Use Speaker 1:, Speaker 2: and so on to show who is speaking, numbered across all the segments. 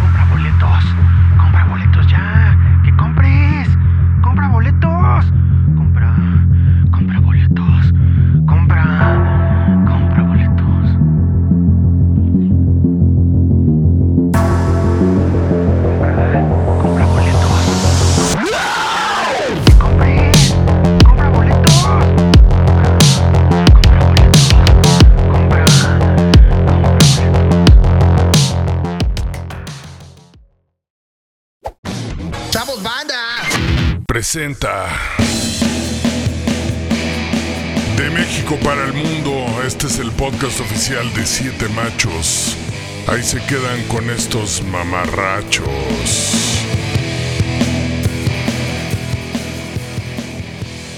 Speaker 1: Compra boletos. Compra boletos ya. Que compres. Compra boletos. Compra. Compra boletos. Compra. Compra boletos. Compra. Compra boletos. Que compres. Compra boletos. Compra. Compra boletos. Compra. Compra boletos.
Speaker 2: presenta De México para el Mundo. Este es el podcast oficial de Siete Machos. Ahí se quedan con estos mamarrachos.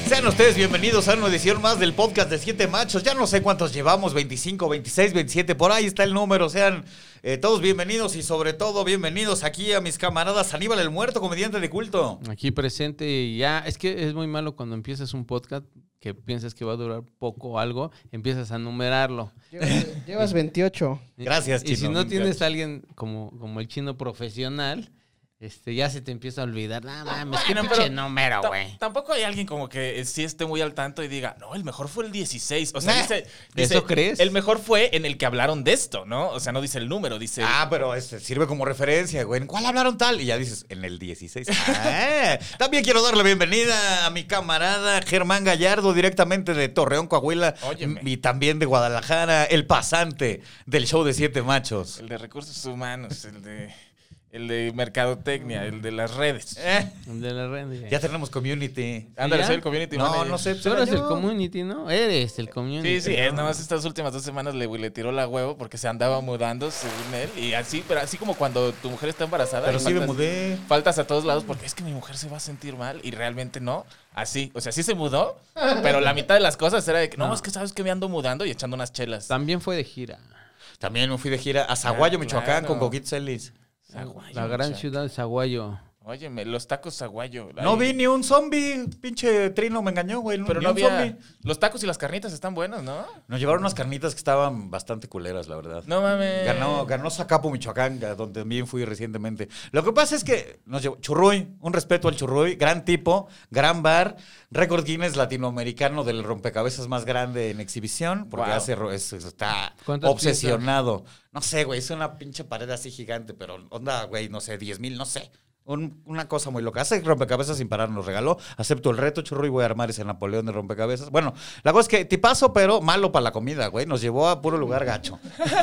Speaker 3: Sean ustedes bienvenidos a una edición más del podcast de Siete Machos. Ya no sé cuántos llevamos, 25, 26, 27, por ahí está el número. Sean eh, todos bienvenidos y sobre todo bienvenidos aquí a mis camaradas Aníbal el Muerto, comediante de culto.
Speaker 4: Aquí presente y ya. Es que es muy malo cuando empiezas un podcast que piensas que va a durar poco o algo, empiezas a numerarlo.
Speaker 5: Llevas, llevas 28.
Speaker 3: Gracias,
Speaker 4: Y si
Speaker 3: Chino,
Speaker 4: no tienes
Speaker 3: gracias.
Speaker 4: a alguien como, como el chino profesional, este ya se te empieza a olvidar.
Speaker 3: Ah,
Speaker 4: No mames, qué pinche número,
Speaker 6: Ta-
Speaker 4: güey.
Speaker 6: Tampoco hay alguien como que eh, sí esté muy al tanto y diga, no, el mejor fue el 16. O sea,
Speaker 3: Nah.
Speaker 6: dice,
Speaker 4: ¿De
Speaker 6: dice,
Speaker 4: eso crees?
Speaker 6: El mejor fue en el que hablaron de esto, ¿no? O sea, no dice el número, dice.
Speaker 3: Ah, pero este sirve como referencia, güey. ¿En cuál hablaron tal? Y ya dices, en el 16. Ah, también quiero dar la bienvenida a mi camarada Germán Gallardo, directamente de Torreón, Coahuila.
Speaker 6: Óyeme.
Speaker 3: Y también de Guadalajara, el pasante del show de Siete Machos.
Speaker 6: el de recursos humanos, el de. El de mercadotecnia, el de las redes.
Speaker 3: Eh,
Speaker 4: De la red.
Speaker 3: ya tenemos community.
Speaker 6: Ándale,
Speaker 4: ¿Ya?
Speaker 6: soy el community
Speaker 3: No,
Speaker 6: manager.
Speaker 3: no sé. Eh,
Speaker 4: Tú eres el community, ¿no? Eres el community.
Speaker 6: Sí, sí,
Speaker 4: ¿no?
Speaker 6: es nada más estas últimas dos semanas le, le tiró la huevo porque se andaba mudando según él. Y así, pero así como cuando tu mujer está embarazada.
Speaker 3: Pero
Speaker 6: y
Speaker 3: sí me
Speaker 6: faltas-
Speaker 3: mudé.
Speaker 6: faltas a todos lados porque es que mi mujer se va a sentir mal y realmente no. Así, o sea, sí se mudó, pero la mitad de las cosas era de que no, es que sabes que me ando mudando y echando unas chelas.
Speaker 4: También fue de gira.
Speaker 3: También me fui de gira a Zaguayo,
Speaker 6: Ah,
Speaker 3: Michoacán,
Speaker 6: claro.
Speaker 3: con Coquito Celis.
Speaker 6: Zaguayo,
Speaker 4: la gran
Speaker 6: muchacho.
Speaker 4: ciudad de Zaguayo.
Speaker 6: Óyeme, los tacos aguayo.
Speaker 3: No vi ni un zombie. Pinche Trino me engañó, güey.
Speaker 6: Pero
Speaker 3: ni
Speaker 6: no
Speaker 3: un
Speaker 6: había.
Speaker 3: zombie.
Speaker 6: Los tacos y las carnitas están buenos, ¿no?
Speaker 3: Nos llevaron unas carnitas que estaban bastante culeras, la verdad.
Speaker 6: No mames.
Speaker 3: Ganó, ganó Zacapu, Michoacán, a donde también fui recientemente. Lo que pasa es que nos llevó Churruy, un respeto al Churruy, gran tipo, gran bar, récord Guinness latinoamericano del rompecabezas más grande en exhibición, porque
Speaker 6: Wow.
Speaker 3: hace ro- es- es- está
Speaker 4: ¿Cuántas
Speaker 3: obsesionado. No sé, güey, es una pinche pared así gigante, pero onda, güey, no sé, 10 mil, no sé. Un- una cosa muy loca. Hace rompecabezas sin parar, nos regaló. Acepto el reto, churro, y voy a armar ese Napoleón de rompecabezas. Bueno, la cosa es que tipazo, pero malo para la comida, güey. Nos llevó a puro lugar gacho.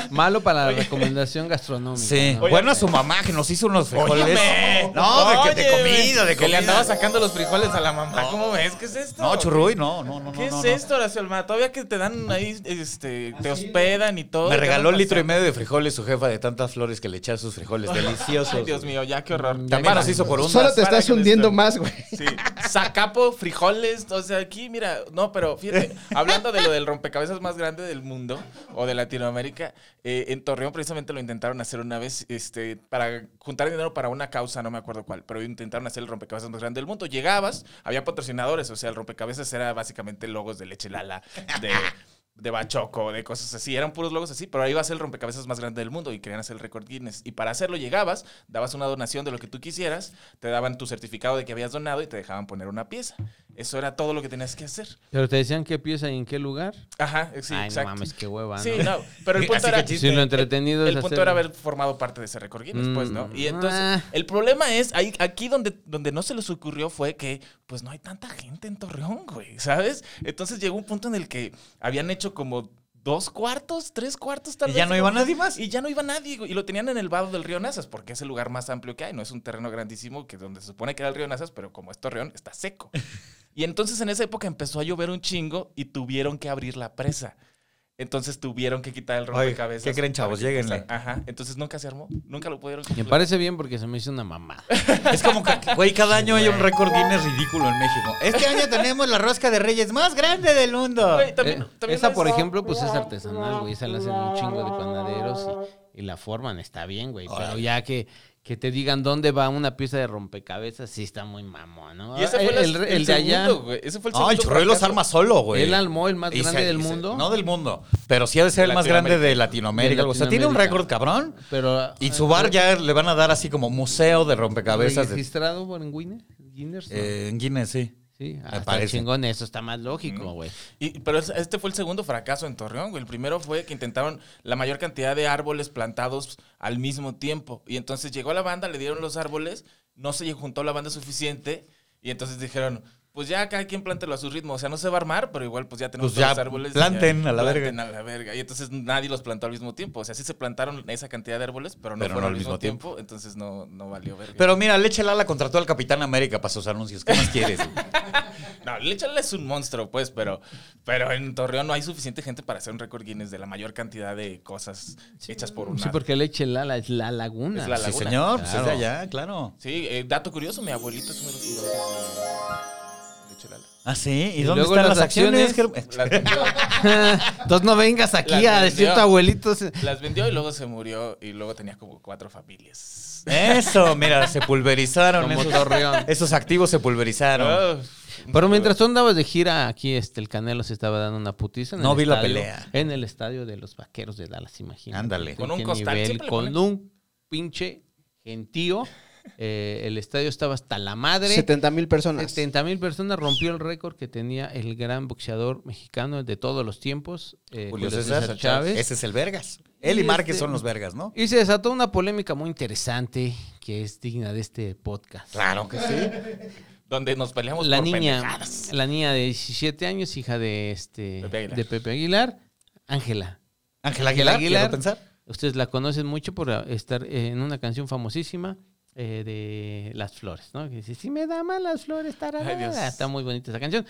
Speaker 4: Malo para la recomendación gastronómica.
Speaker 3: Sí.
Speaker 4: ¿no?
Speaker 3: bueno, a su mamá que nos hizo unos frijoles.
Speaker 6: Óyeme.
Speaker 3: No, de que de
Speaker 6: Óyeme.
Speaker 3: comida, de comida.
Speaker 6: Que le andaba sacando los frijoles a la mamá. ¿Cómo ves? ¿Qué es esto?
Speaker 3: No, churruy, no, no, no. no,
Speaker 6: ¿Qué es
Speaker 3: no, no.
Speaker 6: esto, Horacio Almada? Todavía que te dan ahí, este, te hospedan y todo.
Speaker 3: Me
Speaker 6: ¿Qué
Speaker 3: regaló
Speaker 6: anda
Speaker 3: un litro y
Speaker 6: pasando?
Speaker 3: medio de frijoles su jefa de tantas flores que le eché a sus frijoles deliciosos.
Speaker 6: Ay, Dios mío, Mm, ya qué horror.
Speaker 3: También nos hizo por un
Speaker 5: Solo te
Speaker 6: para
Speaker 5: estás
Speaker 6: que les
Speaker 5: hundiendo
Speaker 6: den.
Speaker 5: más, güey.
Speaker 6: Sí. Sacapo, frijoles, o sea, aquí, mira, no, pero fíjate, hablando de lo del rompecabezas más grande del mundo o de Latinoamérica, eh, en Torreón precisamente lo intentaron hacer una vez, este, para juntar dinero para una causa, no me acuerdo cuál, pero intentaron hacer el rompecabezas más grande del mundo. Llegabas, había patrocinadores, o sea, el rompecabezas era básicamente logos de leche lala, de. De bachoco, de cosas así. Eran puros logos así, pero ahí iba a ser el rompecabezas más grande del mundo y querían hacer el récord Guinness. Y para hacerlo llegabas, dabas una donación de lo que tú quisieras, te daban tu certificado de que habías donado y te dejaban poner una pieza. Eso era todo lo que tenías que hacer.
Speaker 4: Pero te decían qué pieza y en qué lugar.
Speaker 6: Ajá, sí,
Speaker 4: Ay,
Speaker 6: exacto.
Speaker 4: no mames, qué hueva.
Speaker 6: sí,
Speaker 4: ¿no?
Speaker 6: no, pero el punto
Speaker 3: Así
Speaker 6: era...
Speaker 3: que chiste.
Speaker 4: Si lo entretenido
Speaker 6: El
Speaker 4: es
Speaker 6: punto
Speaker 4: hacer-
Speaker 6: era haber formado parte de ese récord Guinness, pues, ¿no? Y
Speaker 4: Mm,
Speaker 6: entonces,
Speaker 4: ah.
Speaker 6: el problema es, ahí, aquí donde, donde no se les ocurrió fue que, pues, no hay tanta gente en Torreón, güey, ¿sabes? Entonces llegó un punto en el que habían hecho como dos cuartos, tres cuartos tal
Speaker 3: Y
Speaker 6: vez.
Speaker 3: ya no
Speaker 6: de
Speaker 3: iba
Speaker 6: lo-
Speaker 3: nadie más.
Speaker 6: Y ya no iba nadie, güey. Y lo tenían en el vado del río Nazas, porque es el lugar más amplio que hay, no es un terreno grandísimo que donde se supone que era el río Nazas, pero como es Torreón, está seco. Y entonces en esa época empezó a llover un chingo y tuvieron que abrir la presa. Entonces tuvieron que quitar el
Speaker 3: Ay,
Speaker 6: rompecabezas.
Speaker 3: ¿qué creen, chavos?
Speaker 6: para que
Speaker 3: Lléguenle.
Speaker 6: pasara. Ajá. Entonces nunca se armó. Nunca lo pudieron
Speaker 4: Me
Speaker 6: completar.
Speaker 4: parece bien porque se me hizo una mamada.
Speaker 3: Es como que, güey, cada año hay un récord Guinness ridículo en México. Este año tenemos la rosca de reyes más grande del mundo.
Speaker 6: Güey, también-
Speaker 4: Eh,
Speaker 6: también
Speaker 4: esa,
Speaker 6: no
Speaker 4: por
Speaker 6: es-
Speaker 4: ejemplo, pues es artesanal, güey. Esa la hacen un chingo de panaderos y, y la forman, está bien, güey. Pero ya que, que te digan dónde va una pieza de rompecabezas, sí está muy mamón, ¿no?
Speaker 6: Y ese fue
Speaker 4: Ah, el,
Speaker 6: la-
Speaker 4: el- el de allá,
Speaker 6: segundo, güey. Ese fue el
Speaker 3: No, Ah, el
Speaker 6: segundo
Speaker 3: chorro los
Speaker 6: fracaso.
Speaker 3: arma solo, güey.
Speaker 4: él armó el más
Speaker 3: Y se-
Speaker 4: grande del
Speaker 3: y se-
Speaker 4: mundo.
Speaker 3: No del mundo, pero sí ha de ser el más grande de Latinoamérica.
Speaker 4: De
Speaker 3: O sea, tiene un
Speaker 4: Latinoamérica.
Speaker 3: récord cabrón.
Speaker 4: pero, eh,
Speaker 3: Y su bar ya le van a dar así como museo de rompecabezas. de-
Speaker 4: ¿Registrado por en Guinness? Guinness, ¿no?
Speaker 3: eh, en Guinness, sí.
Speaker 4: sí, ah,
Speaker 3: me
Speaker 4: está
Speaker 3: parece. Mm,
Speaker 4: chingón, eso está más lógico, güey.
Speaker 6: Y- pero es- este fue el segundo fracaso en Torreón, güey. El primero fue que intentaron la mayor cantidad de árboles plantados al mismo tiempo. Y entonces llegó la banda, le dieron los árboles, no se juntó la banda suficiente. Y entonces dijeron, pues ya cada quien plántelo a su ritmo. O sea, no se va a armar, pero igual pues ya tenemos
Speaker 3: Pues ya
Speaker 6: los árboles.
Speaker 3: planten a la verga.
Speaker 6: planten a la verga. Y entonces nadie los plantó al mismo tiempo. O sea, sí se plantaron esa cantidad de árboles, pero no
Speaker 3: Pero no
Speaker 6: fueron
Speaker 3: al
Speaker 6: al mismo,
Speaker 3: mismo
Speaker 6: tiempo. Entonces no, no valió verga.
Speaker 3: Pero mira, Leche Lala contrató al Capitán América para sus anuncios. ¿Qué más quieres? güey?
Speaker 6: No, Lechala es un monstruo, pues, pero, pero en Torreón no hay suficiente gente para hacer un récord Guinness de la mayor cantidad de cosas hechas por un
Speaker 4: Sí, porque leche Lala es la laguna.
Speaker 6: Es la
Speaker 3: sí,
Speaker 6: laguna.
Speaker 3: señor. Pues es de
Speaker 6: Claro.
Speaker 3: allá, claro.
Speaker 6: Sí, eh, dato curioso, mi abuelito es uno de los fundadores de Lechalala.
Speaker 3: Ah, sí. ¿Y,
Speaker 4: Y
Speaker 3: dónde
Speaker 4: luego
Speaker 3: están las
Speaker 4: las
Speaker 3: acciones?
Speaker 4: acciones.
Speaker 3: Germ-
Speaker 6: Las vendió,
Speaker 4: Entonces no vengas aquí
Speaker 6: La
Speaker 4: a decir tu
Speaker 6: vendió.
Speaker 4: abuelito. se-
Speaker 6: las vendió y luego se murió y luego tenía como cuatro familias.
Speaker 3: Eso, mira, se pulverizaron.
Speaker 4: Como
Speaker 3: Esos,
Speaker 4: Torreón.
Speaker 3: esos activos se pulverizaron.
Speaker 6: Ah,
Speaker 4: Pero mientras tú andabas de gira, aquí este, el Canelo se estaba dando una putiza. En
Speaker 3: No
Speaker 4: el
Speaker 3: vi la
Speaker 4: estadio-
Speaker 3: pelea.
Speaker 4: En el estadio de los vaqueros de Dallas, imagínate.
Speaker 3: Ándale.
Speaker 4: ¿De
Speaker 6: Con un
Speaker 4: qué
Speaker 6: costal,
Speaker 4: nivel?
Speaker 6: siempre le
Speaker 4: Con
Speaker 6: ponen-
Speaker 4: un pinche gentío. Eh, el estadio estaba hasta la madre.
Speaker 5: 70 mil personas.
Speaker 4: 70 mil personas rompió el récord que tenía el gran boxeador mexicano de todos los tiempos, eh,
Speaker 3: Julio César, Chávez. Ese es el Vergas. Él y,
Speaker 4: Y
Speaker 3: Márquez
Speaker 4: este-
Speaker 3: son los Vergas, ¿no?
Speaker 4: Y se desató una polémica muy interesante que es digna de este podcast.
Speaker 3: Claro que sí.
Speaker 6: donde nos peleamos
Speaker 4: la
Speaker 6: por
Speaker 4: niña,
Speaker 6: pendejadas.
Speaker 4: la niña de 17 años, hija de este
Speaker 6: Pepe Aguilar.
Speaker 4: de Pepe Aguilar, Ángela.
Speaker 3: Ángela Aguilar,
Speaker 4: Aguilar.
Speaker 3: quiero pensar.
Speaker 4: Ustedes la conocen mucho por ah, estar en una canción famosísima eh, de Las Flores, ¿no? Que dice, si me da mal las flores, tararara".
Speaker 6: Ay, Dios.
Speaker 4: Está muy bonita esa canción.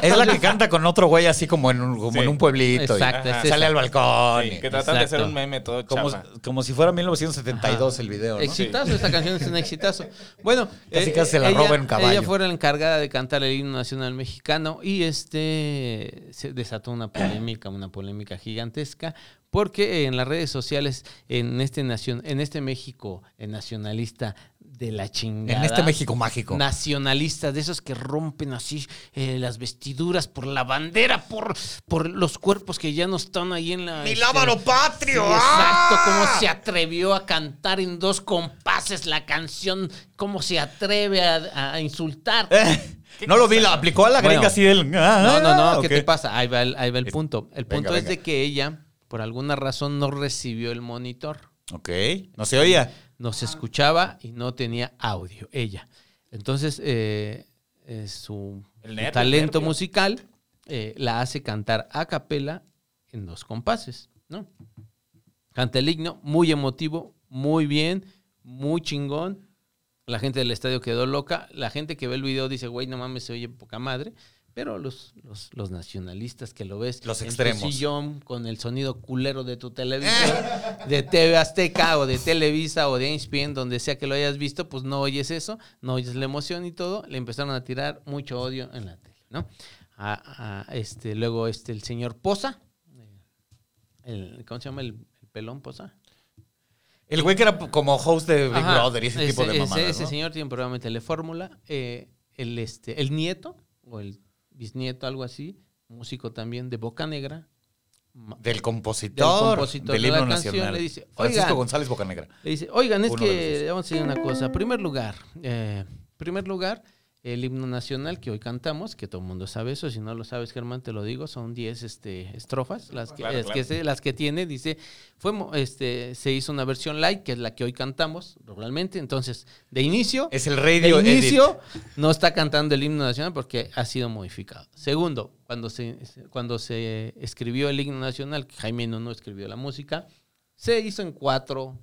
Speaker 3: Es la que canta con otro güey así como en un, como
Speaker 6: Sí.
Speaker 3: en un pueblito. y
Speaker 4: Exacto,
Speaker 6: Ajá.
Speaker 4: es
Speaker 3: sale
Speaker 4: esa.
Speaker 3: al balcón.
Speaker 6: Sí,
Speaker 3: y-
Speaker 6: que tratan de hacer
Speaker 4: Exacto.
Speaker 6: un meme todo
Speaker 3: como,
Speaker 6: chapa.
Speaker 3: como si fuera 1972 el video, ¿no?
Speaker 4: Exitazo, esta canción es un exitazo. Bueno, eh,
Speaker 3: Casi, casi se la roba en caballo.
Speaker 4: Ella fue la encargada de cantar el himno nacional mexicano y este se desató una polémica, una polémica gigantesca, porque en las redes sociales, en este nación, en este México eh, nacionalista de la chingada.
Speaker 3: En este México mágico.
Speaker 4: Nacionalistas, de esos que rompen así eh, las vestiduras por la bandera, por, por los cuerpos que ya no están ahí en la.
Speaker 3: ¡Mi
Speaker 4: este,
Speaker 3: lábaro patrio!
Speaker 4: Sí, exacto,
Speaker 3: ¡Ah!
Speaker 4: cómo se atrevió a cantar en dos compases la canción, cómo se atreve a, a insultar.
Speaker 3: Eh, no lo vi, la aplicó a la gringa
Speaker 4: Bueno.
Speaker 3: así del. "Ah,
Speaker 4: No, no, no, ¿qué
Speaker 3: Ok.
Speaker 4: te pasa? Ahí va el, ahí va el
Speaker 3: Es-
Speaker 4: punto. El
Speaker 3: venga,
Speaker 4: punto es
Speaker 3: venga.
Speaker 4: de que ella, por alguna razón, no recibió el monitor.
Speaker 3: Ok, no se oía.
Speaker 4: No se escuchaba y no tenía audio, ella. Entonces, eh, eh, su,
Speaker 6: El
Speaker 4: su
Speaker 6: nervio,
Speaker 4: talento
Speaker 6: el nervio.
Speaker 4: musical eh, la hace cantar a capela en dos compases, ¿no? Canta el himno, muy emotivo, muy bien, muy chingón. La gente del estadio quedó loca. La gente que ve el video dice, güey, no mames, se oye poca madre. Pero los, los, los nacionalistas que lo ves
Speaker 3: Los
Speaker 4: en tu
Speaker 3: extremos.
Speaker 4: sillón con el sonido culero de tu televisor,
Speaker 3: Eh.
Speaker 4: de TV Azteca o de Televisa o de E ESPN, donde sea que lo hayas visto, pues no oyes eso, no oyes la emoción y todo. Le empezaron a tirar mucho odio en la tele, ¿no? A- a, este, luego este, el señor Poza, el, ¿cómo se llama el, el pelón Poza?
Speaker 3: El güey que era como host de Big
Speaker 4: Ajá,
Speaker 3: Brother y ese, tipo de mamadas.
Speaker 4: Ese
Speaker 3: ¿no?
Speaker 4: señor tiene un programa de telefórmula. eh, el, este, el nieto o el bisnieto, algo así, músico también de Boca Negra. ma-
Speaker 3: Del
Speaker 4: Del
Speaker 3: compositor. Del,
Speaker 4: compositor de
Speaker 3: himno
Speaker 4: la canción
Speaker 3: nacional.
Speaker 4: le dice,
Speaker 3: Francisco
Speaker 4: "Oigan".
Speaker 3: González Bocanegra.
Speaker 4: Le dice, oigan, es
Speaker 3: Uno de los
Speaker 4: que
Speaker 3: dos.
Speaker 4: vamos a decir una cosa. Primer lugar, eh, primer lugar, el himno nacional que hoy cantamos, que todo el mundo sabe eso, si no lo sabes, Germán, te lo digo, son 10 este, estrofas, las que,
Speaker 6: Claro,
Speaker 4: las
Speaker 6: claro.
Speaker 4: que se- las que tiene, dice, fue, mo- este, se hizo una versión light, que es la que hoy cantamos regularmente, entonces, de inicio,
Speaker 3: Es el
Speaker 4: de
Speaker 3: radio edit.
Speaker 4: inicio, no está cantando el himno nacional porque ha sido modificado. Segundo, cuando se, cuando se escribió el himno nacional, que Jaime no escribió la música, se hizo en cuatro,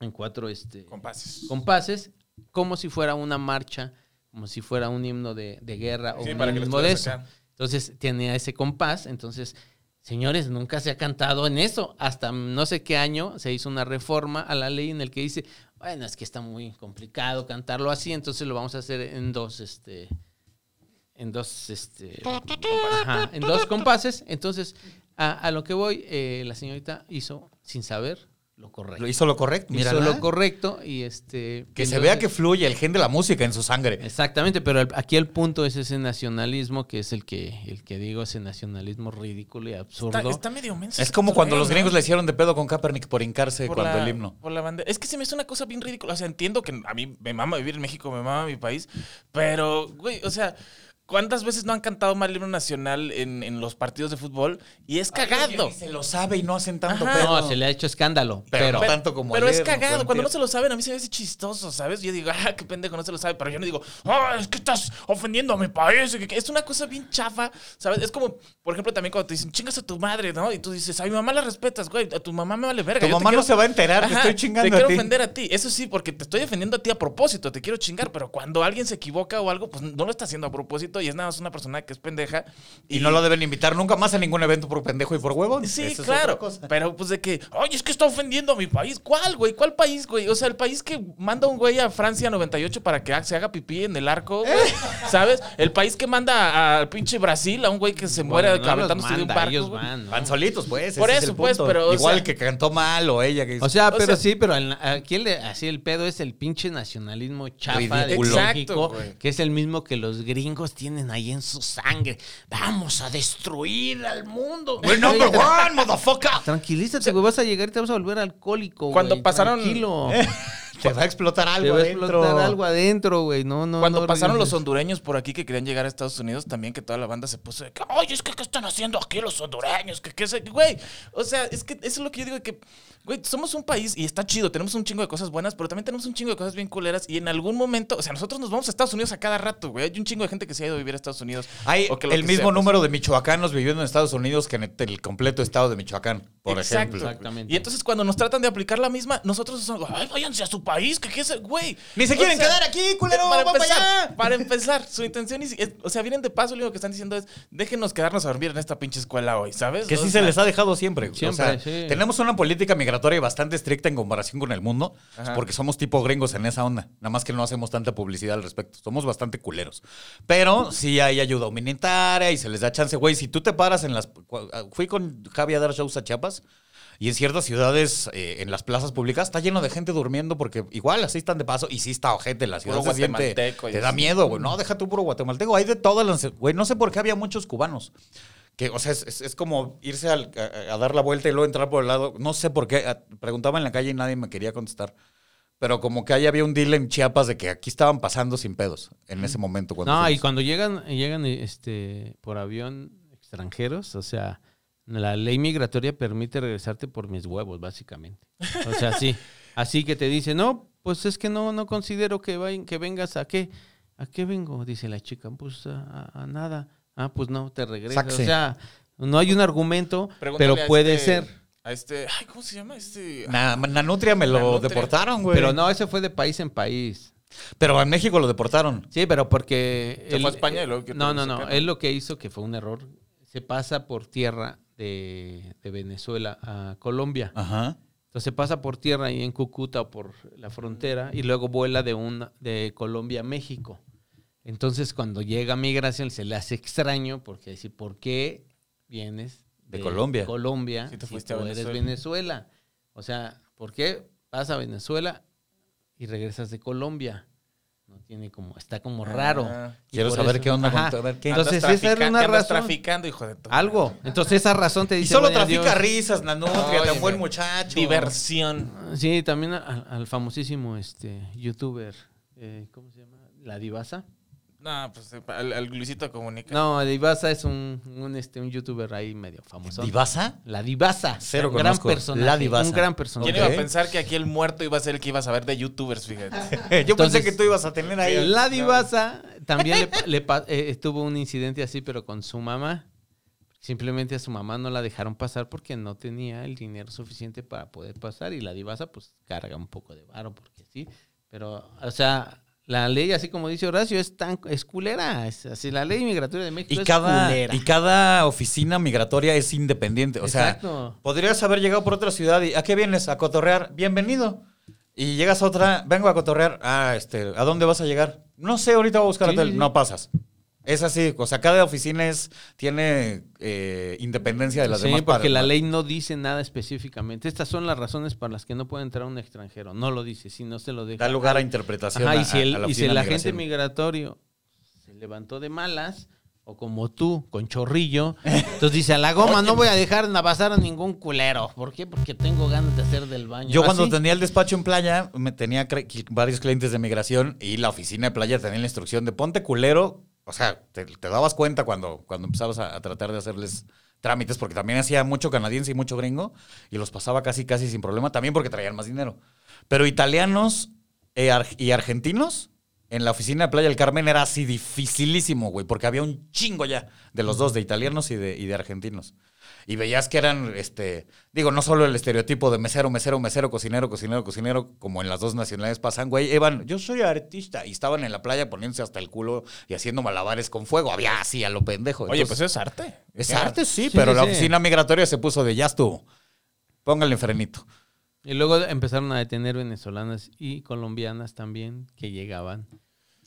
Speaker 4: en cuatro este,
Speaker 6: Compases.
Speaker 4: compases, como si fuera una marcha, como si fuera un himno de, de guerra o
Speaker 6: Sí,
Speaker 4: un
Speaker 6: para que lo
Speaker 4: himno de
Speaker 6: estuvieras
Speaker 4: eso.
Speaker 6: acá.
Speaker 4: Entonces tenía ese compás, entonces, señores, nunca se ha cantado en eso. Hasta no sé qué año se hizo una reforma a la ley en el que dice, bueno, es que está muy complicado cantarlo así, entonces lo vamos a hacer en dos, este, en dos, este, ajá, en dos compases. Entonces, a, a lo que voy, eh, la señorita hizo sin saber lo correcto.
Speaker 3: Lo hizo lo correcto. Mira,
Speaker 4: hizo lo correcto y este...
Speaker 3: Que se
Speaker 4: entonces-
Speaker 3: vea que fluye el gen de la música en su sangre.
Speaker 4: Exactamente, pero el- aquí el punto es ese nacionalismo que es el que, el que digo, ese nacionalismo ridículo y absurdo.
Speaker 6: Está, está medio menso.
Speaker 3: Es
Speaker 6: ese
Speaker 3: como cuando
Speaker 6: torneo,
Speaker 3: los gringos
Speaker 6: ¿no?
Speaker 3: le hicieron de pedo con Kaepernick por hincarse
Speaker 6: Por
Speaker 3: cuando
Speaker 6: la-
Speaker 3: el himno.
Speaker 6: Por la bandera. Es que se me hace una cosa bien ridícula. O sea, entiendo que a mí me mama vivir en México, me mama mi país, pero, güey, o sea... ¿Cuántas veces no han cantado mal el himno nacional en, en los partidos de fútbol? Y es cagado.
Speaker 3: Se lo sabe y no hacen tanto
Speaker 6: Ajá.
Speaker 3: pedo.
Speaker 4: No, se le ha hecho escándalo,
Speaker 3: Pero-
Speaker 4: pero...
Speaker 3: no tanto como
Speaker 6: Pero
Speaker 3: ayer,
Speaker 6: es cagado.
Speaker 3: no
Speaker 6: Cuando no
Speaker 3: antier.
Speaker 6: se lo saben, a mí se me hace chistoso, ¿sabes? Yo digo, ah, qué pendejo, no se lo sabe. Pero yo no digo, ah, es que estás ofendiendo a mi país. y que- que- Es una cosa bien chafa, ¿sabes? Es como, por ejemplo, también cuando te dicen, chingas a tu madre, ¿no? Y tú dices, a mi mamá la respetas, güey. A tu mamá me vale verga.
Speaker 3: Tu
Speaker 6: yo te
Speaker 3: mamá no
Speaker 6: quiero-
Speaker 3: se va a enterar, te
Speaker 6: Ajá,
Speaker 3: estoy chingando
Speaker 6: Te quiero
Speaker 3: a ti.
Speaker 6: ofender a ti. Eso sí, porque te estoy defendiendo a ti a propósito. Te quiero chingar. Pero cuando alguien se equivoca o algo, pues no lo está haciendo a propósito y es nada más una persona que es pendeja.
Speaker 3: Y no lo deben invitar nunca más a ningún evento por pendejo y por huevón.
Speaker 6: Sí,
Speaker 3: Esa es
Speaker 6: claro.
Speaker 3: otra cosa.
Speaker 6: Pero pues de que, oye, es que está ofendiendo a mi país. ¿Cuál, güey? ¿Cuál país, güey? O sea, el país que manda un güey a Francia 98 para que se haga pipí en el arco, güey, ¿sabes? El país que manda al pinche Brasil a un güey que se
Speaker 4: Bueno,
Speaker 6: muere
Speaker 4: no los
Speaker 6: calentándose de un
Speaker 4: manda,
Speaker 6: barco.
Speaker 4: ellos
Speaker 6: güey.
Speaker 4: van, ¿no?
Speaker 3: Van solitos, pues.
Speaker 6: Por
Speaker 3: ese es
Speaker 6: eso,
Speaker 3: el
Speaker 6: pues,
Speaker 3: punto.
Speaker 6: pero, o
Speaker 3: Igual
Speaker 6: sea-
Speaker 3: que cantó mal o ella que
Speaker 4: O sea,
Speaker 6: O
Speaker 4: pero
Speaker 6: sea-
Speaker 4: sí, pero al- aquí el, así el pedo es el pinche nacionalismo chafa de
Speaker 3: Ridículo.
Speaker 4: México,
Speaker 6: Exacto, güey.
Speaker 4: que es el mismo que los gringos tienen ahí en su sangre. Vamos a destruir al mundo.
Speaker 3: We're number one, motherfucker.
Speaker 4: Tranquilízate, güey, vas a llegar y te vas a volver alcohólico, güey.
Speaker 6: Cuando pasaron-
Speaker 4: Tranquilo.
Speaker 3: Te va a explotar algo
Speaker 4: Te va a
Speaker 3: adentro.
Speaker 4: explotar algo adentro, güey. No, no,
Speaker 6: Cuando
Speaker 4: no
Speaker 6: pasaron los
Speaker 4: organizes.
Speaker 6: hondureños por aquí que querían llegar a Estados Unidos, también que toda la banda se puso de que, oye, es que ¿qué están haciendo aquí los hondureños? Que, qué se- güey, o sea, es que eso es lo que yo digo, que, güey, somos un país y está chido, tenemos un chingo de cosas buenas, pero también tenemos un chingo de cosas bien culeras y en algún momento, o sea, nosotros nos vamos a Estados Unidos a cada rato, güey, hay un chingo de gente que se ha ido a vivir a Estados Unidos.
Speaker 3: Hay
Speaker 6: o que lo
Speaker 3: el
Speaker 6: que
Speaker 3: mismo
Speaker 6: sea, pues.
Speaker 3: número de michoacanos viviendo en Estados Unidos que en el completo estado de Michoacán, por
Speaker 6: Exacto.
Speaker 3: ejemplo.
Speaker 4: Exactamente.
Speaker 6: Y entonces cuando nos tratan de aplicar la misma, nosotros somos, ay, váyanse a su país, que qué es, güey.
Speaker 3: Ni se
Speaker 6: O
Speaker 3: quieren
Speaker 6: sea,
Speaker 3: quedar aquí, culero.
Speaker 6: para
Speaker 3: van para
Speaker 6: empezar,
Speaker 3: allá.
Speaker 6: para empezar, su intención es, es- o sea, vienen de paso, lo único que están diciendo es, déjenos quedarnos a dormir en esta pinche escuela hoy, ¿sabes?
Speaker 3: Que
Speaker 6: O
Speaker 3: sí
Speaker 6: sea,
Speaker 3: se les ha dejado siempre. güey.
Speaker 4: Siempre,
Speaker 3: O sea,
Speaker 4: sí.
Speaker 3: Tenemos una política migratoria bastante estricta en comparación con el mundo, pues,
Speaker 6: Ajá.
Speaker 3: porque somos tipo gringos en esa onda. Nada más que no hacemos tanta publicidad al respecto. Somos bastante culeros. Pero sí hay ayuda humanitaria y se les da chance, güey. Si tú te paras en las... cu- ah, Fui con Javi a dar shows a Chiapas. Y en ciertas ciudades, eh, en las plazas públicas, está lleno de gente durmiendo porque igual así están de paso y sí está gente. La ciudad
Speaker 6: Puro
Speaker 3: se siente,
Speaker 6: guatemalteco y
Speaker 3: te da
Speaker 6: así.
Speaker 3: miedo, güey. No, deja tú puro guatemalteco. Hay de todas las... Güey, no sé por qué había muchos cubanos. Que, o sea, es, es- es como irse al- a, a dar la vuelta y luego entrar por el lado. No sé por qué. a- Preguntaba en la calle y nadie me quería contestar. Pero como que ahí había un deal en Chiapas de que aquí estaban pasando sin pedos en ese momento. Cuando
Speaker 4: No, y
Speaker 3: fuimos.
Speaker 4: cuando llegan, llegan este, por avión extranjeros, o sea, la ley migratoria permite regresarte por mis huevos, básicamente. O sea, sí. Así que te dice, no, pues es que no, no considero que, vayan- que vengas a qué. ¿A qué vengo? Dice la chica, pues a, a- a nada. Ah, pues no, te regresas.
Speaker 3: Saxe.
Speaker 4: O sea, no hay un argumento,
Speaker 6: pregúntale
Speaker 4: pero
Speaker 6: a
Speaker 4: puede
Speaker 6: este-
Speaker 4: ser.
Speaker 6: A este, ay, ¿cómo se llama este?
Speaker 3: Na- Nanutria me lo
Speaker 6: Nanutria.
Speaker 3: deportaron, güey.
Speaker 4: Pero no, ese fue de país en país.
Speaker 3: Pero en México lo deportaron.
Speaker 4: Sí, pero porque. eh,
Speaker 6: Se fue a España y luego que
Speaker 4: No,
Speaker 6: te
Speaker 4: no,
Speaker 6: lo
Speaker 4: no.
Speaker 6: sacaron.
Speaker 4: Él lo que hizo, que fue un error, se pasa por tierra de, de Venezuela a Colombia.
Speaker 3: Ajá.
Speaker 4: Entonces pasa por tierra ahí en Cúcuta o por la frontera y luego vuela de, un, de Colombia a México. Entonces cuando llega a migración se le hace extraño porque dice, ¿por qué vienes
Speaker 3: De Colombia.
Speaker 4: Colombia
Speaker 6: Si
Speaker 4: si,
Speaker 6: te fuiste a
Speaker 4: tú eres
Speaker 6: Venezuela.
Speaker 4: Venezuela? O sea, ¿por qué vas a Venezuela y regresas de Colombia? No tiene como, está como raro.
Speaker 6: Ah.
Speaker 4: Y
Speaker 3: Quiero
Speaker 4: por
Speaker 3: saber qué onda con
Speaker 4: ajá.
Speaker 3: todo, a ver qué.
Speaker 4: Entonces
Speaker 6: Andas
Speaker 4: esa era
Speaker 6: trafica-
Speaker 4: una
Speaker 6: que andas
Speaker 4: razón.
Speaker 6: traficando, hijo de tu-
Speaker 4: Algo. Entonces esa razón te
Speaker 3: Y
Speaker 4: dice.
Speaker 3: solo
Speaker 4: bueno,
Speaker 3: trafica
Speaker 4: Dios.
Speaker 3: risas, Nanutria,
Speaker 6: Oye,
Speaker 3: tan buen
Speaker 6: güey.
Speaker 3: muchacho.
Speaker 6: Diversión.
Speaker 4: Sí, también al, al famosísimo este youtuber, eh, ¿cómo se llama? La Divasa.
Speaker 6: No, pues eh, al, al Luisito comunica.
Speaker 4: No, Divasa es un, un, este, un youtuber ahí medio famoso.
Speaker 3: ¿Divasa?
Speaker 4: La Divasa.
Speaker 3: Cero
Speaker 4: gran
Speaker 3: conozco.
Speaker 4: personaje.
Speaker 3: La Divaza.
Speaker 4: Un gran
Speaker 6: ¿Quién
Speaker 4: personaje.
Speaker 6: iba a
Speaker 3: Ok.
Speaker 6: pensar que aquí el muerto iba a ser el que iba a saber de youtubers, fíjate?
Speaker 3: Yo pensé
Speaker 4: Eh, Entonces-
Speaker 3: que tú ibas a tener ahí.
Speaker 4: La Divasa también le, pa- le pa- eh, tuvo un incidente así, pero con su mamá. Simplemente a su mamá no la dejaron pasar porque no tenía el dinero suficiente para poder pasar. Y la divasa, pues, carga un poco de varo, porque sí. Pero, o sea, la ley, así como dice Horacio, es tan es culera. Es así, la ley migratoria de México
Speaker 3: Y
Speaker 4: es
Speaker 3: cada,
Speaker 4: culera.
Speaker 3: y cada oficina migratoria es independiente. O sea,
Speaker 4: Exacto.
Speaker 3: Podrías haber llegado por otra ciudad y ¿a qué vienes? A cotorrear. Bienvenido. Y llegas a otra, vengo a cotorrear. Ah, este, ¿a dónde vas a llegar? No sé, ahorita voy a buscar
Speaker 4: Sí,
Speaker 3: hotel.
Speaker 4: sí, sí.
Speaker 3: No pasas. Es así, o sea, cada oficina es, tiene eh, independencia de las
Speaker 4: Sí,
Speaker 3: demás. para-
Speaker 4: porque la ley no dice nada específicamente. Estas son las razones para las que no puede entrar un extranjero. No lo dice, si no se lo deja.
Speaker 3: Da lugar a interpretación.
Speaker 4: Ajá,
Speaker 3: a-
Speaker 4: y si
Speaker 3: a-
Speaker 4: el,
Speaker 3: a la
Speaker 4: y si
Speaker 3: oficina de
Speaker 4: el agente
Speaker 3: migración.
Speaker 4: migratorio se levantó de malas, o como tú, con chorrillo, entonces dice, a la goma no voy a dejar pasar a ningún culero. ¿Por qué? Porque tengo ganas de hacer del baño. Ah,
Speaker 3: Yo cuando
Speaker 4: Así.
Speaker 3: tenía el despacho en playa, me tenía cre- cl- varios clientes de migración y la oficina de playa tenía la instrucción de ponte culero. O sea, te, te dabas cuenta cuando, cuando empezabas a, a tratar de hacerles trámites, porque también hacía mucho canadiense y mucho gringo, y los pasaba casi, casi sin problema, también porque traían más dinero. Pero italianos eh, ar- y argentinos, en la oficina de Playa del Carmen era así dificilísimo, güey, porque había un chingo ya de los dos, de italianos y de, y de argentinos. Y veías que eran, este, digo, no solo el estereotipo de mesero, mesero, mesero, cocinero, cocinero, cocinero, como en las dos nacionalidades pasan, güey, iban, yo soy artista, y estaban en la playa poniéndose hasta el culo y haciendo malabares con fuego, había así a lo pendejo.
Speaker 6: Oye,
Speaker 3: Entonces,
Speaker 6: pues eso es arte.
Speaker 3: es
Speaker 6: Ya.
Speaker 3: arte, sí,
Speaker 4: Sí,
Speaker 3: pero la
Speaker 4: sí.
Speaker 3: oficina migratoria se puso de ya estuvo. Póngale frenito.
Speaker 4: Y luego empezaron a detener venezolanas y colombianas también que llegaban.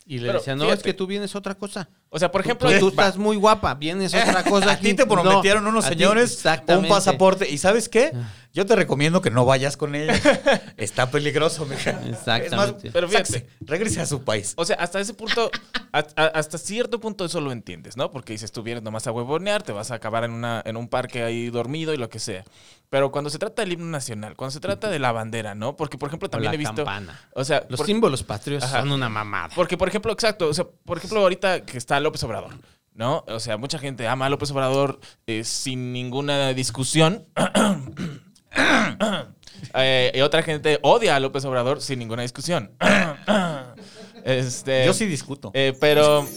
Speaker 4: Y le
Speaker 6: Pero,
Speaker 4: decían, no, es
Speaker 6: fíjate.
Speaker 4: que tú vienes otra cosa.
Speaker 6: O sea, por
Speaker 4: Tú, pues,
Speaker 6: ejemplo,
Speaker 4: tú
Speaker 6: va,
Speaker 4: estás muy guapa, vienes otra cosa.
Speaker 3: a
Speaker 4: aquí.
Speaker 3: ti te
Speaker 4: No,
Speaker 3: prometieron unos
Speaker 4: a ti,
Speaker 3: señores un
Speaker 4: exactamente. Ah.
Speaker 3: pasaporte. ¿Y sabes qué? Yo te recomiendo que no vayas con ellos. Está peligroso, mija. Es más,
Speaker 4: Exactamente.
Speaker 6: Pero fíjate.
Speaker 3: sáquese, regrese a su país.
Speaker 6: O sea, hasta ese punto, a- a- hasta cierto punto eso lo entiendes, ¿no? Porque dices, tú vienes nomás a huevonear, te vas a acabar en, una, en un parque ahí dormido y lo que sea. Pero cuando se trata del himno nacional, cuando se trata de la bandera, ¿no? Porque, por ejemplo,
Speaker 4: O
Speaker 6: también
Speaker 4: la
Speaker 6: he visto...
Speaker 4: campana.
Speaker 6: O sea,
Speaker 4: Los
Speaker 6: por-
Speaker 4: símbolos patrios
Speaker 6: Ajá.
Speaker 4: son una mamada.
Speaker 6: porque, por ejemplo, exacto, o sea, por ejemplo, ahorita que está López Obrador, ¿no? O sea, mucha gente ama a López Obrador eh, sin ninguna discusión. Eh, y otra gente odia a López Obrador sin ninguna discusión. este,
Speaker 3: Yo sí discuto.
Speaker 6: eh, pero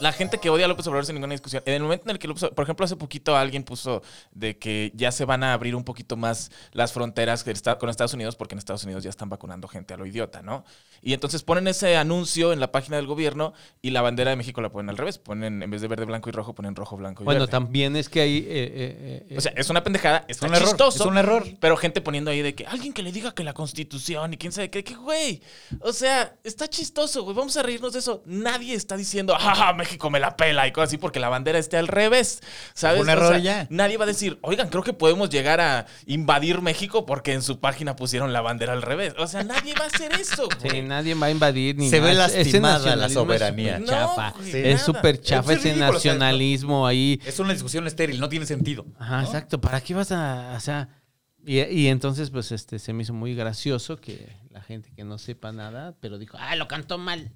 Speaker 6: la gente que odia a López Obrador sin ninguna discusión, en el momento en el que López Obrador- por ejemplo, hace poquito alguien puso de que ya se van a abrir un poquito más las fronteras que está- con Estados Unidos, porque en Estados Unidos ya están vacunando gente a lo idiota, ¿no? Y entonces ponen ese anuncio en la página del gobierno y la bandera de México la ponen al revés. Ponen, en vez de verde, blanco y rojo, ponen rojo, blanco y
Speaker 4: Bueno,
Speaker 6: verde.
Speaker 4: también es que ahí... eh, eh, eh,
Speaker 6: O sea, es una pendejada, es
Speaker 3: un
Speaker 6: un
Speaker 3: error,
Speaker 6: chistoso.
Speaker 3: es un error.
Speaker 6: Pero gente poniendo ahí de que alguien que le diga que la constitución y quién sabe qué, que güey. O sea, está chistoso, güey. Vamos a reírnos de eso. Nadie está diciendo, jaja, México me la pela y cosas así porque la bandera esté al revés. ¿Sabes?
Speaker 3: Un
Speaker 6: O
Speaker 3: error
Speaker 6: sea,
Speaker 3: ya.
Speaker 6: Nadie va a decir, oigan, creo que podemos llegar a invadir México porque en su página pusieron la bandera al revés. O sea, nadie va a hacer eso,
Speaker 4: Sí,
Speaker 6: güey.
Speaker 4: nadie va a invadir ni
Speaker 3: Se ve
Speaker 4: nada. Ese
Speaker 3: lastimada la
Speaker 4: nacionalismo
Speaker 3: soberanía.
Speaker 4: Es
Speaker 6: No,
Speaker 4: súper chafa.
Speaker 6: güey,
Speaker 4: es
Speaker 6: nada.
Speaker 4: súper chafa
Speaker 3: Es
Speaker 4: ese
Speaker 3: ridículo, o sea,
Speaker 4: nacionalismo ahí.
Speaker 3: es una discusión estéril, no tiene sentido.
Speaker 4: Ajá, exacto. ¿Para qué vas a...? O sea... Y, y entonces, pues, este, se me hizo muy gracioso que la gente que no sepa nada, pero dijo, ah, lo cantó mal.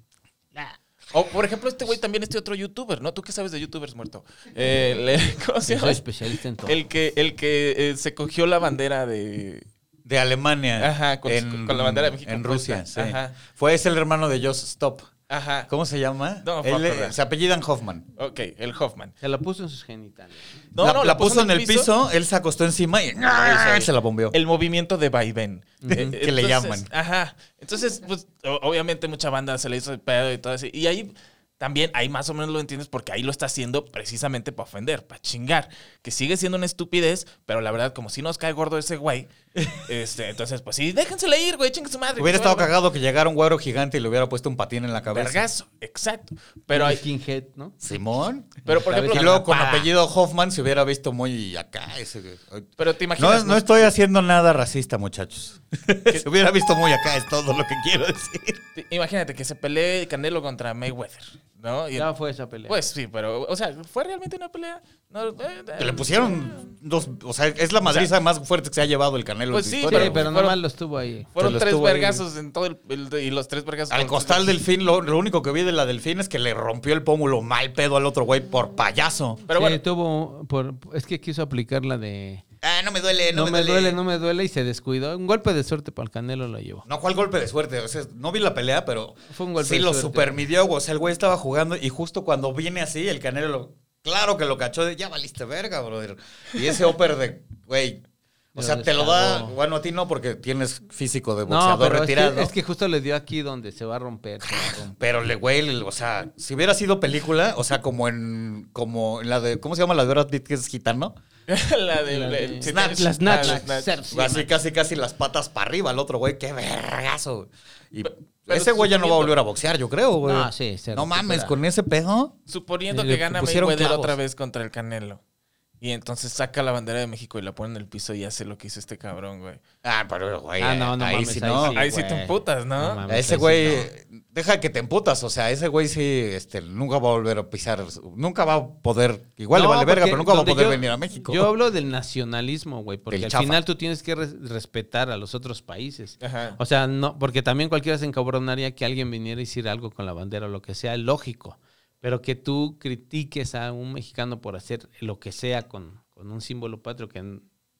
Speaker 4: Ah.
Speaker 6: O, por ejemplo, este güey también, este otro youtuber, ¿no? ¿Tú qué sabes de youtubers muerto? Eh, le- ¿Cómo se
Speaker 4: Yo soy
Speaker 6: llama?
Speaker 4: especialista en todo.
Speaker 6: El que, el que eh, se cogió la bandera de.
Speaker 3: De Alemania.
Speaker 6: Ajá, con- con la bandera de México
Speaker 3: En
Speaker 6: puesta.
Speaker 3: Rusia, sí.
Speaker 6: Ajá.
Speaker 3: Fue es el hermano de Joss Stop.
Speaker 6: Ajá.
Speaker 3: ¿Cómo se llama?
Speaker 6: No,
Speaker 3: Él,
Speaker 6: fuck,
Speaker 3: eh, se apellidan Hoffman.
Speaker 6: Ok, el Hoffman.
Speaker 4: Se la puso en sus genitales.
Speaker 6: No,
Speaker 3: la,
Speaker 6: no,
Speaker 3: la puso en el piso, él se acostó encima y ¡ah!
Speaker 6: ahí.
Speaker 3: se la bombeó.
Speaker 6: El movimiento de vaivén. Eh,
Speaker 3: que le
Speaker 6: entonces,
Speaker 3: llaman.
Speaker 6: Ajá. Entonces, pues, o- obviamente mucha banda se le hizo el pedo y todo así. Y ahí también, ahí más o menos lo entiendes porque ahí lo está haciendo precisamente para ofender, para chingar. Que sigue siendo una estupidez, pero la verdad, como si nos cae gordo ese güey, este, entonces, pues sí, déjensele ir, güey, chingue su madre.
Speaker 3: Hubiera estado
Speaker 6: Bueno,
Speaker 3: cagado que llegara un güero gigante y le hubiera puesto un patín en la cabeza.
Speaker 6: Vergazo, exacto. Pero hay,
Speaker 4: Skinhead, ¿no?
Speaker 3: Simón.
Speaker 6: Pero, por
Speaker 3: La
Speaker 6: ejemplo,
Speaker 3: vez- y luego con
Speaker 6: pa.
Speaker 3: apellido Hoffman se hubiera visto muy acá. ese-
Speaker 6: pero te
Speaker 3: No,
Speaker 6: imaginas.
Speaker 3: no estoy haciendo nada racista, muchachos. se hubiera visto muy acá, es todo lo que quiero decir.
Speaker 6: Te- Imagínate que se pelee Canelo contra Mayweather, ¿no? Y-
Speaker 4: Ya fue esa pelea.
Speaker 6: pues sí, pero, o sea, ¿fue realmente una pelea? No, eh, eh,
Speaker 3: Que le pusieron dos. O sea, es la madriza más fuerte que se ha llevado el Canelo. en
Speaker 6: Pues
Speaker 3: su
Speaker 6: sí,
Speaker 4: Sí,
Speaker 3: historia,
Speaker 4: pero,
Speaker 6: pero-
Speaker 4: nomás lo estuvo ahí.
Speaker 6: Fueron
Speaker 3: Se lo
Speaker 6: tres
Speaker 3: estuvo ahí.
Speaker 6: vergazos en todo el, el- Y los tres vergazos.
Speaker 3: Al costal del fin, lo, lo único que vi de la del fin es que le rompió el pómulo mal pedo al otro güey por payaso.
Speaker 6: Pero
Speaker 4: Sí,
Speaker 6: bueno,
Speaker 4: tuvo por, es que quiso aplicar la de
Speaker 3: Ah, no me duele,
Speaker 4: no, me, duele. no me duele y se descuidó. Un golpe de suerte para el Canelo lo llevó.
Speaker 3: No, ¿cuál golpe de suerte? O sea, no vi la pelea, pero
Speaker 4: Fue un golpe
Speaker 3: sí
Speaker 4: de
Speaker 3: lo
Speaker 4: suerte.
Speaker 3: supermidió. güey. O sea, el güey estaba jugando y justo cuando viene así, el Canelo, lo- claro que lo cachó de ya valiste verga, brother. Y ese upper de, güey, O
Speaker 4: Pero
Speaker 3: sea, te lo da.
Speaker 4: descargó.
Speaker 3: Bueno, a ti no, porque tienes físico de
Speaker 4: No,
Speaker 3: boxeador
Speaker 4: pero es que-
Speaker 3: retirado.
Speaker 4: es que, justo le dio aquí donde se va a romper. se va a romper.
Speaker 3: Pero le güey, le- o sea, si hubiera sido película, o sea, como en como en la de ¿cómo se llama la de Brad Pitt que es gitano?
Speaker 6: la de.
Speaker 4: La
Speaker 6: la-
Speaker 4: de-
Speaker 6: sí,
Speaker 3: Snatch.
Speaker 6: la-
Speaker 4: Las Snatch.
Speaker 6: la- la-
Speaker 4: Cersei.
Speaker 3: Así casi casi las patas para arriba al otro güey, qué vergazo. Y
Speaker 6: pero
Speaker 3: ese güey ya no va a
Speaker 6: suponiendo-
Speaker 3: volver a boxear, yo creo, güey.
Speaker 4: No, sí, se
Speaker 3: No mames,
Speaker 4: recupera.
Speaker 3: con ese pedo.
Speaker 6: Suponiendo
Speaker 3: Le-
Speaker 6: que
Speaker 3: le
Speaker 6: gana
Speaker 3: pusieron
Speaker 6: Mayweather
Speaker 3: clavos.
Speaker 6: otra vez contra el Canelo. Y entonces saca la bandera de México y la pone en el piso y hace lo que hizo este cabrón, güey.
Speaker 3: Ah, pero güey,
Speaker 4: Ah, no, no
Speaker 3: ahí
Speaker 4: mames,
Speaker 3: sí
Speaker 4: ahí
Speaker 3: no.
Speaker 4: sí.
Speaker 6: Ahí sí te
Speaker 4: güey.
Speaker 6: emputas, ¿no?
Speaker 4: No mames.
Speaker 3: A ese
Speaker 4: ahí sí
Speaker 3: güey, deja que te emputas, o sea, ese güey sí, este, nunca va a volver a pisar, nunca va a poder, igual
Speaker 4: No,
Speaker 3: le vale verga,
Speaker 4: porque
Speaker 3: pero nunca va a
Speaker 4: donde
Speaker 3: poder
Speaker 4: yo-
Speaker 3: venir a México.
Speaker 4: Yo hablo del nacionalismo, güey, porque
Speaker 3: Del
Speaker 4: al
Speaker 3: chafa.
Speaker 4: final tú tienes que res- respetar a los otros países.
Speaker 6: Ajá.
Speaker 4: O sea, no, porque también cualquiera se encabronaría que alguien viniera a decir algo con la bandera o lo que sea, lógico. Pero que tú critiques a un mexicano por hacer lo que sea con, con un símbolo patrio que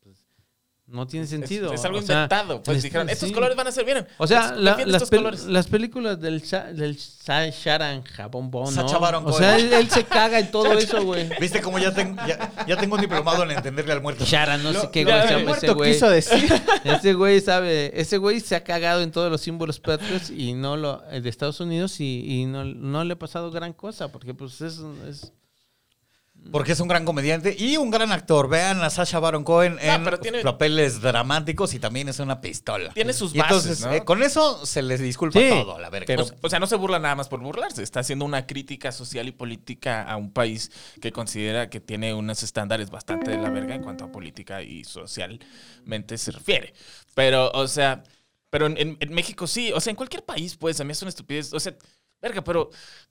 Speaker 4: pues, no tiene sentido.
Speaker 6: Es, es algo
Speaker 4: O sea,
Speaker 6: inventado. Pues
Speaker 4: es-
Speaker 6: dijeron, estos
Speaker 4: sí.
Speaker 6: colores van a ser, miren.
Speaker 4: O sea,
Speaker 6: es-
Speaker 4: la-
Speaker 6: defiende
Speaker 4: las,
Speaker 6: estos
Speaker 4: pel-
Speaker 6: colores.
Speaker 4: las películas del, Sha- del Sha- Sharanja, bombón, ¿no?
Speaker 3: Sacha Baron
Speaker 4: O sea,
Speaker 3: Cohen.
Speaker 4: él, él se caga en todo eso, güey.
Speaker 3: ¿Viste cómo ya, ten- ya, ya tengo un diplomado en entenderle al muerto?
Speaker 4: Shara, no sé qué,
Speaker 6: lo-
Speaker 4: güey.
Speaker 6: el
Speaker 4: se llama ese
Speaker 5: Muerto
Speaker 4: güey.
Speaker 5: quiso decir.
Speaker 4: Ese güey sabe, ese güey se ha cagado en todos los símbolos patrios y no lo de Estados Unidos y, y no, no le ha pasado gran cosa porque pues es, es-
Speaker 3: Porque es un gran comediante y un gran actor. Vean a Sasha Baron Cohen en
Speaker 6: pero tiene-
Speaker 3: papeles dramáticos y también es una pistola.
Speaker 6: Tiene sus
Speaker 3: Y entonces,
Speaker 6: bases, ¿no?
Speaker 3: eh, con eso se les disculpa
Speaker 4: Sí,
Speaker 3: todo, la verga. Pues,
Speaker 6: Pero,
Speaker 3: O sea,
Speaker 6: o sea, no se burla nada más por burlarse. Está haciendo una crítica social y política a un país que considera que tiene unos estándares bastante de la verga en cuanto a política y socialmente se refiere. Pero, o sea, pero en, en- en México sí. O sea, en cualquier país, pues, a mí es una estupidez. O sea, verga, pero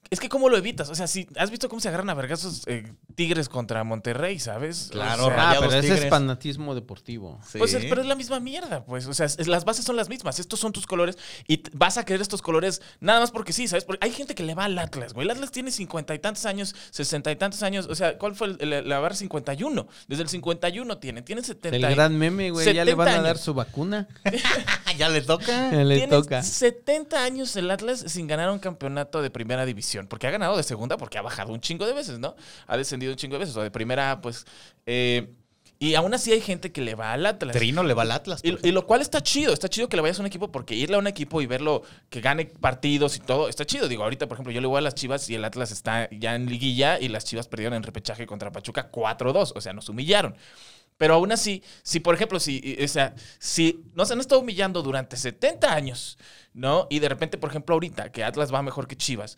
Speaker 6: es que ¿cómo lo evitas? O sea, si has visto cómo se agarran a vergazos eh, tigres contra Monterrey, ¿sabes? O
Speaker 3: Claro,
Speaker 6: sea,
Speaker 4: ah,
Speaker 3: Rayados
Speaker 4: pero ese es
Speaker 3: Tigres.
Speaker 4: fanatismo deportivo.
Speaker 3: sí.
Speaker 6: pues es, pero es la misma mierda, pues. O sea, es- las bases son las mismas. Estos son tus colores y t- vas a querer estos colores nada más porque sí, ¿sabes? Porque hay gente que le va al Atlas, güey. El Atlas tiene cincuenta y tantos años, sesenta y tantos años. O sea, ¿cuál fue el- el- la barra 51? Desde el 51 tiene. Tiene setenta.
Speaker 4: El
Speaker 6: y-
Speaker 4: gran meme, güey, ya le van
Speaker 6: 70
Speaker 4: a dar
Speaker 6: años.
Speaker 4: su vacuna.
Speaker 3: Ah, ya le toca.
Speaker 4: le
Speaker 6: tiene
Speaker 4: toca.
Speaker 6: 70 años el Atlas sin ganar un campeonato de primera división. Porque ha ganado de segunda, porque ha bajado un chingo de veces, ¿no? Ha descendido un chingo de veces. O de primera, pues. eh, y aún así hay gente que le va al Atlas.
Speaker 3: Trino le va al Atlas. por
Speaker 6: Y, y lo cual está chido, está chido que le vayas a un equipo porque irle a un equipo y verlo que gane partidos y todo, está chido. Digo, ahorita, por ejemplo, yo le voy a las Chivas y el Atlas está ya en liguilla y las Chivas perdieron en repechaje contra Pachuca 4-2, o sea, nos humillaron. Pero aún así, si por ejemplo, si, y- o sea, si nos han estado humillando durante 70 años, ¿no? Y de repente, por ejemplo, ahorita que Atlas va mejor que Chivas,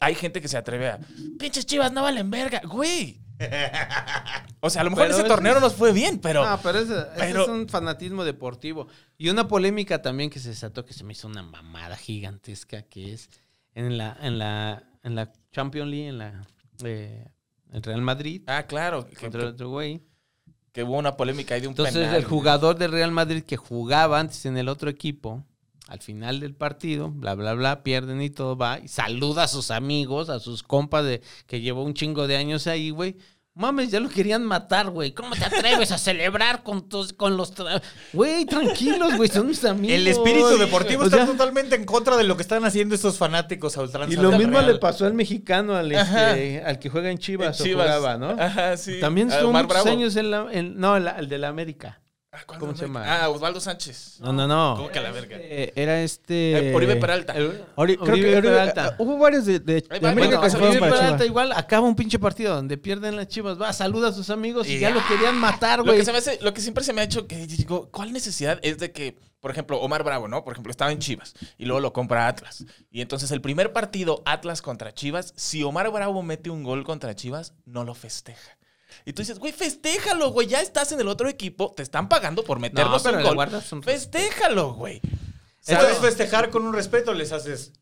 Speaker 6: hay gente que se atreve a, pinches Chivas no valen verga, güey. O sea, a lo mejor
Speaker 4: Pero
Speaker 6: ese
Speaker 4: es-
Speaker 6: torneo no nos fue bien, pero...
Speaker 4: No, pero ese, ese
Speaker 6: pero-
Speaker 4: es un fanatismo deportivo. Y una polémica también que se desató, que se me hizo una mamada gigantesca, que es en la, en la, en la Champions League, en la eh, el Real Madrid,
Speaker 6: Ah, claro. que-
Speaker 4: contra el otro güey.
Speaker 6: que hubo una polémica ahí de un
Speaker 4: Entonces
Speaker 6: penal.
Speaker 4: el jugador del Real Madrid que jugaba antes en el otro equipo, al final del partido, bla, bla, bla, pierden y todo va, y saluda a sus amigos, a sus compas de, que llevó un chingo de años ahí, güey. Mames, ya lo querían matar, güey. ¿Cómo te atreves a celebrar con, tus, con los... tra- Güey, tranquilos, güey, son mis amigos.
Speaker 3: El espíritu deportivo
Speaker 4: O
Speaker 3: está
Speaker 4: sea,
Speaker 3: totalmente en contra de lo que están haciendo estos fanáticos a ultranza.
Speaker 4: Y lo
Speaker 3: del
Speaker 4: mismo
Speaker 3: Real.
Speaker 4: le pasó al mexicano, al, este, al que juega en Chivas,
Speaker 6: Chivas.
Speaker 4: o jugaba, ¿no?
Speaker 6: Ajá, sí. Ah,
Speaker 4: También estuvo
Speaker 6: Omar
Speaker 4: muchos
Speaker 6: Bravo.
Speaker 4: años en la... en- no, el, el de la América.
Speaker 6: Ah, ¿cuál
Speaker 4: ¿Cómo
Speaker 6: no
Speaker 4: se
Speaker 6: me-
Speaker 4: llama?
Speaker 6: Ah, Osvaldo Sánchez.
Speaker 4: No, no, no.
Speaker 6: ¿Cómo que la verga?
Speaker 5: Eh, era este.
Speaker 6: Eh, Oribe Peralta.
Speaker 5: Ori- creo que
Speaker 4: Oribe
Speaker 5: Oribe-
Speaker 4: Peralta.
Speaker 5: Hubo varios de, de- de
Speaker 6: Ahí va,
Speaker 5: América
Speaker 6: bueno,
Speaker 5: que
Speaker 4: Oribe
Speaker 5: se fueron para
Speaker 4: Peralta
Speaker 5: Chivas.
Speaker 4: igual acaba un pinche partido donde pierden las chivas. Va, saluda a sus amigos y,
Speaker 3: Y
Speaker 4: ya lo querían matar,
Speaker 6: Lo
Speaker 4: güey.
Speaker 6: que, se me hace- lo que siempre se me ha hecho que digo, ¿cuál necesidad es de que, por ejemplo, Omar Bravo, ¿no? Por ejemplo, estaba en Chivas y luego lo compra Atlas. Y entonces el primer partido Atlas contra Chivas, si Omar Bravo mete un gol contra Chivas, no lo festeja. Y tú dices, güey, festéjalo, güey, ya estás en el otro equipo, te están pagando por meternos
Speaker 4: pero
Speaker 6: un
Speaker 4: le
Speaker 6: gol.
Speaker 4: guardas un respeto.
Speaker 6: festéjalo, güey.
Speaker 3: Puedes festejar con un respeto, les haces.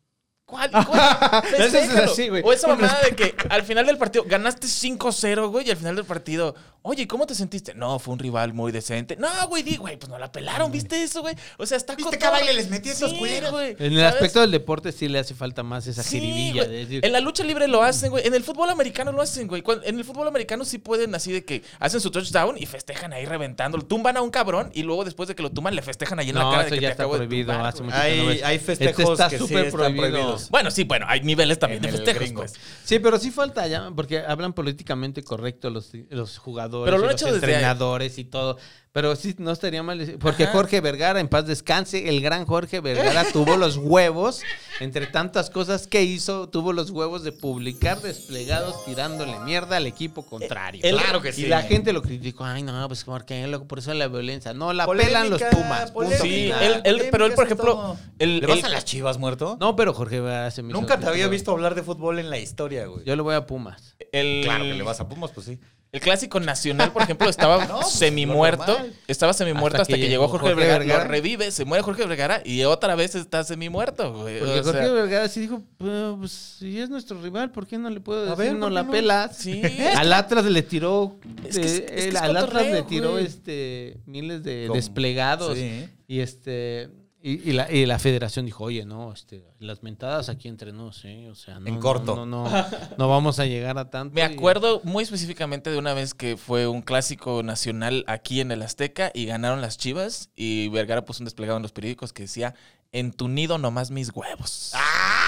Speaker 6: ¿Cuál? cuál?
Speaker 5: Eso es
Speaker 6: Festéjalo.
Speaker 5: así, güey.
Speaker 6: O esa mamada de que al final del partido ganaste 5-0, güey, y al final del partido, oye, ¿cómo te sentiste? No, fue un rival muy decente. No, güey, di, güey, pues no la pelaron, ¿viste eso, güey? O sea, está
Speaker 3: Mm. ¿Viste
Speaker 6: cotorro.
Speaker 3: qué baile les metí a esos
Speaker 6: Sí,
Speaker 3: culeros?
Speaker 6: güey,
Speaker 4: En el
Speaker 6: ¿sabes?
Speaker 4: aspecto del deporte sí le hace falta más esa
Speaker 6: Sí,
Speaker 4: jiribilla
Speaker 6: güey.
Speaker 4: de decir,
Speaker 6: En la lucha libre lo hacen, güey. En el fútbol americano lo hacen, güey. Cuando- En el fútbol americano sí pueden así de que hacen su touchdown y festejan ahí reventándolo. Tumban a un cabrón y luego después de que lo tumban le festejan ahí en
Speaker 4: No,
Speaker 6: la cara de
Speaker 4: eso
Speaker 6: que
Speaker 4: ya
Speaker 6: te
Speaker 4: está
Speaker 6: acabo de
Speaker 4: prohibido,
Speaker 6: tumbar,
Speaker 4: hace
Speaker 6: güey.
Speaker 4: mucho-
Speaker 3: Hay,
Speaker 4: Este
Speaker 3: hay festejos
Speaker 4: está
Speaker 3: que sí
Speaker 4: súper
Speaker 3: están
Speaker 4: prohibido.
Speaker 3: prohibidos.
Speaker 6: Bueno, sí, bueno, hay niveles también
Speaker 3: En
Speaker 6: de
Speaker 3: el
Speaker 6: festejos,
Speaker 3: gringo.
Speaker 6: pues.
Speaker 4: Sí, pero sí falta ya, porque hablan políticamente correcto los, los programadores,
Speaker 6: Pero lo
Speaker 4: y
Speaker 6: han
Speaker 4: los
Speaker 6: hecho desde ahí.
Speaker 4: entrenadores y todo. Pero sí, no estaría mal. Porque
Speaker 6: Ajá.
Speaker 4: Jorge Vergara, en paz descanse, el gran Jorge Vergara tuvo los huevos, entre tantas cosas que hizo, tuvo los huevos de publicar desplegados tirándole mierda al equipo contrario.
Speaker 3: Eh, él- Claro que sí.
Speaker 4: Y la gente lo criticó. Ay, no, pues porque loco, por eso la violencia. No, la
Speaker 3: Polémica,
Speaker 4: pelan los Pumas. punto
Speaker 3: polémica.
Speaker 6: Sí,
Speaker 4: final.
Speaker 6: él, él- pero él, por ejemplo. El,
Speaker 3: ¿Le vas
Speaker 6: el-
Speaker 3: a las chivas, muerto?
Speaker 4: No, pero Jorge Vergara se me hizo
Speaker 3: Nunca te había
Speaker 4: criticado.
Speaker 3: visto hablar de fútbol en la historia, güey.
Speaker 4: Yo le voy a Pumas.
Speaker 6: el-
Speaker 3: Claro que le vas a Pumas, pues sí.
Speaker 6: El clásico nacional, por ejemplo, estaba
Speaker 3: No, pues,
Speaker 6: semi-muerto.
Speaker 3: lo normal.
Speaker 6: Estaba semi-muerto hasta, que, llegó Jorge, Vergara,
Speaker 4: Vergara.
Speaker 6: Lo revive, se muere Jorge Vergara y otra vez está semi-muerto, güey.
Speaker 4: Porque
Speaker 6: O sea,
Speaker 4: Jorge Vergara sí dijo, "Pero, pues si es nuestro rival, ¿por qué no le puedo decir
Speaker 3: ver,
Speaker 4: no
Speaker 3: ¿por qué
Speaker 4: la
Speaker 3: no?"
Speaker 4: pelas?
Speaker 6: Sí.
Speaker 4: Al Atlas le tiró,
Speaker 6: Es que es-
Speaker 4: eh,
Speaker 6: es que es
Speaker 4: al Atlas
Speaker 6: cotorreo,
Speaker 4: le tiró
Speaker 6: güey.
Speaker 4: este miles de
Speaker 3: Como-
Speaker 4: desplegados
Speaker 3: Sí.
Speaker 4: y este y, y la, y la Federación dijo, oye, no, este, las mentadas aquí entre nos, ¿eh? o sea, no,
Speaker 3: En
Speaker 4: no,
Speaker 3: corto.
Speaker 4: no, no, no, no vamos a llegar a tanto.
Speaker 6: Me
Speaker 4: y-
Speaker 6: acuerdo muy específicamente de una vez que fue un clásico nacional aquí en el Azteca y ganaron las Chivas y Vergara puso un desplegado en los periódicos que decía, en tu nido nomás mis huevos.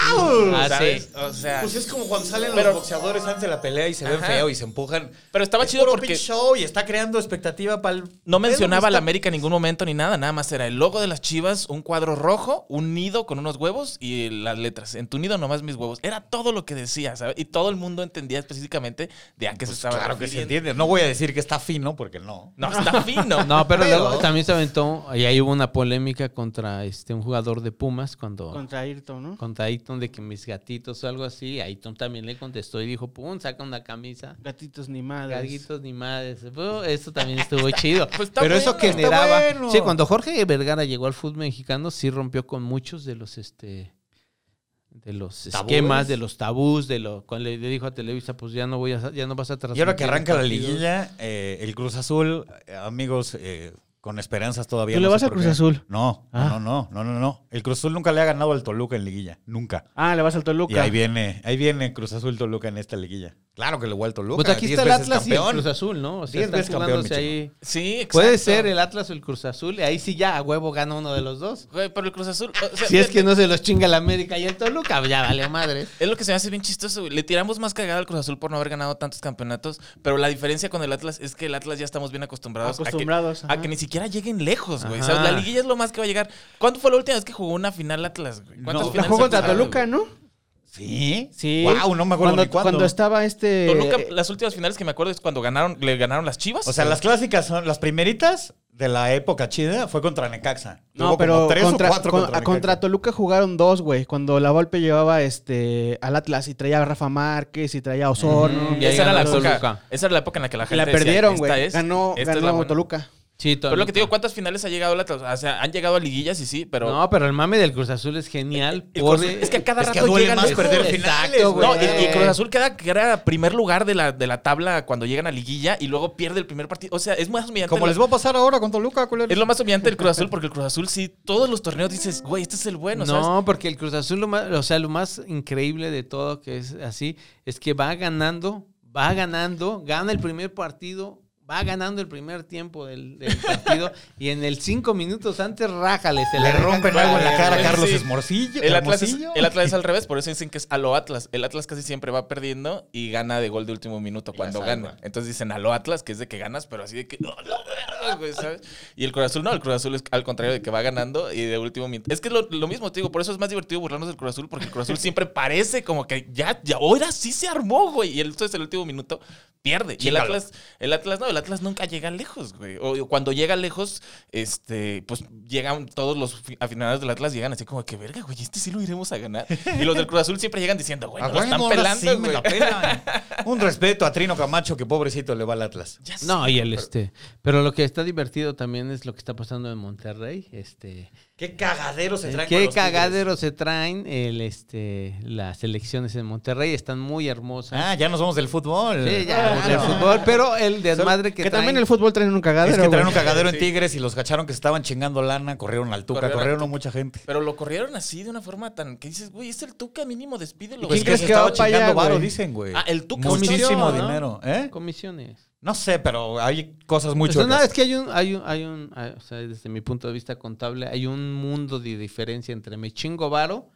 Speaker 4: Ah,
Speaker 6: ¿Sabes?
Speaker 4: sí.
Speaker 6: O sea,
Speaker 3: Pues es como cuando salen
Speaker 6: Pero-
Speaker 3: los boxeadores antes de la pelea y se ven
Speaker 6: Ajá.
Speaker 3: feo y se empujan.
Speaker 6: pero estaba
Speaker 3: Es
Speaker 6: chido
Speaker 3: puro
Speaker 6: porque
Speaker 3: pinche show y está creando expectativa para el.
Speaker 6: no mencionaba a la
Speaker 3: América.
Speaker 6: América en ningún momento ni nada, nada más era el logo de las Chivas, un cuadro rojo, un nido con unos huevos y las letras, en tu nido nomás mis huevos. Era todo lo que decía, ¿sabes? Y todo el mundo entendía específicamente de a qué se estaba
Speaker 3: Pues Claro que se
Speaker 6: refiriendo.
Speaker 3: entiende. No voy a decir que está fino porque no.
Speaker 6: No, está fino.
Speaker 4: No, pero,
Speaker 3: Pero-
Speaker 4: luego también se aventó, y ahí hubo una polémica contra este un jugador de Pumas cuando
Speaker 5: Contra Ayrton, ¿no?
Speaker 4: contra Aiton de que mis gatitos o algo así. Aiton también le contestó y dijo, pum, saca una camisa.
Speaker 5: Gatitos ni madres.
Speaker 4: Gatitos ni madres. Bu, Eso también estuvo chido.
Speaker 6: pues está
Speaker 4: Pero eso
Speaker 6: bueno, está
Speaker 4: generaba.
Speaker 3: bueno.
Speaker 4: Sí, cuando Jorge Vergara llegó al fútbol mexicano, sí rompió con muchos de los este de los
Speaker 3: Tabúes.
Speaker 4: esquemas, de los tabús, de lo cuando le, le dijo a Televisa, pues ya no voy a ya no vas a transmitir.
Speaker 3: Y ahora que arranca la
Speaker 4: partidos.
Speaker 3: liguilla, eh, el Cruz Azul, eh, amigos, eh, con esperanzas todavía.
Speaker 5: ¿Tú le
Speaker 3: no
Speaker 5: vas
Speaker 3: sé
Speaker 5: al
Speaker 3: por
Speaker 5: Cruz
Speaker 3: qué.
Speaker 5: Azul?
Speaker 3: No,
Speaker 5: Ah.
Speaker 3: no, no, no, no, no. El Cruz Azul nunca le ha ganado al Toluca en liguilla. Nunca.
Speaker 5: Ah, le vas al
Speaker 3: Y
Speaker 5: Toluca.
Speaker 3: ahí viene, ahí viene Cruz Azul Toluca en esta liguilla. Claro que le voy al Toluca.
Speaker 4: Pues aquí
Speaker 3: diez
Speaker 4: está el
Speaker 3: veces
Speaker 4: Atlas y el
Speaker 3: campeón.
Speaker 4: Cruz Azul, ¿no? O sea,
Speaker 3: Diez
Speaker 4: están
Speaker 3: veces campeón,
Speaker 4: jugándose
Speaker 3: mi
Speaker 4: ahí.
Speaker 6: Sí, exacto.
Speaker 4: Puede ser el Atlas o el Cruz Azul, y ahí sí ya a huevo gana uno de los dos.
Speaker 6: Güey, pero el Cruz Azul. o sea,
Speaker 4: Si es que
Speaker 6: fíjate,
Speaker 4: no se los chinga la América y el Toluca, ya valió madre.
Speaker 6: Es lo que se me hace bien chistoso, güey. Le tiramos más cagada al Cruz Azul por no haber ganado tantos campeonatos, pero la diferencia con el Atlas es que el Atlas ya estamos bien acostumbrados, a que-
Speaker 5: Acostumbrados,
Speaker 6: a, que,
Speaker 5: ajá.
Speaker 6: ni siquiera lleguen lejos, güey.
Speaker 4: Ajá.
Speaker 6: ¿sabes? La liguilla es lo más que va a llegar. ¿Cuándo fue la última vez que jugó una final Atlas, güey? ¿Cuántas
Speaker 3: No.
Speaker 5: La
Speaker 6: finales
Speaker 5: jugó
Speaker 6: ha
Speaker 5: contra
Speaker 6: jugado,
Speaker 5: Toluca,
Speaker 6: güey?
Speaker 5: ¿no?
Speaker 3: Sí.
Speaker 5: Sí.
Speaker 3: Wow, no me acuerdo
Speaker 5: cuando,
Speaker 3: ni cuándo.
Speaker 5: cuando estaba este.
Speaker 6: Toluca, las últimas finales que me acuerdo es cuando ganaron, le ganaron las Chivas.
Speaker 3: O sea, las clásicas son las primeritas de la época chida fue contra Necaxa.
Speaker 5: No,
Speaker 3: Tuvo
Speaker 5: pero
Speaker 3: como tres
Speaker 5: contra,
Speaker 3: o cuatro
Speaker 5: con-
Speaker 3: contra,
Speaker 5: a- contra
Speaker 3: Necaxa.
Speaker 5: Toluca jugaron dos, güey. Cuando la Volpe llevaba este al Atlas y traía a Rafa Márquez y traía a Osorno.
Speaker 4: Mm, ya
Speaker 6: esa era la
Speaker 4: ganó
Speaker 6: época.
Speaker 4: Toluca.
Speaker 6: Esa era la época en la que la
Speaker 5: Y
Speaker 6: gente
Speaker 5: la
Speaker 6: decía,
Speaker 5: perdieron,
Speaker 6: "Esta
Speaker 5: güey.
Speaker 6: es-
Speaker 5: Ganó,
Speaker 6: esta es la
Speaker 5: ganó
Speaker 6: buena".
Speaker 5: Toluca.
Speaker 4: Sí,
Speaker 6: Pero lo que te digo, ¿cuántas finales ha llegado el Atlas? O sea, han llegado a liguillas y sí, pero.
Speaker 4: No, pero el mame del Cruz Azul es genial.
Speaker 6: Eh, El
Speaker 4: por-
Speaker 6: Cruz- es que a cada
Speaker 3: Es que
Speaker 6: rato
Speaker 3: duele
Speaker 6: llegan
Speaker 3: más
Speaker 6: lejos.
Speaker 3: perder
Speaker 4: Exacto,
Speaker 3: finales, güey.
Speaker 6: No,
Speaker 4: güey.
Speaker 6: y, y Cruz Azul queda, queda primer lugar de la, de la tabla cuando llegan a liguilla y luego pierde el primer partido. O sea, es más humillante.
Speaker 3: Como
Speaker 6: la-
Speaker 3: les va a pasar ahora con Toluca, culeros.
Speaker 6: es lo más humillante del Cruz Azul porque el Cruz Azul sí, todos los torneos dices, güey, este es el bueno,
Speaker 4: no,
Speaker 6: ¿sabes?
Speaker 4: porque el Cruz Azul, lo más, o sea, lo más increíble de todo que es así, es que va ganando, va ganando, gana el primer partido, va ganando el primer tiempo del, del partido y en el cinco minutos antes rájale, se
Speaker 3: Le rompen algo en la cara a
Speaker 6: Sí.
Speaker 3: Carlos Esmorcillo.
Speaker 6: El Atlas, es,
Speaker 3: Hermosillo.
Speaker 6: el Atlas es al revés, por eso dicen que es a lo Atlas. El Atlas casi siempre va perdiendo y gana de gol de último minuto cuando gana. Entonces dicen a lo Atlas, que es de que ganas, pero así de que. "Oh, la verga", güey, ¿sabes? Y el Cruz Azul no, el Cruz Azul es al contrario de que va ganando y de último minuto. Es que es lo, lo mismo, te digo, por eso es más divertido burlarnos del Cruz Azul, porque el Cruz Azul siempre parece como que ya, ya, ahora sí se armó, güey. Y el- entonces el último minuto pierde. Y el
Speaker 3: Chícalo.
Speaker 6: Atlas, el Atlas no, el Atlas nunca llega lejos, güey. O o cuando llega lejos, este, pues llegan todos los fi- aficionados del Atlas llegan así como que verga, güey, este sí lo iremos a ganar. Y los del Cruz Azul siempre llegan diciendo, güey,
Speaker 3: Ah,
Speaker 6: nos lo
Speaker 3: bueno,
Speaker 6: están
Speaker 3: ahora
Speaker 6: pelando,
Speaker 3: sí me
Speaker 6: güey.
Speaker 3: la pelan. Un respeto a Trino Camacho, que pobrecito le va al Atlas.
Speaker 6: Ya sé.
Speaker 4: No, y el este. Pero lo que está divertido también es lo que está pasando en Monterrey. Este.
Speaker 3: Qué cagadero se traen con
Speaker 4: Qué
Speaker 3: los Tigres.
Speaker 4: cagadero se traen el, este, las elecciones en Monterrey. Están muy hermosas.
Speaker 3: Ah, ya nos vamos del fútbol.
Speaker 4: Sí, ya,
Speaker 3: Ah,
Speaker 4: del
Speaker 3: no.
Speaker 4: fútbol, pero el desmadre que,
Speaker 5: Que también
Speaker 4: traen-
Speaker 5: el fútbol traen un
Speaker 3: Es
Speaker 5: cagadero.
Speaker 3: que traen un
Speaker 5: güey.
Speaker 3: cagadero en
Speaker 6: Sí.
Speaker 3: Tigres y los cacharon que estaban chingando lana, corrieron al Tuca,
Speaker 6: Corrieron al
Speaker 3: corrieron a mucha gente.
Speaker 6: Pero lo corrieron así de una forma tan que dices, güey, es el Tuca mínimo,
Speaker 5: quién
Speaker 6: despídelo. güey.
Speaker 3: Es Pues
Speaker 5: crees
Speaker 3: se
Speaker 5: que
Speaker 3: estaba
Speaker 5: va para allá,
Speaker 3: chingando varo,
Speaker 5: güey?
Speaker 3: dicen, güey.
Speaker 6: Ah, el Tuca
Speaker 3: Muchísimo
Speaker 4: comisión, ¿no?
Speaker 3: dinero, ¿eh?
Speaker 4: comisiones.
Speaker 3: No sé, pero hay cosas muy
Speaker 4: O sea, no,
Speaker 3: chuecas.
Speaker 4: Pues es que hay un, hay un, hay un, hay- o sea, desde mi punto de vista contable, hay un mundo de diferencia entre me chingo varo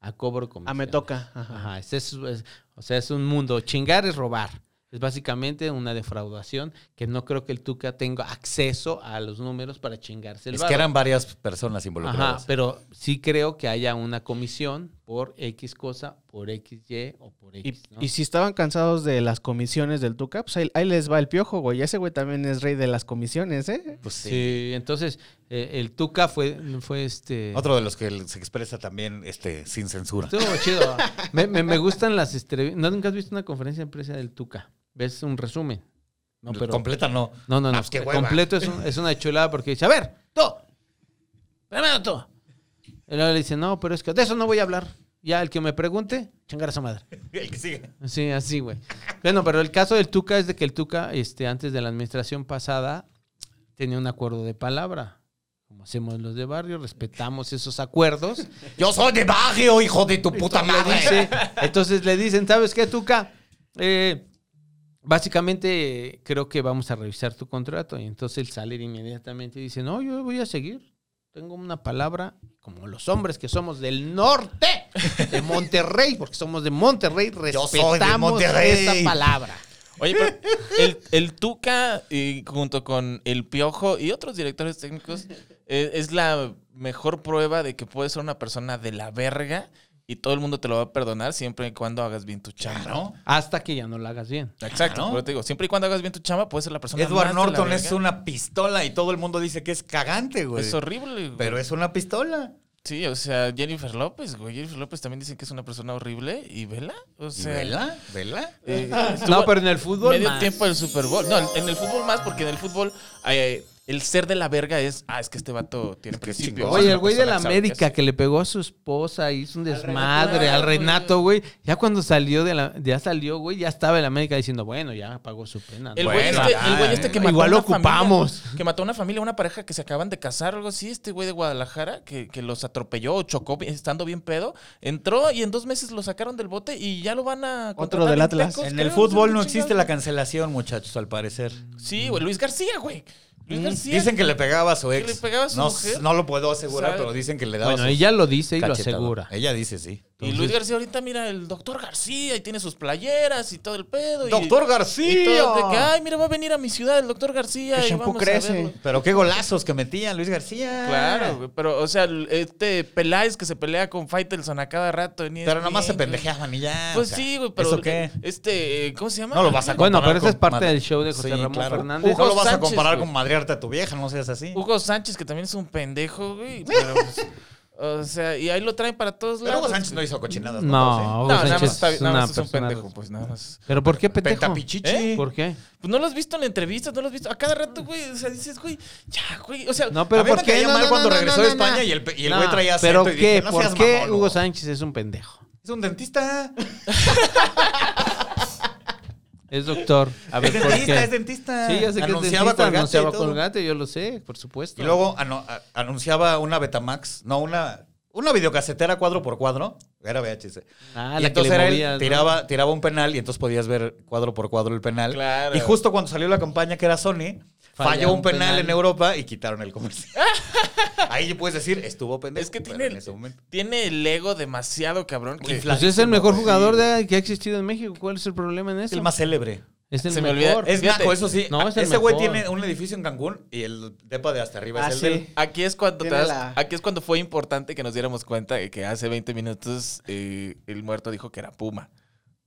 Speaker 4: a cobro
Speaker 5: Ah,
Speaker 4: comisiones.
Speaker 5: me toca. Ajá.
Speaker 4: Ajá, es- es- es- o sea, es un mundo. Chingar es robar. Es básicamente una defraudación que no creo que el Tuca tenga acceso a los números para chingarse el
Speaker 3: Es
Speaker 4: varo.
Speaker 3: que eran varias personas
Speaker 4: Ajá,
Speaker 3: involucradas.
Speaker 4: pero sí creo que haya una comisión por X cosa, por XY o por
Speaker 5: Y,
Speaker 3: Pues,
Speaker 4: X. ¿no?
Speaker 5: y si estaban cansados de las comisiones del Tuca, pues ahí, ahí les va el piojo, güey. Ese güey también es rey de las comisiones, ¿eh?
Speaker 3: Pues sí.
Speaker 4: Sí, entonces eh, el Tuca fue, fue este.
Speaker 3: Otro de los que se expresa también este, sin censura.
Speaker 4: Estuvo chido. me, me- me gustan las entrevistas. ¿No nunca has visto una conferencia de empresa del Tuca? ¿Ves un resumen? No, pero.
Speaker 3: Completa no.
Speaker 4: no, no, no.
Speaker 3: Ah, pues qué hueva.
Speaker 4: completo es, un- es una chulada porque dice: A ver, tú. Primero tú. Y luego le dice: No, pero es que de eso no voy a hablar. Ya el que me pregunte, chingar a su madre.
Speaker 3: El que sigue.
Speaker 4: Sí, así, güey. Bueno, pero el caso del Tuca es de que el Tuca, este, antes de la administración pasada, tenía un acuerdo de palabra. Como hacemos los de barrio, respetamos esos acuerdos.
Speaker 3: Yo soy de barrio, hijo de tu puta madre.
Speaker 4: Dice- entonces le dicen, ¿sabes qué, Tuca? Eh, básicamente eh, creo que vamos a revisar tu contrato. Y entonces él sale inmediatamente y dice, no, yo voy a seguir. Tengo una palabra, como los hombres que somos del norte, de Monterrey, porque somos de Monterrey,
Speaker 3: Yo
Speaker 4: respetamos
Speaker 3: soy de Monterrey.
Speaker 4: esa palabra.
Speaker 6: Oye, pero el, el Tuca, eh, junto con el Piojo y otros directores técnicos, eh, es la mejor prueba de que puedes ser una persona de la verga y todo el mundo te lo va a perdonar siempre y cuando hagas bien tu chamba.
Speaker 3: Claro.
Speaker 4: Hasta que ya no la hagas bien.
Speaker 6: Exacto,
Speaker 3: Claro.
Speaker 6: pero te digo, siempre y cuando hagas bien tu chamba, puedes ser la persona
Speaker 3: Edward
Speaker 6: más de la
Speaker 3: Norton es
Speaker 6: verga.
Speaker 3: una pistola y todo el mundo dice que es cagante, güey.
Speaker 6: Es horrible, güey.
Speaker 3: Pero es una pistola.
Speaker 6: Sí, o sea, Jennifer López, güey. Jennifer López también dicen que es una persona horrible. ¿Y vela? O
Speaker 3: ¿Y
Speaker 6: sea,
Speaker 3: ¿Vela? ¿Vela?
Speaker 6: eh,
Speaker 4: No,
Speaker 6: estuvo-
Speaker 4: pero en el fútbol.
Speaker 6: medio
Speaker 4: más.
Speaker 6: tiempo del Super Bowl. No, en el fútbol más, porque en el fútbol eh, el ser de la verga es, ah, es que este vato tiene principios.
Speaker 3: chingón.
Speaker 4: Oye, el güey de la
Speaker 6: Una persona que sabe qué
Speaker 4: América
Speaker 6: hacer.
Speaker 4: que le pegó a su esposa, hizo un desmadre al Renato, güey. Ya cuando salió de la, ya salió, güey, ya estaba el América diciendo, bueno, ya pagó su pena. ¿no?".
Speaker 6: El güey
Speaker 3: Bueno,
Speaker 6: este,
Speaker 3: ya,
Speaker 6: el güey este que
Speaker 4: eh.
Speaker 6: mató
Speaker 4: Igual
Speaker 6: a
Speaker 4: lo
Speaker 6: una
Speaker 4: ocupamos.
Speaker 6: familia, que mató a una familia, una pareja que se acaban de casar, algo así, este güey de Guadalajara, que, que los atropelló o chocó bien- estando bien pedo, entró y en dos meses lo sacaron del bote y ya lo van a... contratar
Speaker 5: del
Speaker 6: en
Speaker 5: Atlas.
Speaker 6: Tecos,
Speaker 3: En
Speaker 6: creo,
Speaker 3: el fútbol
Speaker 6: sé
Speaker 3: no
Speaker 6: qué
Speaker 3: existe la
Speaker 6: chingados.
Speaker 3: cancelación, muchachos, al parecer.
Speaker 6: Sí, güey, Luis García, güey.
Speaker 4: Mm.
Speaker 6: Luis García.
Speaker 3: Mm, Dicen que le pegaba a su ex.
Speaker 6: Que le pegaba a su
Speaker 3: no,
Speaker 6: mujer.
Speaker 3: no lo puedo asegurar,
Speaker 6: ¿Sabe?
Speaker 3: pero dicen que le daba
Speaker 4: Bueno,
Speaker 3: sus
Speaker 4: ella lo dice y
Speaker 3: cachetadas.
Speaker 4: lo asegura.
Speaker 3: Ella dice sí.
Speaker 6: Y Luis García ahorita mira el doctor García y tiene sus playeras y todo el pedo. y-
Speaker 3: ¡Doctor
Speaker 6: Y todo de que,
Speaker 3: García!
Speaker 6: ay, mira, va a venir a mi ciudad el doctor García.
Speaker 5: El
Speaker 6: y
Speaker 5: shampoo
Speaker 6: vamos
Speaker 5: crece.
Speaker 6: A verlo".
Speaker 3: Pero qué golazos que metía Luis García.
Speaker 6: Claro, güey, pero, o sea, el- este Peláez que se pelea con Faitelson a cada rato. en E
Speaker 3: Pero nomás se
Speaker 6: ESPN, güey.
Speaker 3: pendejeaban y ya.
Speaker 6: Pues
Speaker 3: o sea,
Speaker 6: sí, güey, pero.
Speaker 3: ¿Eso qué?
Speaker 6: Este, eh, ¿cómo se llama?
Speaker 3: No lo vas a comparar
Speaker 4: Bueno, pero eso
Speaker 3: con
Speaker 4: es parte
Speaker 3: Madre-
Speaker 4: del show de José Ramón Fernández.
Speaker 6: Hugo
Speaker 3: no lo vas a
Speaker 6: Sánchez,
Speaker 3: comparar
Speaker 6: güey.
Speaker 3: con madrearte a tu vieja, no seas así.
Speaker 6: Hugo Sánchez, que también es un pendejo, güey. pero, pues, o sea, y ahí lo traen para todos
Speaker 3: Pero
Speaker 6: lados.
Speaker 3: Hugo Sánchez no hizo cochinadas. ¿eh?
Speaker 4: No,
Speaker 6: No,
Speaker 4: Hugo
Speaker 6: nada más,
Speaker 4: Sánchez
Speaker 6: está,
Speaker 4: es
Speaker 6: nada
Speaker 4: una
Speaker 6: más es un
Speaker 4: persona-
Speaker 6: pendejo, pues nada más.
Speaker 4: Pero ¿por qué pendejo?
Speaker 3: Pentapichichi.
Speaker 6: ¿Eh?
Speaker 4: ¿Por qué?
Speaker 6: Pues no lo has visto en entrevistas, no lo has visto. A cada rato, güey. O sea, dices, güey, ya, güey. O sea,
Speaker 4: No, pero
Speaker 3: a mí
Speaker 4: ¿por
Speaker 3: me
Speaker 4: qué?
Speaker 3: caía
Speaker 4: No,
Speaker 3: mal
Speaker 4: no,
Speaker 3: cuando
Speaker 4: no, no,
Speaker 3: regresó de
Speaker 4: no, no.
Speaker 3: España y el- y el
Speaker 4: No,
Speaker 3: güey traía
Speaker 4: ¿Pero
Speaker 3: acento y
Speaker 4: qué?
Speaker 3: dije, "No
Speaker 4: ¿Por
Speaker 3: seas
Speaker 4: qué
Speaker 3: mamón,
Speaker 4: Hugo
Speaker 3: Hugo".
Speaker 4: Sánchez es un pendejo?
Speaker 3: Es un dentista.
Speaker 4: Es doctor. A ver,
Speaker 3: es
Speaker 4: ¿por
Speaker 3: dentista,
Speaker 4: qué?
Speaker 3: es dentista.
Speaker 4: Sí, ya sé que es
Speaker 3: anunciaba
Speaker 4: dentista,
Speaker 3: colgate y
Speaker 4: anunciaba
Speaker 3: todo.
Speaker 4: colgante, yo lo sé, por supuesto.
Speaker 3: Y luego anu- a- anunciaba una Betamax, no, una, una videocasetera cuadro por cuadro. Era VHS.
Speaker 4: Ah,
Speaker 3: y
Speaker 4: la que
Speaker 3: entonces
Speaker 4: le
Speaker 3: era él,
Speaker 4: movías, ¿no?
Speaker 3: tiraba, tiraba un penal y entonces podías ver cuadro por cuadro el penal.
Speaker 6: Claro.
Speaker 3: Y justo cuando salió la campaña que era Sony, falló,
Speaker 4: Falló
Speaker 3: un
Speaker 4: un
Speaker 3: penal,
Speaker 4: penal.
Speaker 3: en Europa y quitaron el comercial. Ahí puedes decir, estuvo pendejo.
Speaker 6: Es que
Speaker 3: pero
Speaker 6: tiene
Speaker 3: en
Speaker 6: el,
Speaker 3: ese momento.
Speaker 6: tiene el ego demasiado cabrón. que-
Speaker 3: Infla-
Speaker 4: Pues es el mejor
Speaker 3: Sí.
Speaker 4: jugador de- que ha existido en México. ¿Cuál es el problema en
Speaker 3: Es
Speaker 4: eso?
Speaker 3: el más célebre.
Speaker 4: Es el
Speaker 6: Se me
Speaker 4: mejor.
Speaker 6: olvida-
Speaker 3: Es
Speaker 6: Fíjate.
Speaker 3: naco, eso sí.
Speaker 4: No, es el
Speaker 3: Ese güey
Speaker 4: mejor.
Speaker 3: tiene un edificio en Cancún y el depa de hasta arriba
Speaker 5: Ah,
Speaker 3: es pues, el
Speaker 5: sí.
Speaker 3: de él.
Speaker 6: Aquí es cuando te
Speaker 5: Tiene
Speaker 6: das-
Speaker 5: la-
Speaker 6: aquí es cuando fue importante que nos diéramos cuenta de que hace 20 minutos eh, el muerto dijo que era Puma.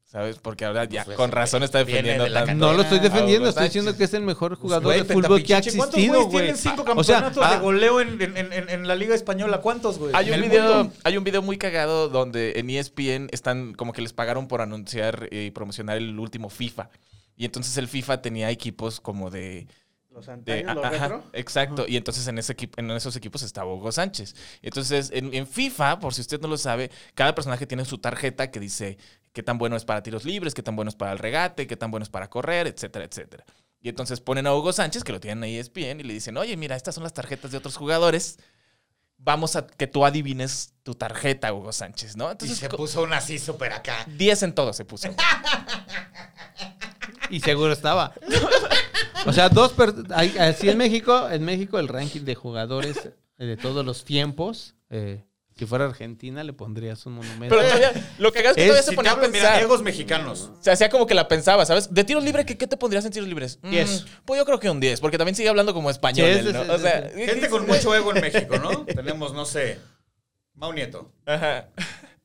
Speaker 6: ¿Sabes? Porque ahora ya
Speaker 3: Pues,
Speaker 6: con
Speaker 3: ese
Speaker 6: razón
Speaker 3: güey
Speaker 6: está
Speaker 3: viene
Speaker 6: defendiendo
Speaker 3: de la
Speaker 6: tanto.
Speaker 4: No lo estoy defendiendo,
Speaker 6: Ah,
Speaker 4: estoy
Speaker 6: Sánchez.
Speaker 4: diciendo que es el mejor jugador
Speaker 3: Pues, Güey,
Speaker 4: de fútbol que ha
Speaker 3: Pentapichichi, ¿cuántos
Speaker 4: existido,
Speaker 3: güeyes
Speaker 4: güey.
Speaker 3: tienen cinco
Speaker 4: O sea,
Speaker 3: campeonatos de
Speaker 4: ah,
Speaker 3: goleo en, en- en- en la Liga Española? ¿Cuántos, güey?
Speaker 6: Hay
Speaker 3: En
Speaker 6: un,
Speaker 3: el
Speaker 6: video,
Speaker 3: mundo.
Speaker 6: hay un video muy cagado donde en E ESPN están como que les pagaron por anunciar eh, y promocionar el último FIFA. Y entonces el FIFA tenía equipos como de...
Speaker 5: Los
Speaker 6: de- a- ajá, Exacto. Y entonces en, ese equipo, en esos equipos estaba Hugo Sánchez. Entonces en, en FIFA, por si usted no lo sabe, cada personaje tiene su tarjeta que dice qué tan bueno es para tiros libres, qué tan bueno es para el regate, qué tan bueno es para correr, etcétera, etcétera. Y entonces ponen a Hugo Sánchez, que lo tienen E ahí ESPN, y le dicen, oye, mira, estas son las tarjetas de otros jugadores. Vamos a que tú adivines tu tarjeta, Hugo Sánchez, ¿no?
Speaker 3: Y
Speaker 6: Entonces,
Speaker 3: se
Speaker 6: co-
Speaker 3: puso una así súper acá.
Speaker 6: 10 en todo se puso.
Speaker 4: Y seguro estaba. O sea, dos per- hay- así en México, en México el ranking de jugadores eh, de todos los tiempos eh, Si fuera Argentina, le pondrías un monumento.
Speaker 6: Pero todavía, lo que hagas es que todavía
Speaker 3: Es, si
Speaker 6: se
Speaker 3: te
Speaker 6: ponía a
Speaker 3: hablo, mira,
Speaker 6: pensar.
Speaker 3: egos mexicanos.
Speaker 6: Se hacía como que la pensaba, ¿sabes? De tiros libres, ¿qué, qué te pondrías en tiros libres? Mm,
Speaker 4: 10.
Speaker 6: pues yo creo que un 10, porque también sigue hablando como español.
Speaker 4: Sí,
Speaker 6: él,
Speaker 4: sí,
Speaker 6: ¿no?
Speaker 4: sí,
Speaker 6: O
Speaker 4: sí,
Speaker 6: sea,
Speaker 3: Gente con mucho ego en México, ¿no? Tenemos, no sé, Mau Nieto,
Speaker 6: Ajá.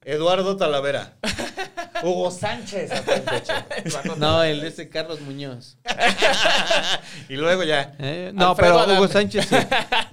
Speaker 3: Eduardo Talavera, Hugo Sánchez hasta el pecho.
Speaker 4: No, el de ese Carlos Muñoz.
Speaker 3: Y luego ya.
Speaker 4: Eh, no,
Speaker 6: Alfredo
Speaker 4: pero
Speaker 6: Adame.
Speaker 4: Hugo Sánchez. sí.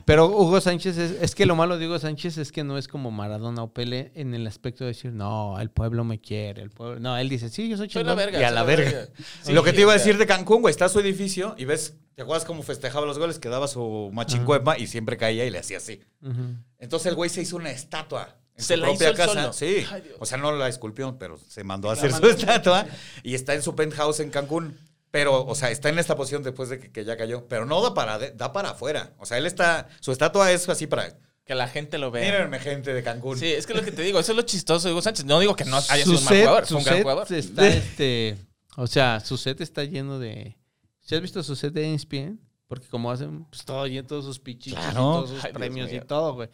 Speaker 4: Pero Hugo Sánchez es, es que lo malo de Hugo Sánchez es que no es como Maradona o Pele en el aspecto de decir, no, el pueblo me quiere, el pueblo. No, él dice, sí, yo soy
Speaker 6: Soy
Speaker 4: chingón.
Speaker 6: la verga.
Speaker 3: Y a
Speaker 6: soy
Speaker 3: la verga.
Speaker 6: Sí,
Speaker 3: Lo que te iba a
Speaker 6: o sea,
Speaker 3: decir de Cancún, güey, está su edificio y ves, ¿te acuerdas cómo festejaba los goles? Que daba su machincuepa y siempre caía y le hacía así.
Speaker 4: Ujú.
Speaker 3: Entonces el güey se hizo una estatua. En
Speaker 6: Se
Speaker 3: su
Speaker 6: la
Speaker 3: propia
Speaker 6: hizo él
Speaker 3: casa.
Speaker 6: solo.
Speaker 3: Sí.
Speaker 6: Ay, Dios.
Speaker 3: o sea, no la esculpió, pero se mandó a hacer su estatua. Y está en su penthouse en Cancún. Pero, o sea, está en esta posición después de que, que ya cayó. Pero no da para, de- da para afuera. O sea, él está. Su estatua es así para.
Speaker 6: Que la gente lo vea.
Speaker 3: Mírenme, gente de Cancún.
Speaker 6: Sí, es que lo que te digo, eso es lo chistoso de Hugo Sánchez. No digo que no haya
Speaker 4: Su
Speaker 6: sido un mal jugador,
Speaker 4: set-
Speaker 6: fue un
Speaker 4: su
Speaker 6: gran
Speaker 4: set
Speaker 6: jugador.
Speaker 4: está, este, o sea, su set está lleno de. ¿Sí has visto su set de E ESPN? Porque como hacen pues, todo lleno todos sus pichitos, y
Speaker 3: Claro.
Speaker 4: todos sus
Speaker 6: Ay, Dios
Speaker 4: premios y
Speaker 6: mío.
Speaker 4: todo, güey.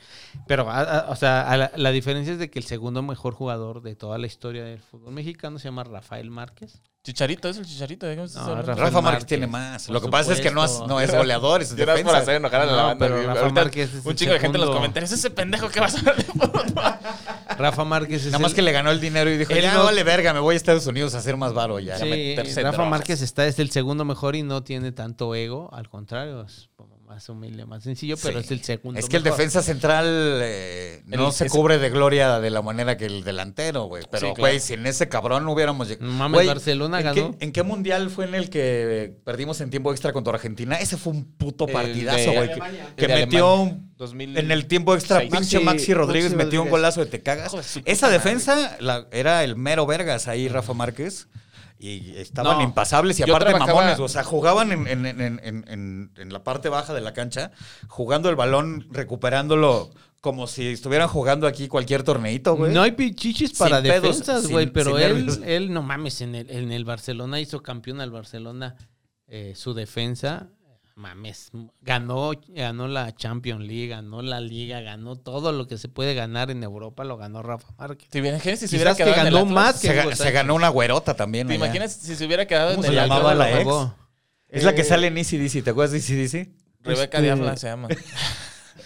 Speaker 4: Pero, a- a- o sea, a la, la diferencia es de que el segundo mejor jugador de toda la historia del fútbol mexicano se llama Rafael Márquez.
Speaker 6: Chicharito, es el chicharito. ¿de qué me estás
Speaker 4: No,
Speaker 6: hablando?
Speaker 4: Rafa
Speaker 3: Rafa Márquez
Speaker 4: Márquez,
Speaker 3: tiene más.
Speaker 4: por
Speaker 3: Lo que pasa es que no,
Speaker 4: supuesto.
Speaker 3: es- no es goleador, es
Speaker 6: Ya nada más
Speaker 3: defensa.
Speaker 6: por hacer enojar a la
Speaker 4: No,
Speaker 6: banda.
Speaker 4: pero
Speaker 6: güey.
Speaker 4: Rafa
Speaker 6: Ahorita
Speaker 4: Márquez es
Speaker 6: un
Speaker 4: el
Speaker 6: chingo de gente en los
Speaker 4: segundo.
Speaker 6: comentarios. Ese pendejo que vas a hablar de fútbol.
Speaker 4: Rafa Márquez es
Speaker 3: Nada más
Speaker 4: el-
Speaker 3: que le ganó el dinero y dijo,
Speaker 4: Él
Speaker 3: ya
Speaker 4: no-
Speaker 3: vale verga, me voy a Estados Unidos a hacer más varo ya.
Speaker 4: Sí,
Speaker 6: meterse en
Speaker 4: Rafa
Speaker 6: drogas.
Speaker 4: Márquez está es el segundo mejor y no tiene tanto ego, al contrario, es como más humilde, más sencillo, pero
Speaker 3: Sí.
Speaker 4: es el segundo.
Speaker 3: Es que el
Speaker 4: mejor.
Speaker 3: defensa central eh, no
Speaker 6: El-
Speaker 3: se
Speaker 6: es-
Speaker 3: cubre de gloria de la manera que el delantero, güey. Pero,
Speaker 6: Sí, claro.
Speaker 3: güey, sin ese cabrón no hubiéramos llegado.
Speaker 4: No mames,
Speaker 3: Güey,
Speaker 4: Barcelona
Speaker 3: ¿en
Speaker 4: ganó.
Speaker 3: Qué, ¿En qué mundial fue en el que perdimos en tiempo extra contra Argentina? Ese fue un puto
Speaker 6: El
Speaker 3: partidazo,
Speaker 6: de
Speaker 3: güey. Que,
Speaker 6: Alemania.
Speaker 3: que
Speaker 6: El de
Speaker 3: metió
Speaker 6: Alemania.
Speaker 3: un-
Speaker 6: 2000.
Speaker 3: en el tiempo extra,
Speaker 6: Maxi-
Speaker 3: pinche Maxi Rodríguez
Speaker 5: Maxi
Speaker 3: metió un
Speaker 5: Rodríguez.
Speaker 3: golazo de te cagas.
Speaker 6: Hijo de su puta
Speaker 3: Esa
Speaker 6: madre.
Speaker 3: defensa la- era el mero vergas ahí, Rafa Márquez. Y estaban
Speaker 4: No.
Speaker 3: impasables y
Speaker 6: Yo
Speaker 3: aparte
Speaker 6: trabajaba-
Speaker 3: mamones. O sea, jugaban en, en- en- en- en- en la parte baja de la cancha, jugando el balón, recuperándolo como si estuvieran jugando aquí cualquier torneito, güey.
Speaker 4: No hay pichichis para
Speaker 3: Sin pedos,
Speaker 4: defensas,
Speaker 3: sin-
Speaker 4: güey, pero
Speaker 3: sin
Speaker 4: él,
Speaker 3: nervios.
Speaker 4: él, no mames, en el, en el Barcelona hizo campeón al Barcelona eh, su defensa. Mames, ganó, ganó la Champions League, ganó la Liga, ganó todo lo que se puede ganar en Europa, lo ganó Rafa Márquez.
Speaker 6: Si hubiera- imagínate si se hubiera
Speaker 4: Quizás que
Speaker 6: quedado en el
Speaker 4: ganó
Speaker 6: Atlas.
Speaker 4: más que
Speaker 3: se, ga-
Speaker 4: Hugo
Speaker 3: se
Speaker 4: Sánchez.
Speaker 3: ganó una güerota también.
Speaker 6: ¿Te
Speaker 3: allá.
Speaker 6: imaginas si se hubiera quedado en
Speaker 3: ¿Cómo
Speaker 6: el
Speaker 3: se llamaba
Speaker 6: Atlas?
Speaker 3: la ex?
Speaker 4: Pagó.
Speaker 3: Es la que
Speaker 6: Eh,
Speaker 3: sale en Easy DC. ¿Te acuerdas de Easy DC?
Speaker 6: Rebeca
Speaker 5: Este-
Speaker 6: Diabla se llama.
Speaker 3: Esa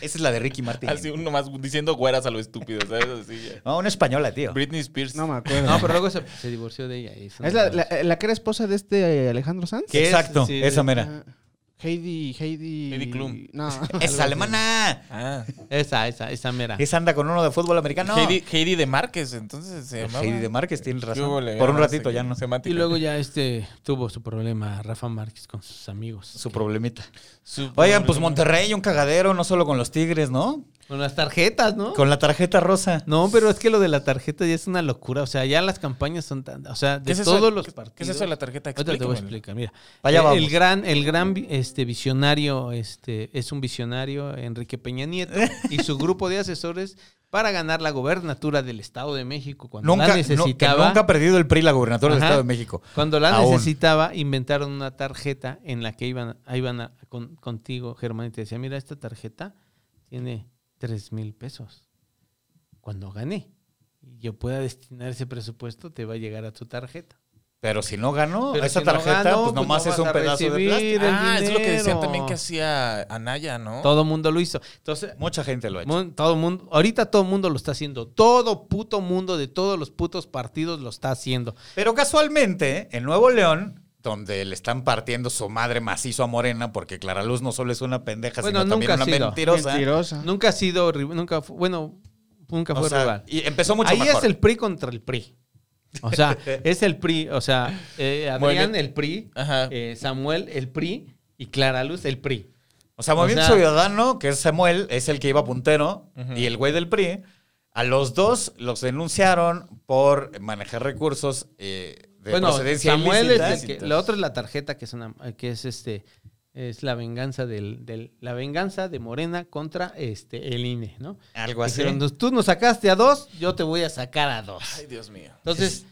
Speaker 3: es la de Ricky Martin.
Speaker 6: Así uno más diciendo güeras a lo estúpido, ¿sabes? Así ya.
Speaker 3: Ah, No, una española, tío.
Speaker 6: Britney Spears.
Speaker 5: No me acuerdo.
Speaker 4: No, pero luego se, se divorció de ella. y eso
Speaker 5: ¿Es
Speaker 4: no
Speaker 5: la,
Speaker 4: mames.
Speaker 5: la- la que era esposa de este eh, Alejandro Sanz?
Speaker 4: ¿Qué es?
Speaker 3: Exacto,
Speaker 4: Sí,
Speaker 3: esa
Speaker 4: de-
Speaker 3: mera.
Speaker 5: Ah, Heidi, Heidi.
Speaker 6: Heidi Klum.
Speaker 5: No.
Speaker 3: Es alemana.
Speaker 6: Ah.
Speaker 4: Esa, esa, esa mera.
Speaker 3: Esa Ah. anda con uno de fútbol americano.
Speaker 6: Heidi, Heidi de Márquez, entonces se
Speaker 4: Eh,
Speaker 3: El
Speaker 6: llamaba.
Speaker 3: Heidi de Márquez tiene
Speaker 6: ¿Qué
Speaker 3: razón.
Speaker 6: hubo, le-
Speaker 3: Por un
Speaker 6: ah,
Speaker 3: ratito
Speaker 6: sé
Speaker 3: ya
Speaker 6: qué,
Speaker 3: no.
Speaker 6: semántica.
Speaker 4: Y luego ya este tuvo su problema Rafa Márquez con sus amigos.
Speaker 3: Su problemita.
Speaker 6: Su-
Speaker 3: Oigan, pues Monterrey, un cagadero, no solo con los Tigres, ¿no?
Speaker 4: Con las tarjetas, ¿no?
Speaker 3: Con la tarjeta rosa.
Speaker 4: No, pero es que lo de la tarjeta ya es una locura. O sea, ya las campañas son tan. O sea, de
Speaker 6: ¿Qué es eso?
Speaker 4: todos los
Speaker 6: ¿Qué-
Speaker 4: partidos.
Speaker 6: ¿Qué es eso de la tarjeta?
Speaker 4: Ahorita te voy a
Speaker 6: Explícamelo.
Speaker 4: explicar, mira.
Speaker 3: Allá
Speaker 4: Eh,
Speaker 3: vamos.
Speaker 4: El gran, el gran vi- este, visionario este, es un visionario, Enrique Peña Nieto, y su grupo de asesores para ganar la gobernatura del Estado de México cuando
Speaker 3: Nunca,
Speaker 4: la
Speaker 3: no, que
Speaker 4: necesitaba.
Speaker 3: nunca ha perdido el PRI la gobernatura del
Speaker 4: Ajá.
Speaker 3: Estado de México.
Speaker 4: Cuando la
Speaker 3: Aún.
Speaker 4: necesitaba, inventaron una tarjeta en la que iban, ahí iban a- con- contigo, Germán, y te decía, mira, esta tarjeta tiene tres mil pesos. Cuando gané y yo pueda destinar ese presupuesto, te va a llegar a tu tarjeta.
Speaker 3: Pero si no ganó,
Speaker 4: Pero
Speaker 3: esa
Speaker 4: si no
Speaker 3: tarjeta,
Speaker 4: ganó,
Speaker 3: pues
Speaker 4: pues
Speaker 3: nomás
Speaker 4: no
Speaker 3: es
Speaker 4: vas
Speaker 3: un
Speaker 4: a
Speaker 3: pedazo de
Speaker 4: recibir
Speaker 3: plástico.
Speaker 4: el
Speaker 6: Ah, es lo que decían
Speaker 4: dinero.
Speaker 6: también que hacía Anaya,
Speaker 3: Oh.
Speaker 6: ¿no?
Speaker 4: Todo mundo lo hizo. Entonces,
Speaker 3: Mucha gente lo ha hecho.
Speaker 4: Mun- Todo mundo, ahorita todo mundo lo está haciendo. Todo puto mundo de todos los putos partidos lo está haciendo.
Speaker 3: Pero casualmente, en Nuevo León, donde le están partiendo su madre macizo a Morena, porque Clara Luz no solo es una pendeja,
Speaker 4: Bueno,
Speaker 3: sino también
Speaker 4: nunca ha
Speaker 3: una
Speaker 4: sido.
Speaker 3: mentirosa.
Speaker 5: Mentirosa.
Speaker 4: Nunca ha sido, ri- nunca, fu- bueno, nunca
Speaker 3: O
Speaker 4: fue
Speaker 3: sea,
Speaker 4: rival.
Speaker 3: Y empezó mucho
Speaker 4: Ahí
Speaker 3: mejor.
Speaker 4: es el PRI contra el PRI. O sea, es el PRI, o sea, eh, Adrián
Speaker 6: Movimiento-
Speaker 4: el PRI,
Speaker 6: Ajá.
Speaker 4: eh, Samuel el PRI y Clara Luz el PRI.
Speaker 3: O sea, Movimiento
Speaker 4: O sea-
Speaker 3: Ciudadano, que es Samuel, es el que iba puntero, y el güey del PRI, a los dos los denunciaron por manejar recursos eh, de
Speaker 4: bueno,
Speaker 3: procedencia
Speaker 4: Samuel
Speaker 3: ilícita.
Speaker 4: es el que, la otra es la tarjeta que es una, que es este, es la venganza del, del- la venganza de Morena contra este el INE, ¿no?
Speaker 3: Algo así.
Speaker 4: Dijeron, tú nos sacaste a dos, yo te voy a sacar a dos.
Speaker 6: Ay, Dios mío.
Speaker 4: Entonces,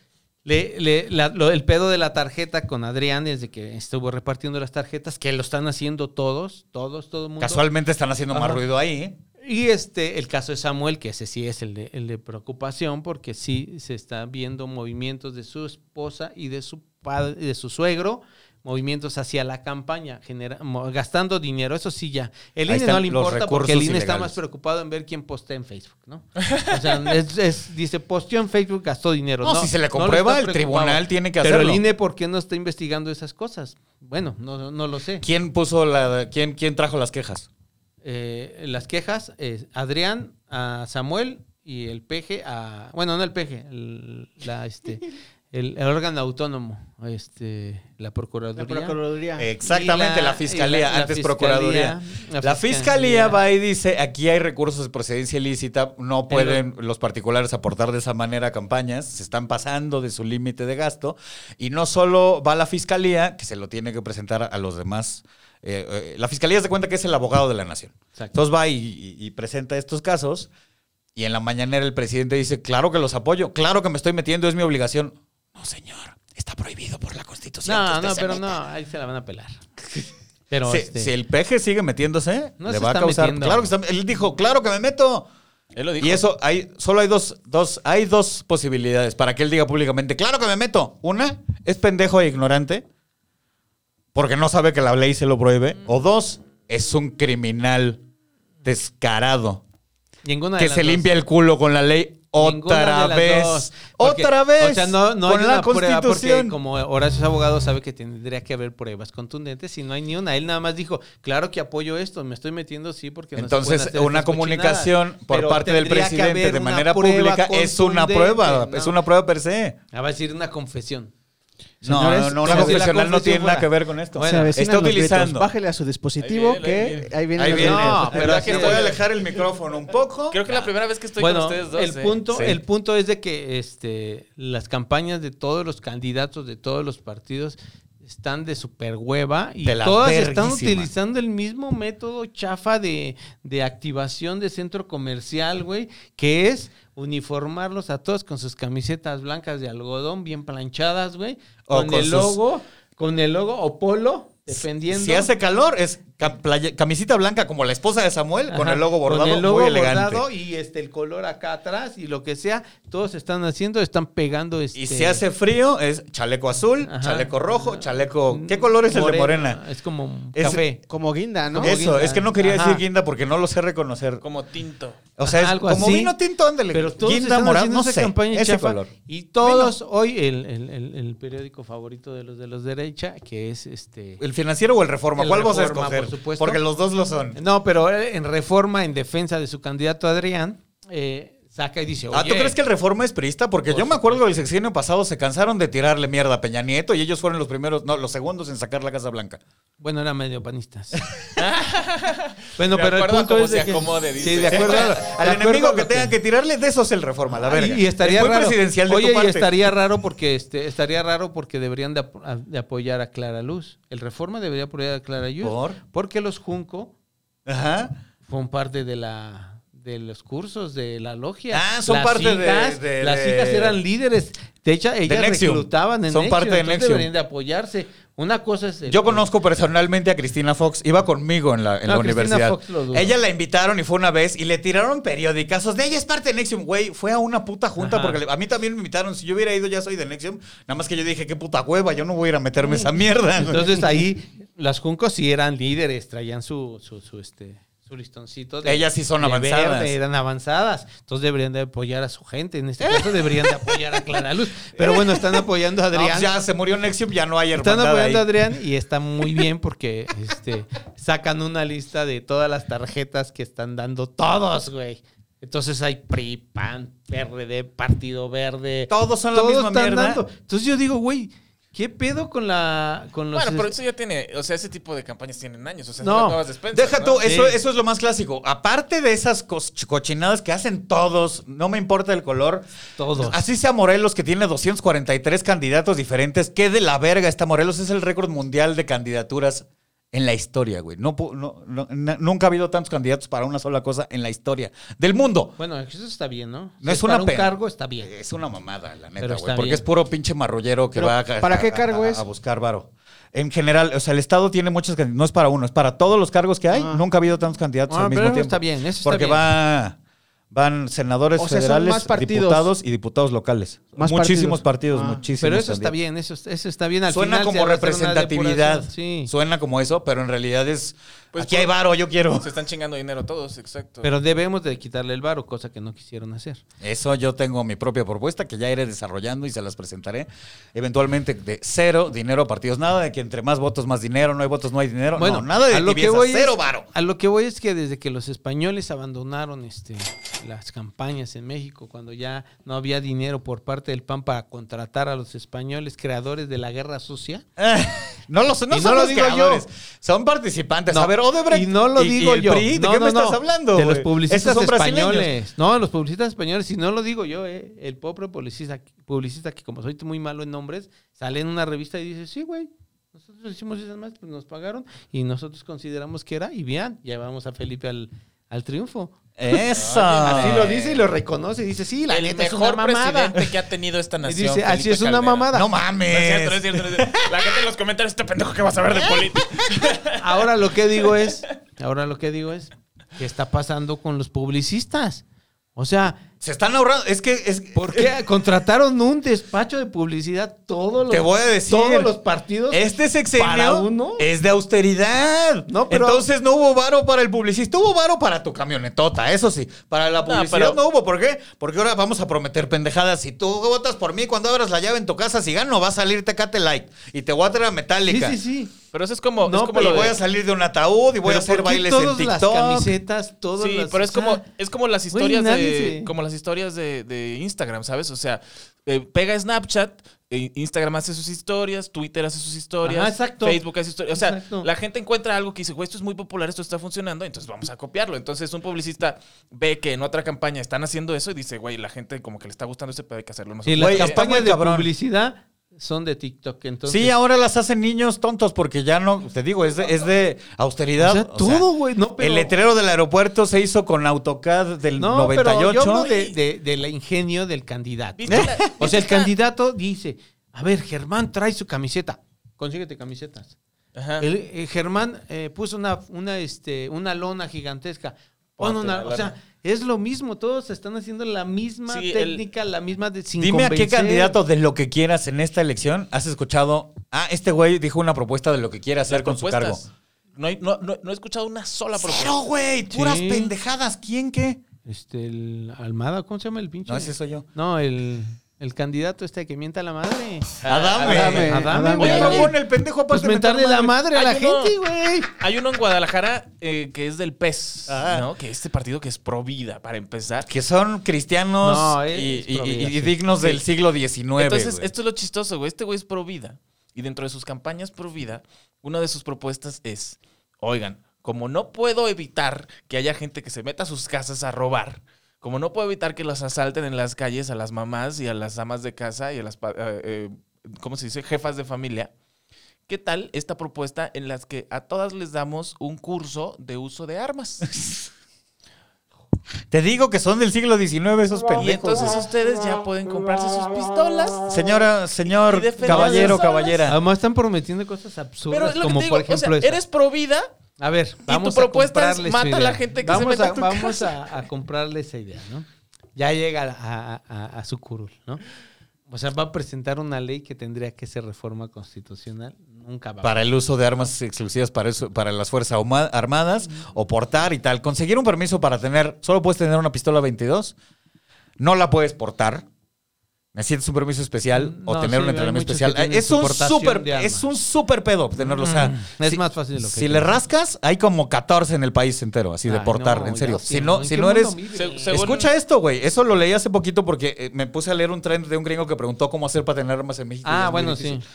Speaker 4: le- le- la- lo- el pedo de la tarjeta con Adrián desde que estuvo repartiendo las tarjetas, que lo están haciendo todos, todos, todo el mundo.
Speaker 3: Casualmente están haciendo más
Speaker 4: Ajá.
Speaker 3: ruido ahí.
Speaker 4: Y este, el caso de Samuel, que ese sí es el de, el de preocupación, porque sí se está viendo movimientos de su esposa y de su padre, de su suegro, movimientos hacia la campaña, genera- mo- gastando dinero. Eso sí ya. El
Speaker 3: Ahí
Speaker 4: INE
Speaker 3: están
Speaker 4: no le
Speaker 3: los
Speaker 4: importa porque
Speaker 3: recursos
Speaker 4: el INE está
Speaker 3: ilegales.
Speaker 4: más preocupado en ver quién postea en Facebook, ¿no? O sea, es- es- dice, posteó en Facebook, gastó dinero.
Speaker 3: No,
Speaker 4: No,
Speaker 3: si se le
Speaker 4: no
Speaker 3: comprueba,
Speaker 4: está
Speaker 3: el
Speaker 4: preocupado.
Speaker 3: tribunal tiene que
Speaker 4: Pero
Speaker 3: hacerlo.
Speaker 4: el INE, ¿por qué no está investigando esas cosas? Bueno, no, no lo sé.
Speaker 3: ¿Quién puso la. ¿Quién, quién trajo las quejas?
Speaker 4: eh, las quejas es Adrián a Samuel y el PG a bueno no el PG el, la, este, el, el órgano autónomo este la procuraduría
Speaker 5: La Procuraduría.
Speaker 3: Exactamente,
Speaker 4: Y la-
Speaker 3: la fiscalía,
Speaker 4: y la- la
Speaker 3: antes
Speaker 4: fiscalía,
Speaker 3: procuraduría.
Speaker 4: la
Speaker 3: La
Speaker 4: fiscalía
Speaker 3: fiscalía va y dice: aquí hay recursos de procedencia ilícita, no pueden los particulares aportar de esa manera a campañas, se están pasando de su límite de gasto. Y no solo va la fiscalía, que se lo tiene que presentar a los demás. eh, eh, la fiscalía se cuenta que es el abogado de la nación.
Speaker 4: Exacto.
Speaker 3: Entonces va y, y- y presenta estos casos. Y en la mañanera el presidente dice: claro que los apoyo, claro que me estoy metiendo, es mi obligación. No, señor, está prohibido por la Constitución. que
Speaker 4: no
Speaker 3: usted
Speaker 4: no
Speaker 3: se
Speaker 4: pero
Speaker 3: meta.
Speaker 4: no ahí se la van a pelar pero
Speaker 3: Si,
Speaker 4: este,
Speaker 3: si el peje sigue metiéndose,
Speaker 4: No
Speaker 3: le
Speaker 4: se
Speaker 3: va a
Speaker 4: está
Speaker 3: causar.
Speaker 4: metiendo.
Speaker 3: Claro que está- él dijo, claro que me meto.
Speaker 6: Él lo dijo.
Speaker 3: Y eso hay, solo hay dos, dos, hay dos posibilidades para que él diga públicamente, claro que me meto. Una, es pendejo e ignorante, porque no sabe que la ley se lo
Speaker 4: Mm.
Speaker 3: prohíbe. O dos, es un criminal descarado
Speaker 4: ninguna de
Speaker 3: que
Speaker 4: las
Speaker 3: se
Speaker 4: dos.
Speaker 3: limpia el culo con la ley
Speaker 4: Ninguna de
Speaker 3: otra
Speaker 4: las
Speaker 3: vez.
Speaker 4: dos. Porque,
Speaker 3: otra vez.
Speaker 4: O sea, no, no
Speaker 3: con
Speaker 4: hay
Speaker 3: la
Speaker 4: una prueba porque
Speaker 3: constitución.
Speaker 4: como Horacio es abogado sabe que tendría que haber pruebas contundentes y no hay ni una. Él nada más dijo, claro que apoyo esto, me estoy metiendo sí porque no se
Speaker 3: Entonces,
Speaker 4: pueden hacer
Speaker 3: una
Speaker 4: estas cochinadas".
Speaker 3: comunicación por
Speaker 4: Pero
Speaker 3: parte del
Speaker 4: tendría que
Speaker 3: presidente
Speaker 4: haber
Speaker 3: de
Speaker 4: una
Speaker 3: manera
Speaker 4: prueba
Speaker 3: pública es una
Speaker 4: contundente,
Speaker 3: prueba,
Speaker 4: ¿no?
Speaker 3: es una prueba per se.
Speaker 4: Ah, Va a decir una confesión.
Speaker 3: No,
Speaker 5: Señores,
Speaker 3: no, no,
Speaker 4: como si
Speaker 3: una
Speaker 4: la
Speaker 3: confesional no
Speaker 4: confesión
Speaker 3: tiene nada
Speaker 4: fuera-
Speaker 3: que ver con esto.
Speaker 4: Bueno,
Speaker 5: se avecinan
Speaker 3: está
Speaker 5: los gritos.
Speaker 3: utilizando.
Speaker 5: Bájele a su dispositivo
Speaker 6: Ahí viene,
Speaker 5: que ahí viene.
Speaker 3: Ahí
Speaker 5: los
Speaker 3: viene.
Speaker 5: gritos.
Speaker 4: No,
Speaker 3: pero
Speaker 4: pero
Speaker 3: que
Speaker 4: así-
Speaker 3: voy a alejar el micrófono un poco.
Speaker 6: Creo que es la primera vez que estoy
Speaker 4: bueno,
Speaker 6: con ustedes dos.
Speaker 4: el
Speaker 6: eh.
Speaker 4: punto,
Speaker 3: Sí.
Speaker 4: el punto es de que este, las campañas de todos los candidatos de todos los partidos están de super hueva y
Speaker 3: De la
Speaker 4: todas están
Speaker 3: verguísima.
Speaker 4: utilizando el mismo método chafa de, de activación de centro comercial, güey, que es uniformarlos a todos con sus camisetas blancas de algodón bien planchadas, güey,
Speaker 3: O
Speaker 4: con,
Speaker 3: con
Speaker 4: el
Speaker 3: sus-
Speaker 4: logo, con el logo o polo, dependiendo.
Speaker 3: Si hace calor, es ca- playa- camisita blanca como la esposa de Samuel, con
Speaker 4: Ajá,
Speaker 3: el logo bordado
Speaker 4: con el logo
Speaker 3: muy elegante.
Speaker 4: bordado y este el color acá atrás y lo que sea, todos están haciendo, están pegando este
Speaker 3: Y si hace frío, es chaleco azul,
Speaker 4: Ajá.
Speaker 3: chaleco rojo, chaleco. ¿Qué color es el de morena?
Speaker 4: Es como
Speaker 3: Es-
Speaker 4: café.
Speaker 5: Como guinda, ¿no?
Speaker 3: Eso,
Speaker 5: Guinda.
Speaker 3: es que no quería
Speaker 4: Ajá.
Speaker 3: decir guinda porque no lo sé reconocer.
Speaker 6: Como tinto.
Speaker 3: O sea, es
Speaker 4: Algo
Speaker 3: como
Speaker 4: así.
Speaker 3: vino tinto, ándale.
Speaker 4: Pero todos
Speaker 3: Guinda
Speaker 4: están
Speaker 3: morada,
Speaker 4: haciendo
Speaker 3: no
Speaker 4: esa
Speaker 3: sé,
Speaker 4: campaña
Speaker 3: ese
Speaker 4: chafa.
Speaker 3: color.
Speaker 4: Y todos hoy el, el- el- el periódico favorito de los de los derecha que es este
Speaker 3: ¿El financiero o el reforma?
Speaker 4: El
Speaker 3: ¿Cuál vas a
Speaker 4: Reforma,
Speaker 3: escoger?
Speaker 4: por supuesto.
Speaker 3: Porque los dos lo son.
Speaker 4: no, pero eh, en reforma en defensa de su candidato Adrián eh, saca y dice,
Speaker 3: Ah, ¿tú
Speaker 4: "Oye,
Speaker 3: crees que el reforma es priista? Porque yo me acuerdo del sexenio pasado se cansaron de tirarle mierda a Peña Nieto y ellos fueron los primeros, no, los segundos en sacar la Casa Blanca.
Speaker 4: Bueno, eran medio panistas. bueno,
Speaker 6: De
Speaker 4: pero el
Speaker 6: acuerdo a
Speaker 4: punto
Speaker 6: cómo
Speaker 4: es de
Speaker 6: se
Speaker 4: que-
Speaker 6: acomode,
Speaker 4: Sí,
Speaker 6: dice.
Speaker 4: de acuerdo. a- de
Speaker 3: Al
Speaker 4: acuerdo a
Speaker 3: enemigo
Speaker 4: lo
Speaker 3: que tenga que tirarle, de esos el reforma, la verga.
Speaker 4: Y, y estaría
Speaker 3: es muy
Speaker 4: raro.
Speaker 3: presidencial de
Speaker 4: Oye,
Speaker 3: tu parte.
Speaker 4: y estaría raro porque este estaría raro porque deberían de, ap- a- de apoyar a Clara Luz. El Reforma debería apoyar a Clara Luz
Speaker 3: ¿Por?
Speaker 4: porque los Junco
Speaker 3: Ajá.
Speaker 4: son parte de la de los cursos de la logia.
Speaker 3: Ah, son
Speaker 4: Las
Speaker 3: parte de-
Speaker 4: hijas-
Speaker 3: de-
Speaker 4: las
Speaker 3: de-
Speaker 4: hijas eran líderes. De hecho, ellas
Speaker 3: Nexium.
Speaker 4: reclutaban en
Speaker 3: Son parte de
Speaker 4: entonces
Speaker 3: Nexium.
Speaker 4: deberían de apoyarse. Una cosa es el-
Speaker 3: Yo conozco personalmente a Cristina Fox, iba conmigo en la, en
Speaker 4: No,
Speaker 3: la
Speaker 4: Ah, Cristina
Speaker 3: universidad.
Speaker 4: Fox lo dudo.
Speaker 3: Ella la invitaron y fue una vez y le tiraron periodicazos. De ella es parte de Nexium, güey. Fue a una puta junta
Speaker 4: Ajá.
Speaker 3: porque le- a mí también me invitaron. Si yo hubiera ido, ya soy de Nexium. Nada más que yo dije, qué puta hueva, yo no voy a ir a meterme esa mierda.
Speaker 4: Entonces ahí las Juncos sí eran líderes, traían su, su, su, este, su listoncito.
Speaker 3: Ellas sí son avanzadas.
Speaker 4: eran avanzadas. Entonces deberían de apoyar a su gente. En este caso deberían de apoyar a Clara Luz. Pero bueno, están apoyando a
Speaker 3: No, pues
Speaker 4: Adrián.
Speaker 3: ya se murió Nexium, ya no hay
Speaker 4: están
Speaker 3: hermandad
Speaker 4: apoyando a
Speaker 3: ahí.
Speaker 4: Adrián y está muy bien porque este, sacan una lista de todas las tarjetas que están dando todos, güey. Entonces hay PRI, PAN, PRD, Partido Verde.
Speaker 3: Todos son la misma mierda.
Speaker 4: Entonces yo digo, güey, ¿qué pedo con la con los
Speaker 6: Bueno, pero
Speaker 4: este-
Speaker 6: eso ya tiene, o sea, ese tipo de campañas tienen años, o sea,
Speaker 4: No.
Speaker 6: no, acabas de Spencer,
Speaker 3: Deja
Speaker 6: ¿no?
Speaker 3: tú, eso,
Speaker 4: Sí.
Speaker 3: eso es lo más clásico. Aparte de esas cos- cochinadas que hacen todos, no me importa el color.
Speaker 4: Todos.
Speaker 3: Así sea Morelos, que tiene 243 candidatos diferentes. ¿Qué de la verga está Morelos? Es el récord mundial de candidaturas en la historia, güey. No, pu- no- no- na- nunca ha habido tantos candidatos para una sola cosa en la historia del mundo.
Speaker 4: Bueno, eso está bien, ¿no?
Speaker 3: No
Speaker 4: Si
Speaker 3: es una Eh,
Speaker 4: para
Speaker 3: pe-
Speaker 4: un cargo, está bien.
Speaker 3: Es una mamada, la neta,
Speaker 4: Pero
Speaker 3: güey.
Speaker 4: está
Speaker 3: Porque
Speaker 4: bien.
Speaker 3: es puro pinche marrullero que
Speaker 5: Pero,
Speaker 3: va a,
Speaker 5: ¿para
Speaker 3: a-
Speaker 5: qué
Speaker 3: a-
Speaker 5: cargo
Speaker 3: a-
Speaker 5: es?
Speaker 3: A buscar varo. En general, o sea, el Estado tiene muchos candidatos. No es para uno, es para todos los cargos que hay.
Speaker 5: Ah.
Speaker 3: Nunca ha habido tantos candidatos
Speaker 4: Ah,
Speaker 3: al mismo
Speaker 4: pero eso
Speaker 3: tiempo.
Speaker 4: está bien, eso está
Speaker 3: Porque
Speaker 4: bien.
Speaker 3: va- van senadores
Speaker 5: O sea, son
Speaker 3: federales,
Speaker 5: más partidos.
Speaker 3: diputados y diputados locales.
Speaker 5: Más
Speaker 3: muchísimos partidos,
Speaker 5: partidos. Ah.
Speaker 3: muchísimos.
Speaker 4: Pero eso está
Speaker 3: candidatos.
Speaker 4: bien, eso, eso está bien. Al
Speaker 3: Suena
Speaker 4: final se
Speaker 3: como
Speaker 4: va a hacer una
Speaker 3: representatividad.
Speaker 4: depuración, Sí.
Speaker 3: Suena como eso, pero en realidad es.
Speaker 6: Pues
Speaker 3: aquí
Speaker 6: por-
Speaker 3: hay varo, yo quiero.
Speaker 6: Se están chingando dinero todos, exacto.
Speaker 4: Pero debemos de quitarle el varo, cosa que no quisieron hacer.
Speaker 3: Eso yo tengo mi propia propuesta que ya iré desarrollando y se las presentaré. Eventualmente de cero dinero a partidos. Nada de que entre más votos, más dinero. No hay votos, no hay dinero.
Speaker 4: Bueno,
Speaker 3: no, nada de
Speaker 4: a lo que
Speaker 3: tibieza,
Speaker 4: voy es-
Speaker 3: cero varo.
Speaker 4: A lo que voy es que desde que los españoles abandonaron este, las campañas en México, cuando ya no había dinero por parte del PAN para contratar a los españoles creadores de la guerra sucia.
Speaker 3: Eh, No lo, sé, no
Speaker 4: Y
Speaker 3: son
Speaker 4: no lo
Speaker 3: los
Speaker 4: digo yo.
Speaker 3: creadores, son participantes.
Speaker 4: No,
Speaker 3: A ver, Odebrecht
Speaker 4: Y no lo digo
Speaker 3: el
Speaker 4: yo.
Speaker 3: PRI, ¿de
Speaker 4: No,
Speaker 3: qué me
Speaker 4: no, no.
Speaker 3: estás hablando?
Speaker 4: De
Speaker 3: güey?
Speaker 4: los publicistas
Speaker 3: Estos son brasileños.
Speaker 4: españoles. No, los publicistas españoles, y no lo digo yo, eh. El pobre publicista, publicista que como soy muy malo en nombres, sale en una revista y dice, sí, güey, nosotros hicimos esas más, pues nos pagaron y nosotros consideramos que era, y bien, llevamos a Felipe al, al triunfo.
Speaker 3: Eso.
Speaker 4: Así lo dice y lo reconoce y dice, sí, la
Speaker 6: el
Speaker 4: neta es
Speaker 6: mejor
Speaker 4: una mamada.
Speaker 6: presidente que ha tenido esta
Speaker 4: Y
Speaker 6: nación.
Speaker 4: dice, así
Speaker 6: Felipe
Speaker 4: es una
Speaker 6: Calderón".
Speaker 4: mamada.
Speaker 3: No
Speaker 6: No es cierto, no es
Speaker 3: mames.
Speaker 6: cierto, no es cierto. La gente en los comentarios, este pendejo que vas a ver de política.
Speaker 4: Ahora lo que digo es, ahora lo que digo es, ¿qué está pasando con los publicistas? O sea,
Speaker 3: Se están ahorrando. Es que. Es,
Speaker 4: ¿Por qué contrataron un despacho de publicidad todos los,
Speaker 3: Te voy a decir.
Speaker 4: todos los partidos?
Speaker 3: Este sexenio
Speaker 4: para uno.
Speaker 3: es de austeridad.
Speaker 4: No, pero-
Speaker 3: Entonces no hubo varo para el publicista. Hubo varo para tu camionetota, eso sí. Para la publicidad no,
Speaker 6: pero-
Speaker 3: hubo. ¿Por qué? Porque ahora vamos a prometer pendejadas. Si tú votas por mí, cuando abras la llave en tu casa, si gano, va a salir Tecate Light. Y te voy a traer a
Speaker 4: sí,
Speaker 3: Metallica.
Speaker 4: sí, sí.
Speaker 6: Pero eso es como.
Speaker 4: No,
Speaker 6: es como
Speaker 3: Y
Speaker 4: pero
Speaker 6: lo de-
Speaker 3: voy a salir de un ataúd y voy a
Speaker 4: Pero
Speaker 3: hacer
Speaker 4: ¿por qué
Speaker 3: bailes en
Speaker 4: todas las
Speaker 3: TikTok.
Speaker 4: camisetas, todas
Speaker 6: sí,
Speaker 4: las-
Speaker 6: pero es
Speaker 4: o sea,
Speaker 6: como, es como las
Speaker 4: güey,
Speaker 6: historias
Speaker 4: nadie
Speaker 6: de,
Speaker 4: se-
Speaker 6: como las historias de, de Instagram, ¿sabes? O sea, eh, pega Snapchat, eh, Instagram hace sus historias, Twitter hace sus historias,
Speaker 4: Ajá, exacto.
Speaker 6: Facebook hace historias. O sea,
Speaker 4: Exacto.
Speaker 6: la gente encuentra algo que dice, güey, esto es muy popular, esto está funcionando, entonces vamos a copiarlo. Entonces un publicista ve que en otra campaña están haciendo eso y dice, güey, la gente como que le está gustando ese pedo, hay que hacerlo
Speaker 4: Y
Speaker 6: nosotros.
Speaker 4: las
Speaker 3: Güey, está
Speaker 4: campañas
Speaker 3: muy
Speaker 4: de
Speaker 3: cabrón.
Speaker 4: publicidad son de TikTok, entonces.
Speaker 3: Sí, ahora las hacen niños tontos porque ya no, te digo, es de, es de austeridad.
Speaker 4: O sea, todo, güey, no, pero-
Speaker 3: El letrero del aeropuerto se hizo con AutoCAD del
Speaker 4: no,
Speaker 3: 98.
Speaker 4: pero yo hablo de, de- del ingenio del candidato.
Speaker 3: ¿Eh?
Speaker 4: ¿Eh?
Speaker 6: ¿Viste la-
Speaker 4: O sea, el
Speaker 6: viste la-
Speaker 4: candidato dice, a ver, Germán trae su camiseta, consíguete camisetas.
Speaker 6: Ajá.
Speaker 4: El, eh, Germán eh, puso una, una, este, una lona gigantesca. Pon
Speaker 6: Ponte
Speaker 4: una-
Speaker 6: la
Speaker 4: o sea,
Speaker 6: lona.
Speaker 4: es lo mismo, todos están haciendo la misma
Speaker 6: Sí, el-
Speaker 4: técnica, la misma de, sin
Speaker 3: Dime a qué
Speaker 4: convencer.
Speaker 3: candidato de lo que quieras en esta elección has escuchado. Ah, este güey dijo una propuesta de lo que quiere hacer con
Speaker 6: Propuestas.
Speaker 3: su cargo.
Speaker 6: No, hay- no, no, no he escuchado una sola propuesta.
Speaker 3: Cero, güey, puras
Speaker 4: Sí.
Speaker 3: pendejadas. ¿Quién qué?
Speaker 4: Este, el Almada, ¿cómo se llama el pinche?
Speaker 3: No, ese soy yo.
Speaker 4: No, el, el candidato este que mienta a la madre.
Speaker 3: Adame.
Speaker 5: Adame.
Speaker 4: Adame,
Speaker 3: Oye,
Speaker 4: güey.
Speaker 3: no pone el pendejo aparte
Speaker 4: Pues
Speaker 3: de meter
Speaker 4: mentarle la madre a la
Speaker 6: Ay, yo no.
Speaker 4: gente, güey.
Speaker 6: Hay uno en Guadalajara eh, que es del PES,
Speaker 3: Ah.
Speaker 6: ¿no? Que este partido que es pro vida, para empezar.
Speaker 3: Que son cristianos
Speaker 4: No,
Speaker 3: y,
Speaker 4: es- es
Speaker 3: y- y-
Speaker 4: probidad,
Speaker 3: y
Speaker 4: sí.
Speaker 3: dignos del siglo XIX.
Speaker 6: Entonces,
Speaker 3: güey.
Speaker 6: esto es lo chistoso, güey. Este güey es pro vida. Y dentro de sus campañas pro vida, una de sus propuestas es, oigan, como no puedo evitar que haya gente que se meta a sus casas a robar, como no puedo evitar que las asalten en las calles a las mamás y a las amas de casa y a las, pa- eh, eh, ¿cómo se dice? Jefas de familia. ¿Qué tal esta propuesta en las que a todas les damos un curso de uso de armas?
Speaker 3: Te digo que son del siglo XIX esos pendejos.
Speaker 6: Y entonces ustedes ya pueden comprarse sus pistolas.
Speaker 3: Señora,
Speaker 6: Y
Speaker 3: señor,
Speaker 6: defender
Speaker 3: caballero,
Speaker 6: las armas.
Speaker 3: caballera.
Speaker 4: Además están prometiendo cosas
Speaker 6: Pero
Speaker 4: absurdas,
Speaker 6: es lo
Speaker 4: como
Speaker 6: que te digo,
Speaker 4: por
Speaker 6: o sea,
Speaker 4: ejemplo esta.
Speaker 6: eres pro vida,
Speaker 4: A ver, vamos
Speaker 6: tu propuesta
Speaker 4: a
Speaker 6: es
Speaker 4: comprarles su
Speaker 6: mata a
Speaker 4: idea.
Speaker 6: la gente que se
Speaker 4: vamos
Speaker 6: meta
Speaker 4: a,
Speaker 6: a tu
Speaker 4: Vamos a, a comprarle esa idea, ¿no? Ya llega a, a- a- a su curul, ¿no? O sea, va a presentar una ley que tendría que ser reforma constitucional. Nunca va a
Speaker 3: Para el uso de armas exclusivas para, eso- para las Fuerzas Ahuma- Armadas o portar y tal. Conseguir un permiso para tener, solo puedes tener una pistola 22, no la puedes portar. Necesitas un permiso especial o
Speaker 4: Mm, No,
Speaker 3: tener
Speaker 4: sí,
Speaker 3: un
Speaker 4: hay
Speaker 3: entrenamiento
Speaker 4: muchos
Speaker 3: especial.
Speaker 4: que tienen
Speaker 3: Es
Speaker 4: su
Speaker 3: un,
Speaker 4: portación
Speaker 3: súper,
Speaker 4: de arma.
Speaker 3: es un súper pedo tenerlo. o sea,
Speaker 4: Es más fácil de lo que
Speaker 3: Si le
Speaker 4: crees.
Speaker 3: rascas, hay como 14 en el país entero, así de
Speaker 4: Ay,
Speaker 3: portar,
Speaker 4: no,
Speaker 3: en serio.
Speaker 4: ya,
Speaker 3: Si
Speaker 4: ¿en
Speaker 3: no,
Speaker 4: qué
Speaker 3: si no
Speaker 4: mundo
Speaker 3: eres...
Speaker 4: vives?
Speaker 6: Se- se- Según-
Speaker 3: Escucha esto, güey. Eso lo leí hace poquito porque eh, me puse a leer un trend de un gringo que preguntó cómo hacer para tener armas en México. y es
Speaker 4: Ah,
Speaker 3: muy
Speaker 4: bueno,
Speaker 3: difícil.
Speaker 4: sí.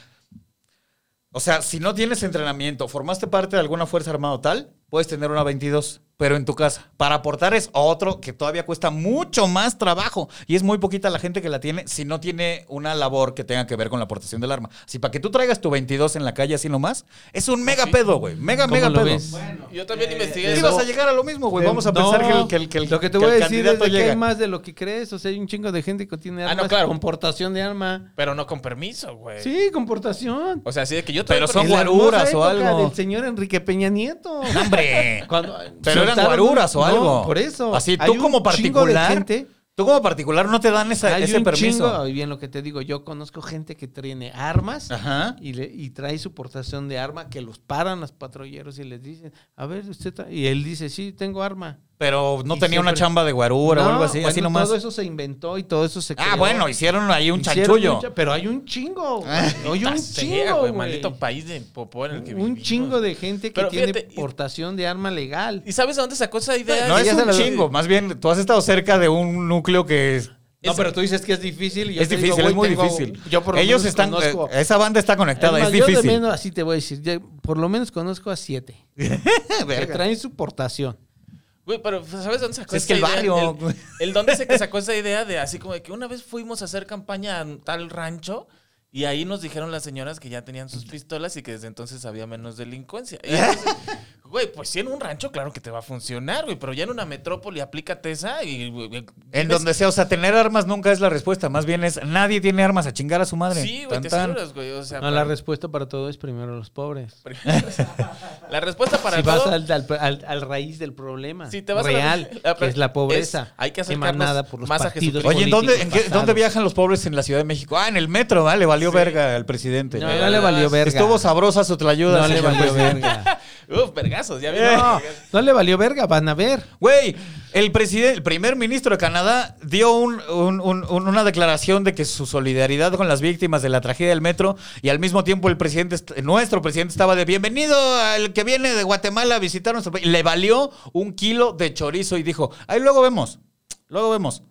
Speaker 3: O sea, si no tienes entrenamiento, formaste parte de alguna fuerza armada o tal, puedes tener una 22. pero en tu casa. Para aportar es otro que todavía cuesta mucho más trabajo y es muy poquita la gente que la tiene si no tiene una labor que tenga que ver con la aportación del arma. Si para que tú traigas tu 22 en la calle así nomás, es un mega pedo, güey. Mega,
Speaker 4: ¿Ah, ¿Cómo
Speaker 3: mega
Speaker 4: lo
Speaker 3: pedo.
Speaker 4: ves?
Speaker 6: Yo también investigué
Speaker 3: Ibas a llegar a lo mismo, güey. pues, Vamos a
Speaker 4: No,
Speaker 3: pensar que el, que el- que el-
Speaker 4: lo que te
Speaker 3: que
Speaker 4: voy a
Speaker 3: el
Speaker 4: decir es
Speaker 3: candidato
Speaker 4: de que
Speaker 3: llega.
Speaker 4: hay más de lo que crees. O sea, hay un chingo de gente que tiene
Speaker 6: Ah,
Speaker 4: armas
Speaker 6: no, claro.
Speaker 4: con portación de arma.
Speaker 6: Pero no con permiso, güey.
Speaker 4: Sí, con portación.
Speaker 6: O sea, así de que yo
Speaker 3: Pero
Speaker 6: traigo-
Speaker 3: son
Speaker 4: En la
Speaker 3: guaruras
Speaker 4: hermosa
Speaker 3: o
Speaker 4: época
Speaker 3: algo.
Speaker 4: del señor Enrique Peña Nieto.
Speaker 3: ¡Hombre!
Speaker 4: Cuando-
Speaker 3: Pero eran
Speaker 4: soltaron-
Speaker 3: guaruras o
Speaker 4: No,
Speaker 3: algo.
Speaker 4: por eso.
Speaker 3: Así,
Speaker 4: Hay
Speaker 3: tú
Speaker 4: un
Speaker 3: como
Speaker 4: chingo de
Speaker 3: particular.
Speaker 4: gente-
Speaker 3: Tú como particular no te dan esa-
Speaker 4: hay
Speaker 3: ese
Speaker 4: un
Speaker 3: permiso.
Speaker 4: chingo, y bien lo que te digo, yo conozco gente que tiene armas
Speaker 3: Ajá.
Speaker 4: y, le- y trae su portación de arma que los paran los patrulleros y les dicen, a ver, usted trae-". y él dice, sí, tengo arma.
Speaker 3: Pero no
Speaker 4: Y
Speaker 3: tenía una
Speaker 4: siempre-
Speaker 3: chamba de guarura o
Speaker 4: No,
Speaker 3: algo así,
Speaker 4: bueno,
Speaker 3: así nomás.
Speaker 4: Todo eso se inventó y todo eso se
Speaker 3: ah,
Speaker 4: creó.
Speaker 3: bueno, hicieron ahí un
Speaker 4: Hicieron
Speaker 3: chanchullo.
Speaker 4: mucha- pero hay un chingo. güey. Hay
Speaker 6: Maldita
Speaker 4: un
Speaker 6: sea,
Speaker 4: chingo,
Speaker 6: güey,
Speaker 4: güey.
Speaker 6: Maldito país de popó en el que
Speaker 4: Un
Speaker 6: vivimos.
Speaker 4: chingo de gente que
Speaker 6: Pero
Speaker 4: tiene
Speaker 6: fíjate, y-
Speaker 4: portación de arma legal.
Speaker 6: ¿Y sabes de dónde sacó esa idea?
Speaker 3: No
Speaker 6: Sí,
Speaker 3: es
Speaker 6: ya se
Speaker 3: un
Speaker 6: las-
Speaker 3: chingo, más bien tú has estado cerca de un núcleo que es,
Speaker 4: No, pero tú dices que es difícil. y yo
Speaker 3: es
Speaker 4: te
Speaker 3: difícil,
Speaker 4: digo, güey,
Speaker 3: es muy
Speaker 4: tengo-
Speaker 3: difícil.
Speaker 4: Yo por lo
Speaker 3: Ellos
Speaker 4: menos
Speaker 3: están,
Speaker 4: conozco-
Speaker 3: eh, esa banda está conectada,
Speaker 4: Es
Speaker 3: es,
Speaker 4: más, Yo de
Speaker 3: difícil.
Speaker 4: menos, así te voy a decir, ya por lo menos conozco a siete. Que
Speaker 3: Eh, Verga.
Speaker 4: traen su portación.
Speaker 6: Güey, pero ¿sabes dónde sacó
Speaker 3: Es
Speaker 6: esa
Speaker 3: que el
Speaker 6: idea?
Speaker 3: barrio, güey.
Speaker 6: El, el dónde se que sacó esa idea de así como de que una vez fuimos a hacer campaña a un tal rancho y ahí nos dijeron las señoras que ya tenían sus pistolas y que desde entonces había menos delincuencia. Y entonces, Güey, pues sí, en un rancho, claro que te va a funcionar, güey, pero ya en una metrópoli aplícate esa y. güey, güey,
Speaker 3: En
Speaker 6: ves-
Speaker 3: donde sea, o sea, tener armas nunca es la respuesta, más bien es nadie tiene armas a chingar a su madre.
Speaker 6: Sí, güey,
Speaker 3: Tan,
Speaker 6: te
Speaker 3: tan.
Speaker 6: aseguras, güey. O
Speaker 3: Ah,
Speaker 6: sea,
Speaker 4: No,
Speaker 6: para-
Speaker 4: la respuesta para todo es primero los pobres.
Speaker 6: la respuesta para
Speaker 4: si
Speaker 6: todo.
Speaker 4: vas al, al- al- al raíz del problema
Speaker 6: Si te vas a la-
Speaker 4: real,
Speaker 6: la-
Speaker 4: que es la pobreza,
Speaker 6: es- hay que acercarnos
Speaker 4: emanada por los
Speaker 6: más a
Speaker 4: partidos
Speaker 6: Jesucristo.
Speaker 3: Oye, ¿en dónde, en
Speaker 4: políticos
Speaker 3: qué- dónde
Speaker 4: pasados.
Speaker 3: viajan los pobres en la Ciudad de México? Ah, en el metro, ¿vale? Valió verga al presidente.
Speaker 4: No,
Speaker 3: Le-
Speaker 4: no le valió verga.
Speaker 3: Estuvo sabrosa su tlayuda.
Speaker 4: No le
Speaker 3: señor
Speaker 4: valió
Speaker 3: presidente.
Speaker 4: verga.
Speaker 6: Uf, vergazos, ya vieron.
Speaker 3: Eh.
Speaker 4: No, no le valió verga, van a ver.
Speaker 3: Güey, el, presidente, el primer ministro de Canadá dio un- un- un- un- una declaración de que su solidaridad con las víctimas de la tragedia del metro y al mismo tiempo el presidente, est- nuestro presidente estaba de bienvenido al que viene de Guatemala a visitar nuestro país. Le valió un kilo de chorizo y dijo, ahí luego vemos, luego vemos.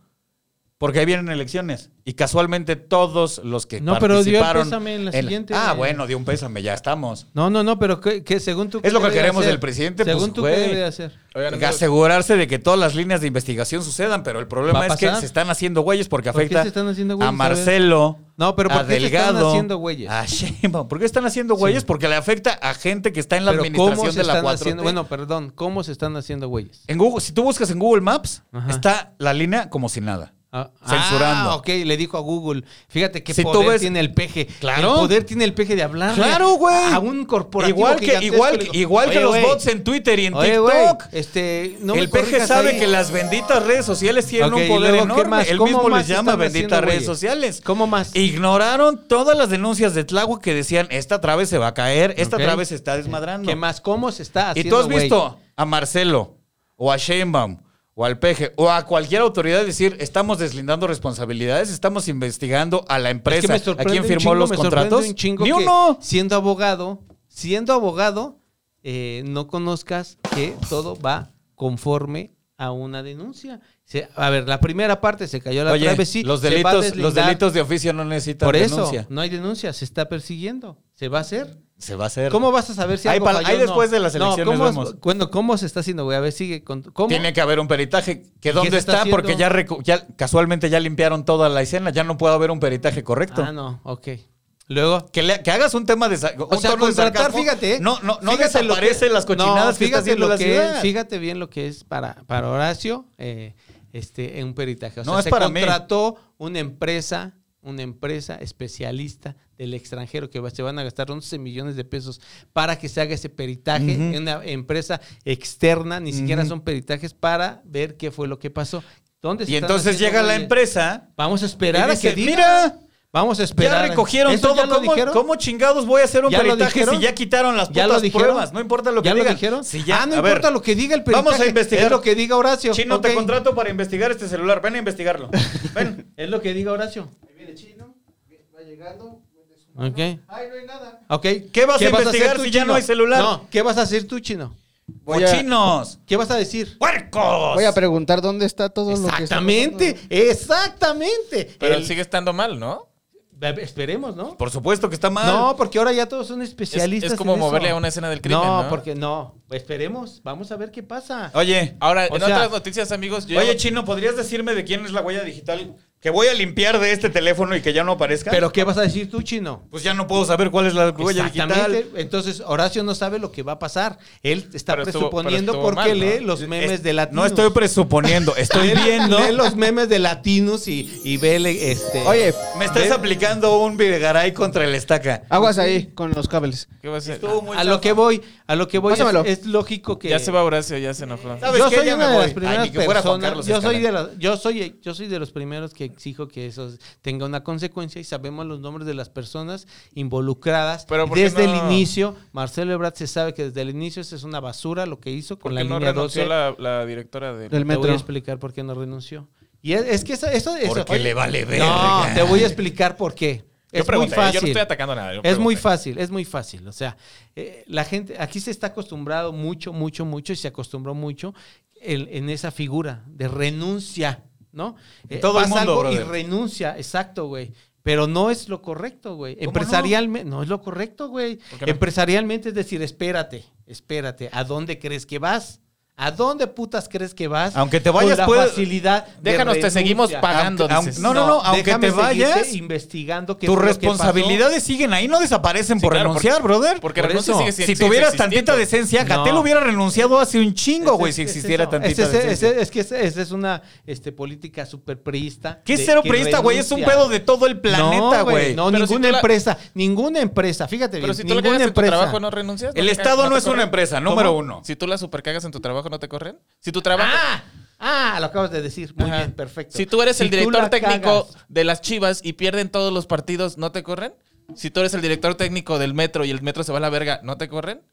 Speaker 3: Porque ahí vienen elecciones. Y casualmente todos los que
Speaker 4: No, pero dio el
Speaker 3: participaron...
Speaker 4: pésame en la siguiente.
Speaker 3: Ah, bueno, dio un pésame, ya estamos.
Speaker 4: No, no, no, pero que, que según tú.
Speaker 3: Es lo
Speaker 4: ¿qué
Speaker 3: que
Speaker 4: debe
Speaker 3: queremos
Speaker 4: hacer?
Speaker 3: del presidente, pues,
Speaker 4: Según tú, ¿qué
Speaker 3: güey.
Speaker 4: debe hacer?
Speaker 6: Oigan,
Speaker 3: Que
Speaker 6: amigos,
Speaker 3: asegurarse de que todas las líneas de investigación sucedan, pero el
Speaker 4: Va
Speaker 3: problema
Speaker 4: a
Speaker 3: es que
Speaker 4: pasar.
Speaker 3: se están haciendo güeyes porque
Speaker 4: ¿Por qué
Speaker 3: afecta
Speaker 4: se están haciendo güeyes?
Speaker 3: a
Speaker 4: A ver.
Speaker 3: Marcelo.
Speaker 4: No, pero ¿por
Speaker 3: a
Speaker 4: qué se están
Speaker 3: Delgado,
Speaker 4: haciendo güeyes?
Speaker 3: a Sheinbaum. ¿Por qué están haciendo güeyes? Porque le afecta a gente que está en la
Speaker 4: Pero ¿cómo
Speaker 3: administración
Speaker 4: se
Speaker 3: de la
Speaker 4: están
Speaker 3: 4T.
Speaker 4: haciendo? Bueno, perdón, ¿cómo se están haciendo güeyes?
Speaker 3: en Google, si tú buscas en Google Maps,
Speaker 4: Ajá.
Speaker 3: está la línea como si nada.
Speaker 4: Ah,
Speaker 3: Censurando.
Speaker 4: Ah, ok, le dijo a Google. Fíjate que
Speaker 3: Si tú
Speaker 4: poder
Speaker 3: ves-
Speaker 4: tiene el peje.
Speaker 3: Claro.
Speaker 4: El poder tiene el peje de hablar.
Speaker 3: Claro, güey.
Speaker 4: A un corporativo.
Speaker 3: Igual que,
Speaker 4: gigantesco,
Speaker 3: igual,
Speaker 4: le digo,
Speaker 3: que- igual que
Speaker 4: "Oye,
Speaker 3: los
Speaker 4: güey,
Speaker 3: bots en Twitter y en
Speaker 4: oye, güey,
Speaker 3: TikTok.
Speaker 4: este, no
Speaker 3: el
Speaker 4: me
Speaker 3: PG
Speaker 4: corrijas
Speaker 3: sabe
Speaker 4: ahí.
Speaker 3: que las benditas redes sociales tienen
Speaker 4: Ok, y
Speaker 3: un poder
Speaker 4: luego, ¿qué
Speaker 3: enorme.
Speaker 4: más?
Speaker 3: Él
Speaker 4: ¿Cómo
Speaker 3: mismo
Speaker 4: más
Speaker 3: les llama
Speaker 4: están haciendo,
Speaker 3: benditas redes
Speaker 4: güey?
Speaker 3: sociales.
Speaker 4: ¿Cómo más?
Speaker 3: Ignoraron todas las denuncias de Tláhuac que decían, esta trave se va a caer, esta
Speaker 4: Ok.
Speaker 3: trave se está desmadrando.
Speaker 4: ¿Qué más? ¿Cómo se está
Speaker 3: Y
Speaker 4: haciendo?
Speaker 3: tú has
Speaker 4: güey?
Speaker 3: visto a Marcelo o a Sheinbaum o al PG o a cualquier autoridad decir, estamos deslindando responsabilidades, estamos investigando a la
Speaker 4: Es que
Speaker 3: empresa,
Speaker 4: me
Speaker 3: a
Speaker 4: sorprende
Speaker 3: quién
Speaker 4: un
Speaker 3: firmó
Speaker 4: chingo,
Speaker 3: los
Speaker 4: me sorprende
Speaker 3: contratos.
Speaker 4: un chingo
Speaker 3: Ni
Speaker 4: que,
Speaker 3: uno.
Speaker 4: Siendo abogado, siendo abogado, eh, no conozcas que todo va conforme a una denuncia. Se- a ver, la primera parte se cayó la
Speaker 3: Oye,
Speaker 4: trave, sí,
Speaker 3: los,
Speaker 4: se va
Speaker 3: delitos,
Speaker 4: a
Speaker 3: los
Speaker 4: deslindar.
Speaker 3: delitos de oficio no necesitan
Speaker 4: Por eso,
Speaker 3: denuncia.
Speaker 4: no hay denuncia, se está persiguiendo. ¿Se va a hacer?
Speaker 3: Se va a hacer.
Speaker 4: ¿Cómo vas a saber si
Speaker 3: Ahí
Speaker 4: algo
Speaker 3: pal-
Speaker 4: falló
Speaker 3: ahí
Speaker 4: o no?
Speaker 3: después de las elecciones
Speaker 4: ¿cómo,
Speaker 3: vemos.
Speaker 4: Bueno, ¿cómo se está haciendo, güey? A ver, sigue. Con, ¿Cómo?
Speaker 3: Tiene que haber un peritaje. ¿Que
Speaker 4: ¿Y
Speaker 3: dónde
Speaker 4: qué se
Speaker 3: está?
Speaker 4: está haciendo?
Speaker 3: Porque ya, recu- ya casualmente ya limpiaron toda la escena. Ya no puede haber un peritaje correcto.
Speaker 4: Ah, no, ok. Luego...
Speaker 3: Que, le- que hagas un tema de sa- un
Speaker 4: O sea,
Speaker 3: tono de
Speaker 4: contratar,
Speaker 3: sarcasmo.
Speaker 4: fíjate. ¿eh?
Speaker 3: No, no, no
Speaker 4: fíjate lo
Speaker 3: desaparece
Speaker 4: que-
Speaker 3: las cochinadas que
Speaker 4: no,
Speaker 3: está
Speaker 4: fíjate
Speaker 3: haciendo
Speaker 4: lo
Speaker 3: la
Speaker 4: que-
Speaker 3: ciudad.
Speaker 4: Fíjate bien lo que es para, para Horacio eh, este, en un peritaje. O sea,
Speaker 3: No, es
Speaker 4: se
Speaker 3: para mí.
Speaker 4: contrató una empresa, una empresa especialista del extranjero que va- se van a gastar 11 millones de pesos para que se haga ese peritaje
Speaker 3: Ujú.
Speaker 4: en una empresa externa, ni siquiera
Speaker 3: Ujú.
Speaker 4: son peritajes para ver qué fue lo que pasó. ¿Dónde se
Speaker 3: y
Speaker 4: están
Speaker 3: entonces
Speaker 4: haciendo
Speaker 3: llega la
Speaker 4: güeyes?
Speaker 3: empresa.
Speaker 4: Vamos a esperar
Speaker 3: y
Speaker 4: a
Speaker 3: dice,
Speaker 4: que diga.
Speaker 3: Mira,
Speaker 4: Vamos a
Speaker 3: ya
Speaker 4: esperar.
Speaker 3: recogieron
Speaker 4: ¿Eso
Speaker 3: todo.
Speaker 4: ya lo
Speaker 3: ¿Cómo,
Speaker 4: dijeron?
Speaker 3: cómo chingados voy a hacer un
Speaker 4: ¿Ya lo
Speaker 3: peritaje si
Speaker 4: dijeron?
Speaker 3: ya quitaron las
Speaker 4: ¿Ya lo
Speaker 3: putas
Speaker 4: dijeron?
Speaker 3: pruebas? No importa lo que
Speaker 4: ¿Ya
Speaker 3: digan.
Speaker 4: lo dijeron?
Speaker 3: Si ya-
Speaker 4: ah, no
Speaker 3: a ver,
Speaker 4: importa lo que diga el peritaje.
Speaker 3: Vamos a investigar.
Speaker 4: Es lo que diga Horacio.
Speaker 3: Chino,
Speaker 4: Ok.
Speaker 3: te contrato para investigar este celular. Ven a investigarlo. Ven.
Speaker 4: Es lo que diga Horacio. Ahí viene Chino. Va llegando. Ok.
Speaker 3: ¿Qué vas a
Speaker 4: hacer
Speaker 3: investigar
Speaker 4: tú,
Speaker 3: si ya no hay celular?
Speaker 4: No, ¿qué vas a hacer tú, Chino?
Speaker 5: Voy a-
Speaker 3: ¡Cochinos!
Speaker 4: ¿Qué vas a decir?
Speaker 3: ¡Puercos!
Speaker 5: Voy a preguntar dónde está todo lo que está
Speaker 4: Exactamente, exactamente.
Speaker 6: Pero
Speaker 4: El-
Speaker 6: sigue estando mal, ¿no?
Speaker 4: Ve- Esperemos, ¿no?
Speaker 3: Por supuesto que está mal.
Speaker 4: No, porque ahora ya todos son
Speaker 6: Es,
Speaker 4: especialistas.
Speaker 6: es como
Speaker 4: en eso.
Speaker 6: moverle a una escena del crimen,
Speaker 4: no,
Speaker 6: ¿no?
Speaker 4: porque no. Esperemos. Vamos a ver qué pasa.
Speaker 3: Oye,
Speaker 6: Ahora,
Speaker 4: O
Speaker 6: en
Speaker 4: sea-
Speaker 6: otras noticias, amigos, yo
Speaker 3: oye, Chino, ¿podrías decirme de quién es la huella digital que voy a limpiar de este teléfono y que ya no aparezca?
Speaker 4: Pero ¿qué vas a decir tú, chino?
Speaker 3: pues ya no puedo saber cuál es la
Speaker 5: Pues
Speaker 3: huella
Speaker 4: Exactamente.
Speaker 3: digital.
Speaker 4: Entonces, Horacio no sabe lo que va a pasar. Él está
Speaker 6: Pero estuvo-
Speaker 4: presuponiendo
Speaker 6: pero estuvo
Speaker 4: porque
Speaker 6: mal, ¿no?
Speaker 4: lee los memes
Speaker 3: Es-
Speaker 4: de latinos.
Speaker 3: No estoy presuponiendo, estoy viendo.
Speaker 4: Lee los memes de latinos y, y vele este.
Speaker 5: Oye,
Speaker 3: Me estás aplicando un videgaray contra el estaca.
Speaker 5: aguas ahí con los cables.
Speaker 6: ¿qué va a hacer?
Speaker 3: Estuvo muy
Speaker 4: a lo
Speaker 3: chafa.
Speaker 4: que voy, a lo que voy es,
Speaker 5: Pásamelo.
Speaker 4: es lógico que
Speaker 6: Ya se va Horacio, ya se enojó.
Speaker 3: ¿Sabes
Speaker 4: yo
Speaker 3: qué?
Speaker 4: soy
Speaker 3: Ya
Speaker 4: una
Speaker 3: me
Speaker 4: de
Speaker 3: voy.
Speaker 4: las primeras
Speaker 3: Ay, ni que fuera Juan
Speaker 4: personas.
Speaker 3: Carlos
Speaker 4: Yo soy de
Speaker 3: Escalante.
Speaker 4: las, yo soy, yo soy de los primeros que exijo que eso tenga una consecuencia y sabemos los nombres de las personas involucradas
Speaker 6: Pero ¿por qué
Speaker 4: desde
Speaker 6: no?
Speaker 4: el inicio. Marcelo Ebrard se sabe que desde el inicio eso es una basura lo que hizo
Speaker 6: ¿Por
Speaker 4: con
Speaker 6: qué
Speaker 4: la
Speaker 6: no
Speaker 4: línea
Speaker 6: renunció
Speaker 4: 12.
Speaker 6: la, la directora
Speaker 5: Del
Speaker 6: de...
Speaker 4: Te voy a
Speaker 5: metro.
Speaker 4: explicar por qué no renunció. Y es, es que eso, eso, eso-
Speaker 3: Porque
Speaker 4: oye,
Speaker 3: le vale
Speaker 4: No,
Speaker 3: verga.
Speaker 4: te voy a explicar por qué.
Speaker 6: Yo
Speaker 4: Es
Speaker 6: pregunté,
Speaker 4: muy fácil.
Speaker 6: yo no estoy atacando a nada. yo
Speaker 4: Es muy
Speaker 6: pregunté.
Speaker 4: fácil, es muy fácil. O sea, eh, la gente, aquí se está acostumbrado mucho, mucho, mucho y se acostumbró mucho el- en esa figura de renuncia, ¿no? Eh,
Speaker 3: En todo el
Speaker 4: pasa
Speaker 3: mundo,
Speaker 4: algo y
Speaker 3: brother.
Speaker 4: renuncia, exacto, güey. Pero no es lo correcto, güey. Empresarialmente, no? es lo correcto, güey.
Speaker 6: qué no?
Speaker 4: Empresarialmente es decir, espérate, espérate, ¿a dónde crees que vas? ¿A dónde putas crees que vas?
Speaker 3: Aunque te
Speaker 4: Con
Speaker 3: vayas,
Speaker 4: la
Speaker 3: puedes-
Speaker 4: facilidad. de
Speaker 6: Déjanos, te seguimos
Speaker 4: renuncia.
Speaker 6: pagando,
Speaker 3: Aunque-
Speaker 6: dices.
Speaker 3: aunque- no, no, no, aunque
Speaker 4: déjame
Speaker 3: te
Speaker 4: seguirte
Speaker 3: vayas,
Speaker 4: investigando qué
Speaker 3: Tus
Speaker 4: fue lo que pasó.
Speaker 3: responsabilidades siguen ahí, no desaparecen
Speaker 6: Sí,
Speaker 3: por
Speaker 6: claro,
Speaker 3: renunciar,
Speaker 6: porque-
Speaker 3: brother.
Speaker 6: porque
Speaker 3: Por
Speaker 6: renuncia
Speaker 3: eso,
Speaker 6: sigue-
Speaker 3: Si
Speaker 6: sigue
Speaker 3: tuvieras
Speaker 6: existiendo.
Speaker 3: tantita decencia,
Speaker 4: No.
Speaker 3: Gatel hubiera renunciado hace un chingo,
Speaker 4: Ese
Speaker 3: güey,
Speaker 4: es-
Speaker 3: si
Speaker 4: ese es
Speaker 3: existiera
Speaker 4: eso.
Speaker 3: tantita
Speaker 4: Ese- ese-
Speaker 3: decencia.
Speaker 4: ese- es que ese- esa es una este, política super priista.
Speaker 3: ¿Qué es cero priista, güey? Es un pedo de todo el planeta, güey.
Speaker 4: No,
Speaker 6: Pero si
Speaker 4: ninguna
Speaker 6: tú la-
Speaker 4: empresa. Ninguna empresa. Fíjate
Speaker 6: Pero
Speaker 4: bien.
Speaker 6: si tú la
Speaker 4: ninguna
Speaker 6: cagas en tu
Speaker 4: empresa.
Speaker 6: trabajo, ¿no renuncias?
Speaker 3: El
Speaker 6: te-
Speaker 3: Estado no
Speaker 6: te
Speaker 3: es una
Speaker 6: corren?
Speaker 3: empresa, número
Speaker 6: ¿Cómo?
Speaker 3: uno.
Speaker 6: Si tú la supercagas en tu trabajo, ¿no te corren? Si tu trabajo...
Speaker 4: Ah, ah, lo acabas de decir. Muy
Speaker 6: Ajá.
Speaker 4: bien, perfecto.
Speaker 6: Si tú eres el
Speaker 4: tú
Speaker 6: director
Speaker 4: la
Speaker 6: técnico
Speaker 4: cagas,
Speaker 6: de las Chivas y pierden todos los partidos, ¿no te corren? Si tú eres el director técnico del metro y el metro se va a la verga, ¿no te corren?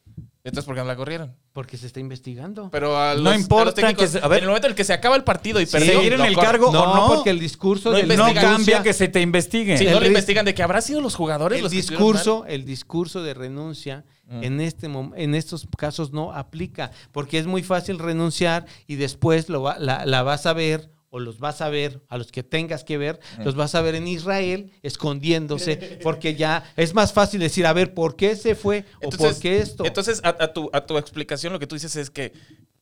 Speaker 6: Entonces, ¿por qué no la corrieron?
Speaker 4: Porque se está investigando.
Speaker 6: Pero a
Speaker 3: No
Speaker 6: los- a los
Speaker 3: importa
Speaker 6: técnicos,
Speaker 3: que se- a ver.
Speaker 6: en el momento en el que se acaba el partido y
Speaker 3: Sí,
Speaker 6: perdió,
Speaker 3: seguir en
Speaker 6: lo
Speaker 3: el
Speaker 6: corren.
Speaker 3: cargo o no,
Speaker 4: porque el discurso
Speaker 6: no
Speaker 4: del-
Speaker 3: No
Speaker 6: investigan.
Speaker 3: cambia que se te investigue.
Speaker 6: Si
Speaker 4: el
Speaker 6: no lo
Speaker 4: ris-
Speaker 6: investigan de que habrá sido los jugadores
Speaker 4: el
Speaker 6: los que estuvieron mal. Mm.
Speaker 4: discurso, el discurso de renuncia en este mom- en estos casos no aplica, porque es muy fácil renunciar y después lo va- la, la vas a ver o los vas a ver a los que tengas que ver,
Speaker 6: Mm.
Speaker 4: los vas a ver en Israel escondiéndose, porque ya es más fácil decir, a ver, ¿por qué se fue o por qué esto?
Speaker 6: Entonces, a, a tu, a tu explicación, lo que tú dices es que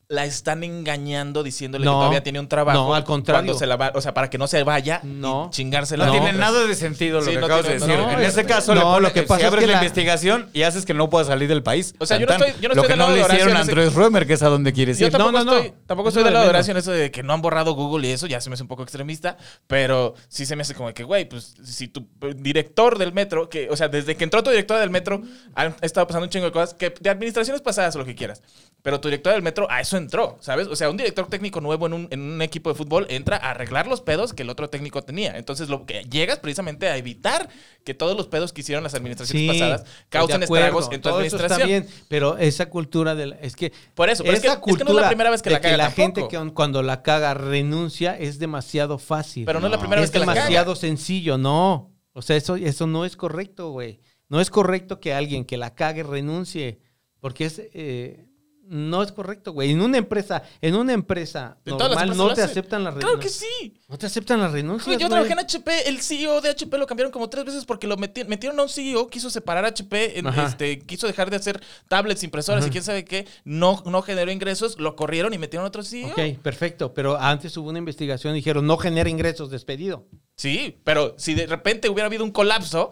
Speaker 6: la están engañando diciéndole
Speaker 4: No.
Speaker 6: que todavía tiene un trabajo.
Speaker 4: No, al contrario.
Speaker 6: Cuando se la va, o sea, para que no se vaya
Speaker 4: No.
Speaker 6: y chingársela.
Speaker 3: No, tiene
Speaker 6: Pues,
Speaker 3: nada de sentido lo
Speaker 6: Sí,
Speaker 3: que
Speaker 6: no
Speaker 3: acabas
Speaker 6: tiene-
Speaker 3: de decir.
Speaker 4: no,
Speaker 3: en
Speaker 4: es-
Speaker 3: ese caso,
Speaker 4: no,
Speaker 3: le pones-
Speaker 4: lo que
Speaker 3: si
Speaker 4: pasa es
Speaker 3: abres
Speaker 4: que
Speaker 3: la
Speaker 4: la-
Speaker 3: investigación y haces que no pueda salir del país.
Speaker 6: O sea, yo no
Speaker 3: Tan, tan.
Speaker 6: estoy- yo no
Speaker 3: lo
Speaker 6: estoy
Speaker 3: que
Speaker 6: del
Speaker 3: no
Speaker 6: lado
Speaker 3: le
Speaker 6: de Horacio
Speaker 3: hicieron
Speaker 6: en
Speaker 3: a
Speaker 6: ese-
Speaker 3: Andrés Römer, que es a donde quieres
Speaker 6: Yo
Speaker 3: ir.
Speaker 6: tampoco
Speaker 4: no, no,
Speaker 6: estoy,
Speaker 4: no.
Speaker 6: tampoco
Speaker 4: Es
Speaker 6: estoy
Speaker 4: lo
Speaker 6: del
Speaker 4: de
Speaker 6: lado de
Speaker 4: menos.
Speaker 6: Horacio en eso de que no han borrado Google y eso ya se me hace un poco extremista, pero sí se me hace como que, güey, pues si tu director del metro, que, o sea, desde que entró tu directora del metro, han estado pasando un chingo de cosas, que de administraciones pasadas o lo que quieras, pero tu directora del metro a eso entró, ¿sabes? O sea, un director técnico nuevo en un, en un equipo de fútbol entra a arreglar los pedos que el otro técnico tenía. Entonces, lo que llegas precisamente a evitar que todos los pedos que hicieron las administraciones
Speaker 4: Sí,
Speaker 6: pasadas
Speaker 4: estoy
Speaker 6: causen
Speaker 4: de acuerdo,
Speaker 6: estragos en tu
Speaker 4: todo eso está
Speaker 6: administración.
Speaker 4: bien, pero esa cultura de la- es que
Speaker 6: Por eso, pero es que- es que no es la primera vez que
Speaker 4: de
Speaker 6: la caga
Speaker 4: la
Speaker 6: tampoco.
Speaker 4: gente que cuando la caga renuncia es demasiado fácil.
Speaker 6: Pero no es la primera vez
Speaker 4: es
Speaker 6: que la caga.
Speaker 4: demasiado sencillo, no. O sea, eso eso no es correcto, güey. No es correcto que alguien que la cague renuncie, porque es eh, no es correcto, güey. En una empresa, en una empresa
Speaker 6: En todas las
Speaker 4: normal
Speaker 6: empresas
Speaker 4: no
Speaker 6: lo
Speaker 4: te
Speaker 6: hacen.
Speaker 4: aceptan las
Speaker 6: Claro que
Speaker 4: renuncias.
Speaker 6: sí.
Speaker 4: No te aceptan las
Speaker 6: Güey,
Speaker 4: renuncias.
Speaker 6: yo
Speaker 4: güey.
Speaker 6: trabajé en HP, el CEO de HP lo cambiaron como tres veces porque lo meti- metieron a un CEO, quiso separar HP, en-
Speaker 4: Ajá.
Speaker 6: este, quiso dejar de hacer tablets, impresoras y quién sabe qué, no, no generó ingresos, lo corrieron y metieron a otro E CEO.
Speaker 4: Ok, perfecto, pero antes hubo una investigación y dijeron no genera ingresos, despedido.
Speaker 6: Sí, pero si de repente hubiera habido un colapso,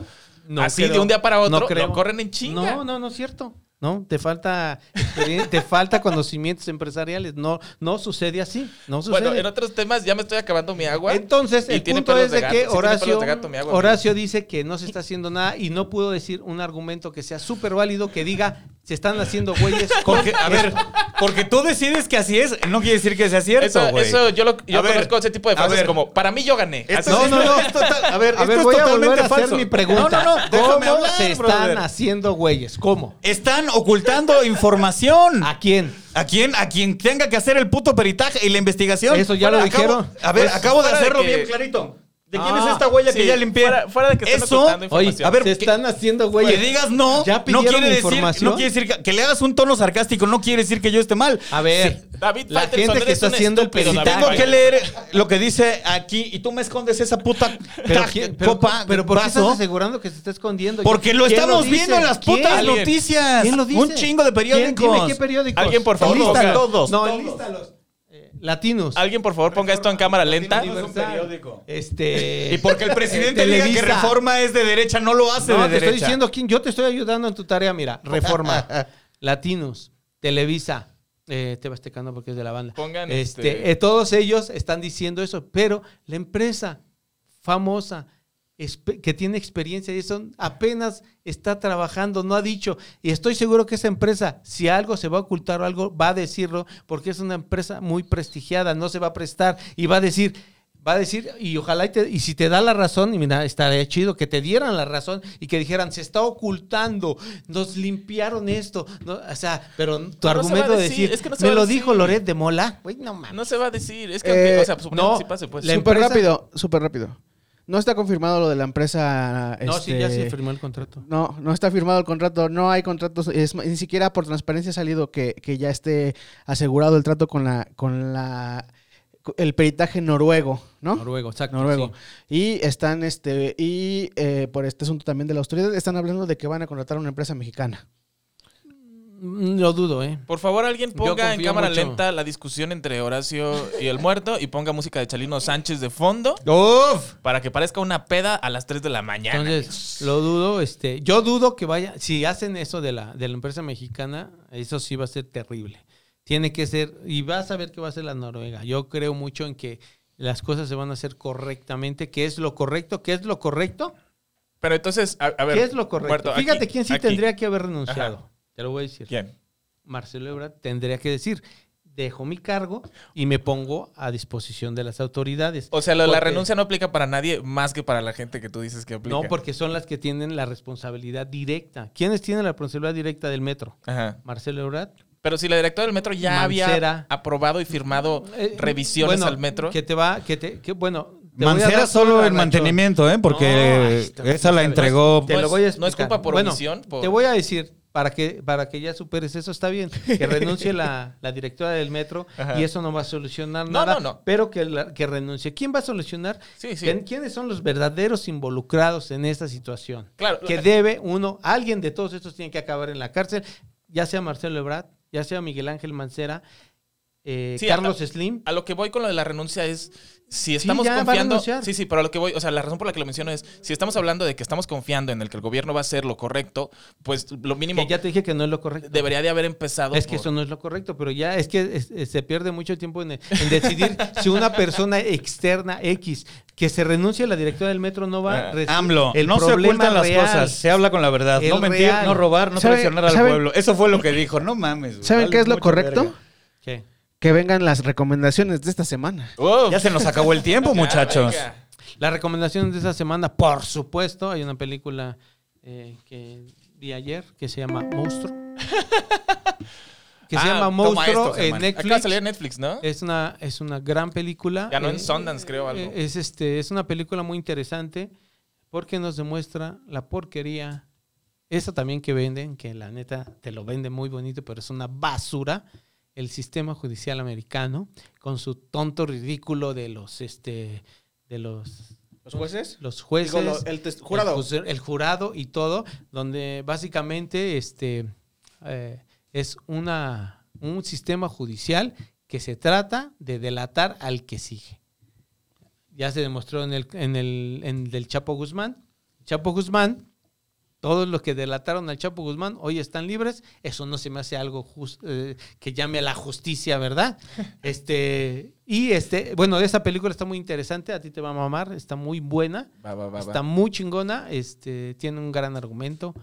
Speaker 4: No
Speaker 6: así
Speaker 4: creo.
Speaker 6: de un día para
Speaker 4: No
Speaker 6: otro,
Speaker 4: creo.
Speaker 6: lo corren en chinga.
Speaker 4: No, no, no es cierto. No, te falta experien- te falta conocimientos empresariales. No, no sucede así. No sucede.
Speaker 6: Bueno, en otros temas ya me estoy acabando mi agua.
Speaker 4: Entonces,
Speaker 6: Y
Speaker 4: el
Speaker 6: tiene
Speaker 4: punto
Speaker 6: pelos
Speaker 4: es de,
Speaker 6: gato. Sí
Speaker 4: que
Speaker 6: tiene
Speaker 4: Horacio,
Speaker 6: pelos de gato mi agua,
Speaker 4: Horacio dice que no se está haciendo nada y no pudo decir un argumento que sea súper válido que diga se están haciendo güeyes.
Speaker 3: Porque, a ver, porque tú decides que así es, no quiere decir que sea cierto,
Speaker 6: Eso,
Speaker 3: güey.
Speaker 6: eso yo, lo, yo
Speaker 3: A ver,
Speaker 6: conozco ese tipo de
Speaker 3: a
Speaker 6: frases
Speaker 3: ver.
Speaker 6: como, para mí yo gané.
Speaker 3: Esto
Speaker 6: Así-
Speaker 4: No,
Speaker 3: es-
Speaker 4: no, no.
Speaker 3: es total- a ver,
Speaker 4: A ver,
Speaker 3: esto
Speaker 4: voy
Speaker 3: es
Speaker 4: a
Speaker 3: totalmente
Speaker 4: volver a hacer
Speaker 3: falso.
Speaker 4: mi pregunta.
Speaker 3: No, no, no, déjame
Speaker 4: ¿Cómo
Speaker 3: hablar,
Speaker 4: se están
Speaker 3: brother.
Speaker 4: haciendo güeyes? ¿Cómo?
Speaker 3: Están ocultando información.
Speaker 4: ¿A quién?
Speaker 3: ¿A quién? A quien tenga que hacer el puto peritaje y la investigación.
Speaker 4: Eso ya lo
Speaker 3: Acabo-
Speaker 4: dijeron.
Speaker 3: A ver,
Speaker 4: Pues,
Speaker 3: acabo de
Speaker 6: fuera de
Speaker 3: hacerlo
Speaker 6: que-
Speaker 3: bien clarito. ¿De quién
Speaker 4: Ah,
Speaker 3: es esta huella que ya limpié?
Speaker 6: Fuera, fuera de que estén
Speaker 3: Eso,
Speaker 6: ocultando
Speaker 4: Oye,
Speaker 6: información.
Speaker 3: a ver,
Speaker 4: se
Speaker 3: ¿qué-
Speaker 4: están haciendo, güey.
Speaker 3: Que digas no,
Speaker 4: ¿Ya
Speaker 3: no
Speaker 4: pidieron
Speaker 3: quiere decir,
Speaker 4: información?
Speaker 3: no quiere decir que, que le hagas un tono sarcástico, no quiere decir que yo esté mal.
Speaker 4: A ver,
Speaker 3: Sí.
Speaker 6: David
Speaker 4: la
Speaker 6: Patterson,
Speaker 4: gente que
Speaker 6: eres
Speaker 4: está
Speaker 6: un
Speaker 4: haciendo el
Speaker 6: estúpido,
Speaker 3: Si
Speaker 6: David
Speaker 4: peritaje-
Speaker 3: tengo que
Speaker 6: Patterson.
Speaker 3: leer lo que dice aquí y tú me escondes esa puta
Speaker 4: pero,
Speaker 3: caja-
Speaker 4: ¿quién- pero-
Speaker 3: copa,
Speaker 4: pero ¿por qué
Speaker 3: vaso,
Speaker 4: estás asegurando que se está escondiendo?
Speaker 3: porque lo
Speaker 4: ¿Quién
Speaker 3: estamos
Speaker 4: dice?
Speaker 3: viendo en las
Speaker 4: ¿Quién?
Speaker 3: putas
Speaker 4: ¿Alguien?
Speaker 3: noticias.
Speaker 4: ¿Quién lo dice?
Speaker 3: Un chingo de
Speaker 4: ¿Quién?
Speaker 3: periódicos.
Speaker 4: Dime qué periódicos.
Speaker 6: Alguien, por favor,
Speaker 3: Enlistan
Speaker 6: ponga-
Speaker 3: todos.
Speaker 4: No, enlístalos. Eh, latinos.
Speaker 6: Alguien, por favor, ponga esto en cámara lenta.
Speaker 4: Este. eh,
Speaker 3: Y porque el presidente diga que
Speaker 4: Televisa.
Speaker 3: reforma es de derecha, no lo hace
Speaker 4: No,
Speaker 3: de
Speaker 4: te estoy
Speaker 3: derecha.
Speaker 4: diciendo quién. Yo te estoy ayudando en tu tarea, mira. Reforma. Latinos. Televisa. Eh, te vas tecando porque es de la banda.
Speaker 6: Pongan,
Speaker 4: este,
Speaker 6: este-
Speaker 4: eh, todos ellos están diciendo eso, pero la empresa famosa espe- que tiene experiencia y eso apenas está trabajando, no ha dicho. Y estoy seguro que esa empresa, si algo se va a ocultar o algo, va a decirlo, porque es una empresa muy prestigiada, no se va a prestar y va a decir, va a decir, y ojalá, y, te- y si te da la razón, y mira, estaría chido que te dieran la razón y que dijeran, se está ocultando, nos limpiaron esto, no, o sea, pero tu
Speaker 6: se va a
Speaker 4: argumento de
Speaker 6: decir,
Speaker 4: decir,
Speaker 6: es que no se
Speaker 4: me
Speaker 6: va a
Speaker 4: lo
Speaker 6: decir".
Speaker 4: dijo Loret de Mola, güey, no mames.
Speaker 6: No se va a decir. Es que, aunque-
Speaker 5: Eh,
Speaker 6: o sea, suponiendo
Speaker 4: no,
Speaker 6: que sí pase, pues.
Speaker 4: la
Speaker 5: Súper
Speaker 4: empresa-
Speaker 5: rápido, súper rápido. No está confirmado lo de la empresa.
Speaker 4: No, sí, ya
Speaker 5: este,
Speaker 4: se firmó el contrato.
Speaker 5: No, no está firmado el contrato, no hay contratos, es, ni siquiera por transparencia ha salido que, que ya esté asegurado el trato con la con la el peritaje noruego, ¿no?
Speaker 4: Noruego, exacto.
Speaker 5: Noruego.
Speaker 4: sí.
Speaker 5: Y están este y eh, por este asunto también de la autoridad están hablando de que van a contratar a una empresa mexicana.
Speaker 4: Mm, Lo dudo, ¿eh?
Speaker 6: Por favor, alguien ponga en
Speaker 4: confío
Speaker 6: cámara
Speaker 4: mucho.
Speaker 6: lenta la discusión entre Horacio y el muerto y ponga música de Chalino Sánchez de fondo
Speaker 3: Uf.
Speaker 6: para que parezca una peda a las 3 de la mañana.
Speaker 4: Entonces, lo dudo, este, yo dudo que vaya, si hacen eso de la, de la empresa mexicana, eso sí va a ser terrible. Tiene que ser, y vas a ver que va a ser la Noruega. Yo creo mucho en que las cosas se van a hacer correctamente, que es lo correcto, que es lo correcto,
Speaker 6: Pero entonces, a, a ver.
Speaker 4: que es lo correcto.
Speaker 6: Muerto, aquí-
Speaker 4: Fíjate quién sí
Speaker 6: aquí.
Speaker 4: tendría que haber renunciado.
Speaker 6: Ajá.
Speaker 4: Te lo voy a decir.
Speaker 6: ¿Quién?
Speaker 4: Marcelo Ebrard tendría que decir, dejo mi cargo y me pongo a disposición de las autoridades.
Speaker 6: O sea, lo de la
Speaker 4: Porque-
Speaker 6: renuncia no aplica para nadie más que para la gente que tú dices que aplica.
Speaker 4: No, porque son las que tienen la responsabilidad directa. ¿Quiénes tienen la responsabilidad directa del metro?
Speaker 6: Ajá.
Speaker 4: Marcelo Ebrard.
Speaker 6: Pero si la directora del metro ya había
Speaker 4: Mancera.
Speaker 6: aprobado y firmado
Speaker 4: Eh,
Speaker 6: revisiones
Speaker 4: bueno,
Speaker 6: al metro.
Speaker 4: Que te va, que te, que bueno. te voy a
Speaker 3: Mancera
Speaker 4: dar
Speaker 3: solo
Speaker 4: la
Speaker 3: en
Speaker 4: razón.
Speaker 3: mantenimiento, ¿eh?
Speaker 4: No, ay,
Speaker 3: Porque
Speaker 4: está-
Speaker 3: esa la
Speaker 4: no sabes.
Speaker 3: entregó.
Speaker 4: Te lo voy a
Speaker 6: Pues, No es- no es
Speaker 4: explicar.
Speaker 6: culpa por
Speaker 4: Bueno,
Speaker 6: omisión, por-
Speaker 4: Te voy a decir, para que, para que ya superes eso, está bien. Que renuncie la, la directora del metro
Speaker 6: Ajá.
Speaker 4: y eso no va a solucionar
Speaker 6: No,
Speaker 4: nada.
Speaker 6: no, no.
Speaker 4: Pero que, la- que renuncie. ¿Quién va a solucionar?
Speaker 6: Sí, sí.
Speaker 4: ¿Quién- ¿Quiénes son los verdaderos involucrados en esta situación?
Speaker 6: Claro.
Speaker 4: que debe uno, alguien de todos estos tiene que acabar en la cárcel, ya sea Marcelo Ebrard, ya sea Miguel Ángel Mancera, eh,
Speaker 6: Sí,
Speaker 4: Carlos Slim.
Speaker 6: A lo que voy con lo de la renuncia es si estamos
Speaker 4: ya va a
Speaker 6: confiando.
Speaker 4: renunciar.
Speaker 6: Sí, sí, pero a lo que voy, o sea, la razón por la que lo menciono es si estamos hablando de que estamos confiando en el que el gobierno va a hacer lo correcto, pues lo mínimo
Speaker 4: que ya te dije que no es lo correcto.
Speaker 6: debería de haber empezado.
Speaker 4: es que
Speaker 6: por-
Speaker 4: eso no es lo correcto, pero ya es que es- es- se pierde mucho tiempo en, en decidir si una persona externa X que se renuncie a la directora del metro no va a
Speaker 6: Ah,
Speaker 4: res-
Speaker 3: AMLO,
Speaker 4: el
Speaker 3: no se
Speaker 4: problema
Speaker 3: ocultan las
Speaker 4: real.
Speaker 3: cosas, se habla con la verdad.
Speaker 4: El
Speaker 3: no mentir,
Speaker 4: real.
Speaker 3: no robar, no
Speaker 5: ¿Sabe-
Speaker 3: traicionar al
Speaker 5: saben-
Speaker 3: pueblo. Eso fue lo que dijo, no mames. güey,
Speaker 5: ¿Saben
Speaker 3: vale
Speaker 5: qué es lo
Speaker 3: mucho
Speaker 5: correcto?
Speaker 3: verga.
Speaker 4: ¿Qué?
Speaker 5: Que vengan las recomendaciones de esta semana.
Speaker 6: Uf. ah,
Speaker 3: Ya se nos acabó el tiempo, muchachos.
Speaker 6: Venga.
Speaker 4: Las recomendaciones de esa semana, por supuesto, hay una película eh, que vi ayer que se llama Monstruo. que se
Speaker 6: Ah,
Speaker 4: llama
Speaker 6: toma
Speaker 4: Monstruo
Speaker 6: esto,
Speaker 4: en
Speaker 6: Germán. Acaba de
Speaker 4: Netflix.
Speaker 6: salir en Netflix, ¿no?
Speaker 4: Es una, es una gran película.
Speaker 6: Ganó en
Speaker 4: Eh,
Speaker 6: Sundance, creo, algo.
Speaker 4: eh, Es, este, es una película muy interesante porque nos demuestra la porquería. Esa también que venden, que la neta te lo vende muy bonito, pero es una basura. El sistema judicial americano con su tonto ridículo de los este de los
Speaker 5: ¿Los jueces?
Speaker 4: los jueces,
Speaker 5: Digo, lo- el test- jurado.
Speaker 4: el, juz- el jurado y todo, donde básicamente este, eh, es una, un sistema judicial que se trata de delatar al que sigue. Ya se demostró en el, en el en el del Chapo Guzmán. Chapo Guzmán, todos los que delataron al Chapo Guzmán hoy están libres. Eso no se me hace algo jus- eh, que llame a la justicia, ¿verdad? Este, y este, bueno, esta película está muy interesante, a ti te va a mamar, está muy buena,
Speaker 6: Va, va, va, va.
Speaker 4: está muy chingona, este, tiene un gran argumento.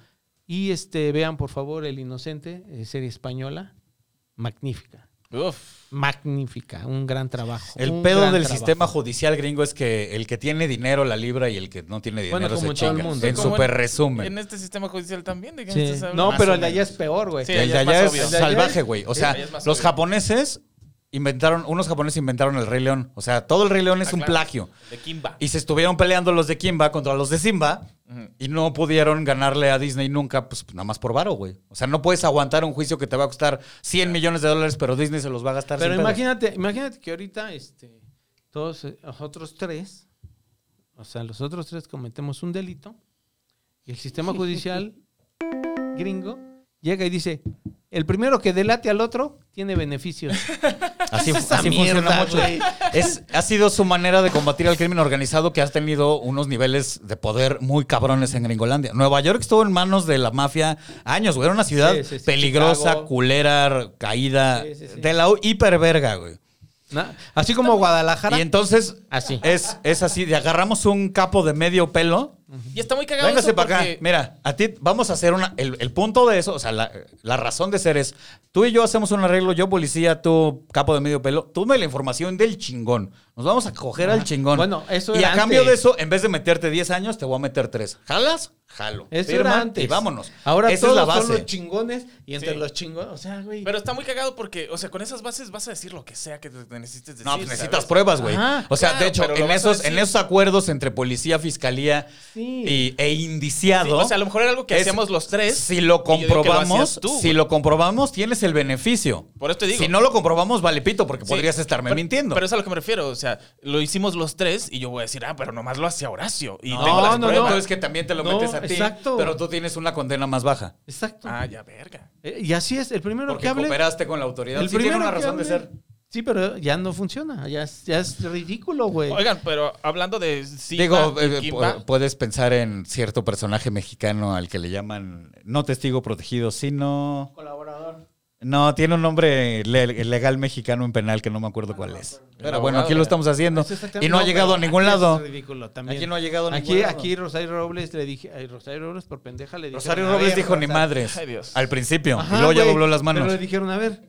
Speaker 4: Y este, vean por favor El Inocente, eh, serie española, magnífica,
Speaker 6: Uf.
Speaker 4: magnífica, un gran trabajo.
Speaker 3: El
Speaker 4: un
Speaker 3: pedo
Speaker 4: gran
Speaker 3: del
Speaker 4: trabajo.
Speaker 3: sistema judicial gringo es que el que tiene dinero la libra y el que no tiene dinero
Speaker 4: Bueno, como
Speaker 3: se
Speaker 4: en todo el
Speaker 3: chinga.
Speaker 4: mundo.
Speaker 3: En
Speaker 6: Como
Speaker 3: super
Speaker 6: En
Speaker 3: resumen.
Speaker 6: este sistema judicial también, ¿de qué me
Speaker 4: Sí.
Speaker 6: estás hablando?
Speaker 4: No,
Speaker 3: Más
Speaker 4: pero
Speaker 3: o
Speaker 4: el de allá
Speaker 3: menos.
Speaker 4: es peor, güey.
Speaker 6: Sí,
Speaker 3: el de
Speaker 6: allá es
Speaker 3: allá
Speaker 6: más
Speaker 3: es
Speaker 6: obvio.
Speaker 3: salvaje, güey. O sea,
Speaker 6: allá es más
Speaker 3: los
Speaker 6: obvio.
Speaker 3: japoneses inventaron, unos japoneses inventaron el Rey León. O sea, todo el Rey León es
Speaker 6: Ah,
Speaker 3: un
Speaker 6: claro.
Speaker 3: plagio.
Speaker 6: De Kimba.
Speaker 3: Y se estuvieron peleando los de Kimba contra los de Simba
Speaker 6: Ujú.
Speaker 3: y no pudieron ganarle a Disney nunca, pues nada más por varo, güey. O sea, no puedes aguantar un juicio que te va a costar 100 millones de dólares, pero Disney se los va a gastar.
Speaker 4: Pero
Speaker 3: sin pedos.
Speaker 4: imagínate, imagínate que ahorita este, todos eh, los otros tres, o sea, los otros tres cometemos un delito y el sistema judicial gringo llega y dice, el primero que delate al otro tiene beneficios.
Speaker 3: Así,
Speaker 4: Es esa
Speaker 3: así
Speaker 4: mierda,
Speaker 3: funciona mucho.
Speaker 4: güey.
Speaker 3: Es, ha sido su manera de combatir al crimen organizado que has tenido unos niveles de poder muy cabrones en Gringolandia. Nueva York estuvo en manos de la mafia años, güey. Era una ciudad
Speaker 4: Sí, sí, sí.
Speaker 3: peligrosa,
Speaker 4: Chicago.
Speaker 3: culera, caída,
Speaker 4: Sí, sí, sí.
Speaker 3: de la hiperverga, güey.
Speaker 4: ¿no? Así como Guadalajara.
Speaker 3: Y entonces
Speaker 4: Así.
Speaker 3: es, es así, de agarramos un capo de medio pelo.
Speaker 6: Y está muy cagado
Speaker 3: Véngase
Speaker 6: eso
Speaker 3: para acá.
Speaker 6: porque-
Speaker 3: Mira, a ti vamos a hacer una. El, el punto de eso, o sea, la, la razón de ser es: tú y yo hacemos un arreglo, yo policía, tú capo de medio pelo, tú me la información del chingón. Nos vamos a coger al chingón.
Speaker 4: Bueno, eso
Speaker 3: Y
Speaker 4: era
Speaker 3: a cambio
Speaker 4: antes.
Speaker 3: de eso, en vez de meterte 10 años, te voy a meter 3. ¿Jalas? Jalo.
Speaker 4: Eso
Speaker 3: Firma
Speaker 4: era antes.
Speaker 3: Y vámonos.
Speaker 4: Ahora
Speaker 3: Esa
Speaker 4: todos
Speaker 3: es la
Speaker 4: son los
Speaker 3: base.
Speaker 4: chingones y entre
Speaker 6: Sí.
Speaker 4: los chingones, o sea, güey.
Speaker 6: Pero está muy cagado porque, o sea, con esas bases vas a decir lo que sea que te te necesites decir.
Speaker 3: No, pues necesitas
Speaker 6: ¿sabes?
Speaker 3: pruebas, güey.
Speaker 4: Ajá,
Speaker 3: o sea,
Speaker 6: claro,
Speaker 3: de hecho,
Speaker 6: pero lo
Speaker 3: en
Speaker 6: vas a
Speaker 3: esos,
Speaker 6: decir.
Speaker 3: en esos acuerdos entre policía, fiscalía
Speaker 4: Sí.
Speaker 3: y- e indiciado.
Speaker 6: Sí, o sea, a lo mejor era algo que
Speaker 3: Es-
Speaker 6: hacíamos los tres.
Speaker 3: Si lo
Speaker 6: y yo digo que lo
Speaker 3: comprobamos,
Speaker 6: hacías tú,
Speaker 3: si
Speaker 6: güey.
Speaker 3: lo comprobamos, tienes el beneficio.
Speaker 6: Por eso te digo.
Speaker 3: Si no lo comprobamos, vale pito, porque
Speaker 6: Sí,
Speaker 3: podrías estarme
Speaker 6: pero-
Speaker 3: mintiendo.
Speaker 6: Pero es a lo que me refiero. O sea, lo hicimos los tres y yo voy a decir, ah, pero nomás lo hacía Horacio. Y
Speaker 3: no,
Speaker 6: tengo las
Speaker 3: no, no,
Speaker 6: pruebas.
Speaker 3: Es que también te lo
Speaker 4: No,
Speaker 3: metes a ti.
Speaker 4: exacto.
Speaker 3: Pero tú tienes una condena más baja.
Speaker 4: Exacto.
Speaker 6: Ah, ya, verga.
Speaker 4: Eh, Y así es, el primero
Speaker 3: Porque
Speaker 4: que hable.
Speaker 3: cooperaste con la autoridad.
Speaker 4: El
Speaker 3: Sí tiene
Speaker 4: primero
Speaker 3: una
Speaker 4: que
Speaker 3: razón de
Speaker 4: hable.
Speaker 3: ser.
Speaker 4: Sí, pero ya no funciona, ya es, ya es ridículo, güey.
Speaker 6: Oigan, pero hablando de Simba
Speaker 3: Digo,
Speaker 6: y
Speaker 3: eh,
Speaker 6: Kimba,
Speaker 3: pu- puedes pensar en cierto personaje mexicano al que le llaman no testigo protegido, sino.
Speaker 4: Colaborador.
Speaker 3: No, tiene un nombre le- legal mexicano en penal que no me acuerdo cuál es. Pero bueno,
Speaker 6: Ah, abogado,
Speaker 3: aquí lo
Speaker 6: ya.
Speaker 3: estamos haciendo.
Speaker 4: Eso está-
Speaker 3: Y no ha llegado a
Speaker 4: pero
Speaker 3: ningún
Speaker 4: aquí es
Speaker 3: lado.
Speaker 4: ridículo también.
Speaker 3: Aquí no ha llegado a ningún
Speaker 4: Aquí,
Speaker 3: lado.
Speaker 4: aquí Rosario Robles le dije, ay, Rosario Robles por pendeja le dije.
Speaker 3: Rosario Robles dijo ni madres.
Speaker 6: Ay, Dios.
Speaker 3: Al principio. y luego ya dobló las
Speaker 4: Pero
Speaker 3: manos.
Speaker 4: le dijeron, a ver,